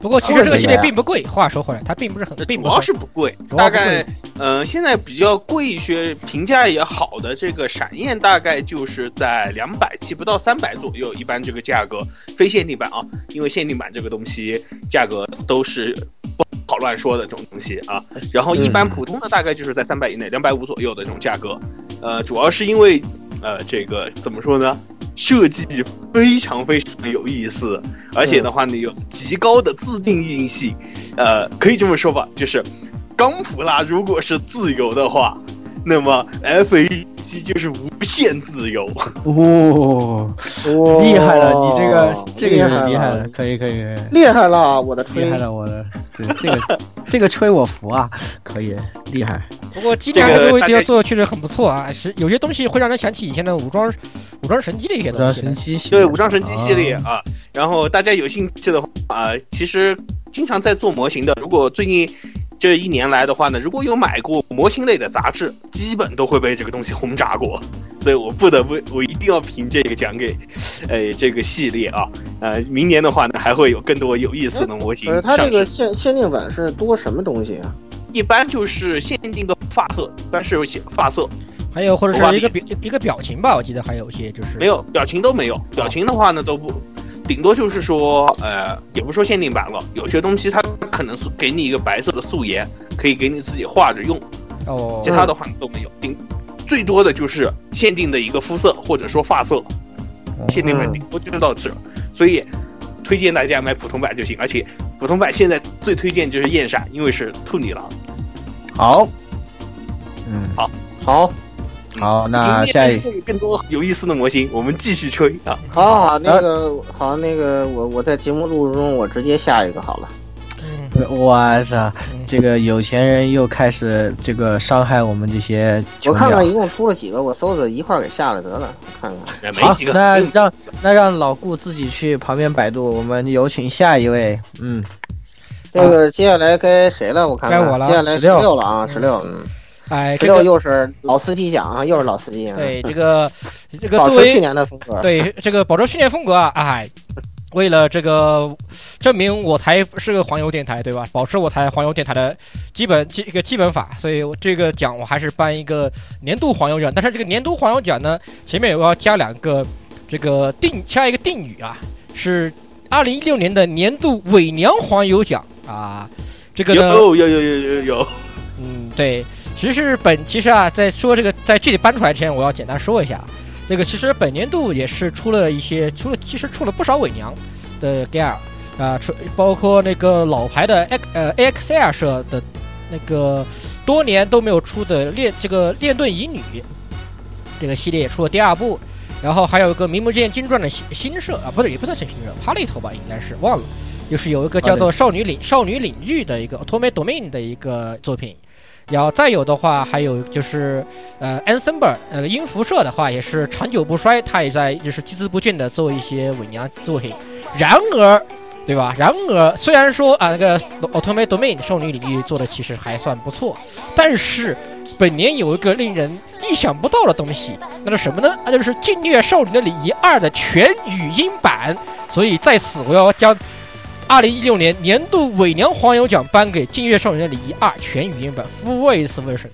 [SPEAKER 2] 不过哦其实这个系列并不贵。话说回来，它并不是很，并
[SPEAKER 6] 主
[SPEAKER 2] 不
[SPEAKER 6] 要
[SPEAKER 2] 很
[SPEAKER 6] 是不贵，
[SPEAKER 2] 主要
[SPEAKER 6] 大
[SPEAKER 2] 不贵
[SPEAKER 6] 概呃现在比较贵一些，评价也好的这个闪焰大概就是在两百起不到三百左右，一般这个价格，非限定版啊，因为限定版这个东西价格都是不好乱说的这种东西啊。
[SPEAKER 2] 哎
[SPEAKER 6] 然后一
[SPEAKER 2] 嗯
[SPEAKER 6] 般普通的大概就是在三百以内，两百五左右的这种价格，呃，主要是因为呃这个怎么说呢？设计非常非常有意思，而
[SPEAKER 2] 嗯
[SPEAKER 6] 且的话呢，有极高的自定义性，呃，可以这么说吧，就是冈普拉如果是自由的话，那么 F A 七就是无限自由。
[SPEAKER 4] 哦，厉害了，你这个这个有点
[SPEAKER 3] 哦厉
[SPEAKER 4] 厉
[SPEAKER 3] 害
[SPEAKER 4] 害
[SPEAKER 3] 了
[SPEAKER 4] 了，可以可以，可以
[SPEAKER 3] 厉害了，我的吹
[SPEAKER 4] 厉害！了我的，对这个 这个吹我服啊，可以厉害。
[SPEAKER 2] 不过今年
[SPEAKER 6] 这个
[SPEAKER 2] 这个位
[SPEAKER 6] 大
[SPEAKER 2] 置
[SPEAKER 6] 概
[SPEAKER 2] 要做的确实很不错啊，是有些东西会让人想起以前的武装武装神机的一些
[SPEAKER 4] 武装
[SPEAKER 2] 东西
[SPEAKER 4] 神
[SPEAKER 2] 呢。
[SPEAKER 4] 机系列
[SPEAKER 6] 对，武装神机系列啊。然后大家有兴趣的话啊，其实经常在做模型的，如果最近这一年来的话呢，如果有买过模型类的杂志，基本都会被这个东西轰炸过。所以我不得不，我一定要评这个奖给，呃，这个系列啊。呃，明年的话呢，还会有更多有意思的模型
[SPEAKER 3] 可是呃它
[SPEAKER 6] 上
[SPEAKER 3] 这
[SPEAKER 6] 市
[SPEAKER 3] 个。限限定版是多什么东西啊？
[SPEAKER 6] 一般就是限定的发色，一般是有些发色，
[SPEAKER 2] 还有或者是一个表一个表情吧，我记得还有一些就是
[SPEAKER 6] 没有表情都没
[SPEAKER 4] 哦
[SPEAKER 6] 有。表情的话呢都不，顶多就是说，呃，也不是说限定版了，有些东西它可能是给你一个白色的素颜，可以给你自己画着用，
[SPEAKER 2] 哦
[SPEAKER 6] 其，他的话都没有。顶最多的就是限定的一个肤色或者说发色，
[SPEAKER 4] 哦
[SPEAKER 6] 限定版顶多就到这，所以推荐大家买普通版就行。而且普通版现在最推荐就是燕闪，因为是兔女郎。
[SPEAKER 4] 好，嗯，
[SPEAKER 3] 好，
[SPEAKER 4] 好，那
[SPEAKER 6] 明
[SPEAKER 4] 啊下一
[SPEAKER 6] 年会有更多有意思的模型，我们继续吹啊。
[SPEAKER 3] 好好，那个好，那个我我在节目录制中我直接下一个好了。
[SPEAKER 2] 嗯
[SPEAKER 4] 哇塞，这个有钱人又开始这个伤害我们这些
[SPEAKER 3] 我
[SPEAKER 4] 穷
[SPEAKER 3] 看看
[SPEAKER 4] 鸟。
[SPEAKER 3] 一共出了几个，我搜搜一块儿给下了得了。我看
[SPEAKER 2] 啊
[SPEAKER 3] 看，
[SPEAKER 6] 哎没
[SPEAKER 4] 好
[SPEAKER 6] 几，个，
[SPEAKER 4] 那
[SPEAKER 6] 嗯
[SPEAKER 4] 让那让老顾自己去旁边百度，我们有请下一位。嗯，
[SPEAKER 3] 这个接下来该谁了？我看看，
[SPEAKER 2] 该我了
[SPEAKER 3] 接下来十
[SPEAKER 4] 16
[SPEAKER 3] 六了啊，
[SPEAKER 2] 嗯
[SPEAKER 3] 十六，嗯，
[SPEAKER 2] 哎，
[SPEAKER 3] 十
[SPEAKER 2] 这
[SPEAKER 3] 六
[SPEAKER 2] 个
[SPEAKER 3] 又是老司机奖啊，又是老司机啊，
[SPEAKER 2] 对这个这个
[SPEAKER 3] 保
[SPEAKER 2] 作
[SPEAKER 3] 持去
[SPEAKER 2] 为
[SPEAKER 3] 年的风格。
[SPEAKER 2] 对这个保持训练风格啊，哎，为了这个证明我台是个黄油电台，对吧？保持我台黄油电台的基本这个基本法，所以我这个奖我还是颁一个年度黄油奖。但是这个年度黄油奖呢，前面我要加两个这个定加一个定语啊，是二零一六年的年度伪娘黄油奖啊。这个呢，
[SPEAKER 6] 有有有有有 有，
[SPEAKER 2] 嗯，对，其实本其实啊，在说这个在具体搬出来之前，我要简单说一下，这个其实本年度也是出了一些，出了其实出了不少伪娘的 g a r 啊，出包括那个老牌的 A 呃 AXL 社的那个多年都没有出的练这个练盾乙女这个系列也出了第二部，然后还有一个名不见经传的新新社啊，不对，也不算是新社，帕里头吧，应该是忘了。就是有一个叫做《少女领少女领域》的一个 Otome Domain 的一个作品，然后再有的话，还有就是呃 a n s e m b l e 呃音符社的话也是长久不衰，它也在就是孜孜不倦的做一些伪娘作品。然而，对吧？然而，虽然说啊，那个《Otome Domain》少女领域做的其实还算不错，但是本年有一个令人意想不到的东西，那是什么呢？那就是《侵略少女的礼仪二》的全语音版。所以在此，我要将2016年年度伪娘黄油奖颁给《侵略少女的礼仪二》全语音版 Full Voice Version。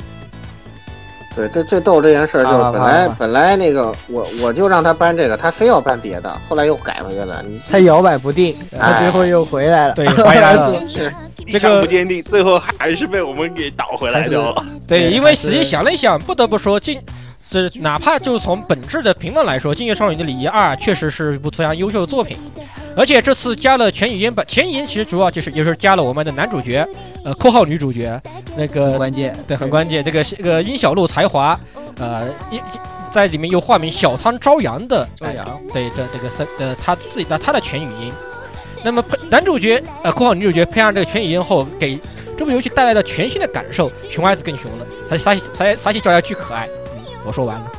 [SPEAKER 3] 对，这最逗这件事儿就是
[SPEAKER 2] 啊
[SPEAKER 3] 本来
[SPEAKER 2] 啊
[SPEAKER 3] 本来那个我我就让他搬这个，他非要搬别的，后来又改回去了。你
[SPEAKER 7] 他摇摆不定，他
[SPEAKER 3] 哎
[SPEAKER 7] 最后又回来了。
[SPEAKER 2] 对
[SPEAKER 3] 真是
[SPEAKER 6] 立场不坚定，最后还是被我们给倒回来的哦。
[SPEAKER 2] 对，因为仔细想了一想，不得不说，进这哪怕就从本质的评论来说，《进月少女的礼仪二》确实是一部非常优秀的作品，而且这次加了全语音版，全语音其实主要就是也就是加了我们的男主角，呃，括号女主角那个
[SPEAKER 7] 很关键，
[SPEAKER 2] 对，很关键，这个这个殷小璐才华，呃，一在里面又化名小仓朝阳的朝阳，对的这个三呃他自己的他的全语音。那么配男主角呃（括号女主角）配上这个全语音后，给这部游戏带来了全新的感受，熊孩子更熊了，撒撒撒撒起脚丫巨可爱。嗯我说完了，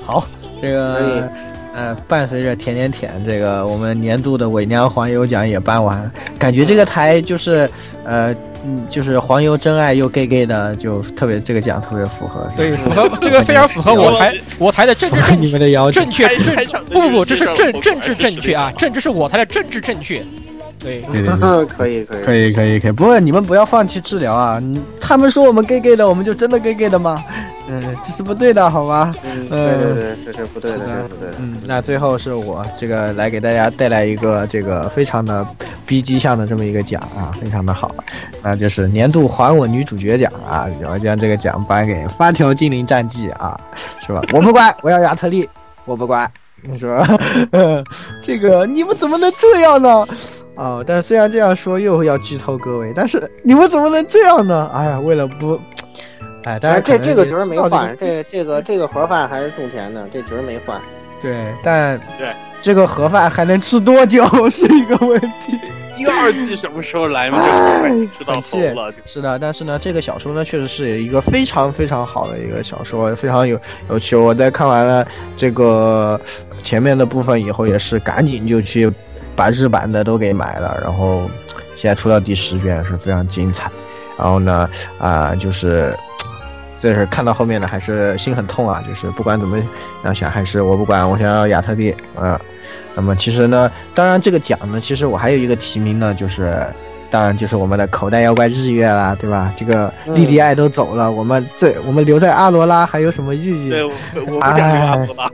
[SPEAKER 7] 好，这个呃，伴随着甜甜甜这个我们年度的伪娘黄油奖也颁完了，感觉这个台就是呃，嗯，就是黄油真爱又 gay gay 的，就特别这个奖特别符合。
[SPEAKER 2] 对，符合 这个非常符合我台我台的政治
[SPEAKER 7] 符合
[SPEAKER 2] 正
[SPEAKER 7] 你们的要求。
[SPEAKER 2] 正确正
[SPEAKER 6] 开场的
[SPEAKER 2] 不不不，
[SPEAKER 6] 游戏
[SPEAKER 2] 这是
[SPEAKER 6] 上我
[SPEAKER 2] 政
[SPEAKER 6] 果
[SPEAKER 2] 政
[SPEAKER 6] 然
[SPEAKER 2] 治
[SPEAKER 6] 是
[SPEAKER 2] 正
[SPEAKER 6] 这
[SPEAKER 2] 确啊
[SPEAKER 6] 样，
[SPEAKER 2] 政治是我台的政治正确，对。
[SPEAKER 7] 对对对。
[SPEAKER 3] 可以可以
[SPEAKER 7] 可以可以可以，不过你们不要放弃治疗啊！你他们说我们 gay gay 的，我们就真的 gay gay 的吗？
[SPEAKER 4] 呃
[SPEAKER 7] 嗯，这是不对的，好吗？
[SPEAKER 3] 嗯，对
[SPEAKER 7] 嗯
[SPEAKER 3] 对对，这是不对的，这是不对的。
[SPEAKER 7] 嗯，那最后是我这个来给大家带来一个这个非常的 B G 项的这么一个奖啊，非常的好，那就是年度还我女主角奖啊，然后将这个奖颁给发条精灵战记啊，是 吧？我不乖，我要亚特力，我不乖，你说，这个你们怎么能这样呢？哦，但虽然这样说又要剧透各位，但是你们怎么能这样呢？哎呀，为了不，哎，但
[SPEAKER 3] 哎
[SPEAKER 7] 是
[SPEAKER 3] 这
[SPEAKER 7] 可能
[SPEAKER 3] 这个
[SPEAKER 7] 也
[SPEAKER 3] 局儿
[SPEAKER 7] 知
[SPEAKER 3] 没
[SPEAKER 7] 道
[SPEAKER 3] 换，这这个这个盒饭还是种田的，这局儿没换。
[SPEAKER 7] 对，但
[SPEAKER 6] 对
[SPEAKER 7] 这个盒饭还能吃多久是一个问题。
[SPEAKER 6] 一个二季什么时候来嘛？这个知道头了，
[SPEAKER 7] 是的，但是呢，这个小说呢，确实是一个非常非常好的一个小说，非常有有趣。我在看完了这个前面的部分以后，也是赶紧就去把日版的都给买了，然后现在出到第十卷是非常精彩。然后呢，啊、就是。这是看到后面呢，还是心很痛啊！就是不管怎么样想，还是我不管，我想要亚特力啊、那么其实呢，当然这个奖呢，其实我还有一个提名呢，就是当然就是我们的口袋妖怪日月啦，对吧？这个莉莉爱都走了，我们这我们留在阿罗拉还有什么意义？
[SPEAKER 6] 对，我我不想跟他说了。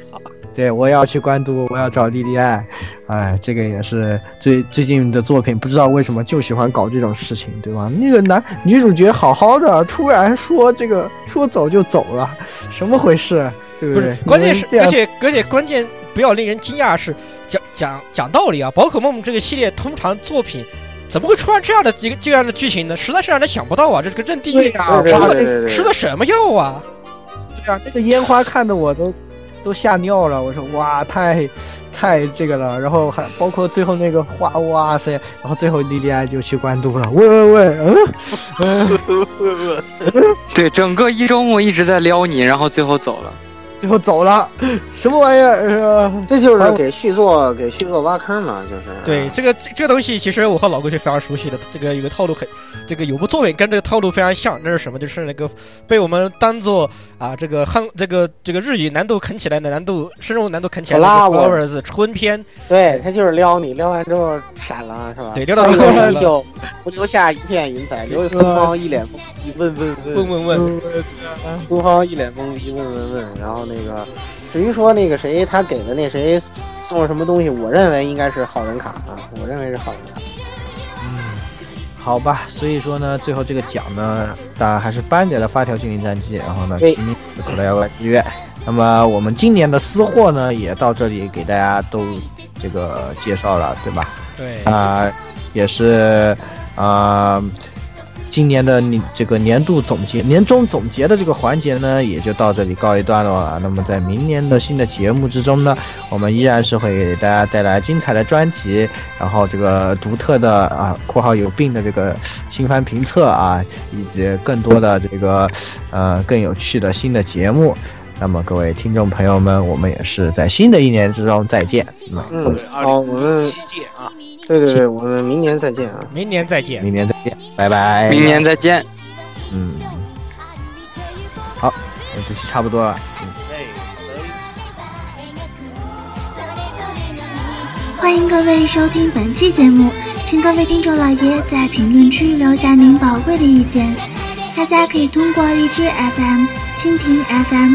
[SPEAKER 7] 对，我要去关都，我要找莉莉爱。哎，这个也是最最近的作品，不知道为什么就喜欢搞这种事情，对吧？那个男女主角好好的，突然说这个说走就走了，什么回事？对
[SPEAKER 2] 不
[SPEAKER 7] 对
[SPEAKER 2] 是？，关键是，而
[SPEAKER 7] 且
[SPEAKER 2] 且而且关键不要令人惊讶是讲讲讲道理啊！宝可梦这个系列通常作品怎么会出现这样的一个这样的剧情呢？实在是让人想不到啊！这个任地
[SPEAKER 7] 对
[SPEAKER 2] 狱
[SPEAKER 7] 呀、啊，
[SPEAKER 3] 对
[SPEAKER 2] 吃
[SPEAKER 7] 哇
[SPEAKER 3] 对
[SPEAKER 2] 了
[SPEAKER 3] 对对
[SPEAKER 2] 吃了什么药啊？
[SPEAKER 7] 对啊，那个烟花看的我都都吓尿了，我说哇，太太这个了，然后还包括最后那个花，哇塞，然后最后莉莉安就去关渡了，喂喂喂，嗯嗯，
[SPEAKER 1] 对，整个一周目一直在撩你，然后最后走了。
[SPEAKER 7] 最后走了，什么玩意儿？呃、
[SPEAKER 3] 这就是给续作给续作挖坑嘛，就是。啊
[SPEAKER 2] 对，这个这这个东西，其实我和老哥是非常熟悉的。这个有个套路很，这个有部作品跟这个套路非常像，那是什么？就是那个被我们当做啊这个汉这个这个日语难度啃起来的难度深入难度啃起来的
[SPEAKER 3] Flowers
[SPEAKER 2] Flowers 春篇，
[SPEAKER 3] 对他就是撩你，撩完之后闪了是吧？
[SPEAKER 2] 对，，撩到
[SPEAKER 3] 一
[SPEAKER 2] 最 后来
[SPEAKER 3] 会
[SPEAKER 2] 了
[SPEAKER 3] 就不留下一片云彩，留孙芳一脸懵逼，问问
[SPEAKER 2] 问
[SPEAKER 3] 问，
[SPEAKER 2] 问问，
[SPEAKER 3] 孙芳一脸懵逼，问问问。然后那个至于说那个谁，他给的那谁送了什么东西，我认为应该是好人卡啊，我认为是好人卡。
[SPEAKER 7] 好吧，所以说呢，最后这个奖呢，当然还是颁给了发条精灵战记，然后呢，
[SPEAKER 3] 对
[SPEAKER 7] 提名口袋妖怪剧院。那么我们今年的私货呢，也到这里给大家都这个介绍了，对吧？
[SPEAKER 2] 对，
[SPEAKER 7] 啊、也是啊、今年的你这个年度总结、年终总结的这个环节呢，也就到这里告一段落了。那么在明年的新的节目之中呢，我们依然是会给大家带来精彩的专辑，然后这个独特的啊（括号有病）的这个呃新番评测啊，以及更多的这个呃更有趣的新的节目。那么各位听众朋友们，我们也是在新的一年之中再见。那、
[SPEAKER 3] 嗯，
[SPEAKER 6] 二
[SPEAKER 3] 好，我
[SPEAKER 6] 零
[SPEAKER 3] 们
[SPEAKER 6] 七届啊，
[SPEAKER 3] 对对对，我们明年再见啊！
[SPEAKER 2] 明年再见，
[SPEAKER 4] 明年再见，拜拜。
[SPEAKER 1] 明年再见。
[SPEAKER 4] 嗯，好，那这期差不多了。
[SPEAKER 8] 欢迎各位收听本期节目，请各位听众老爷在评论区留下您宝贵的意见。大家可以通过荔枝 FM、蜻蜓 FM、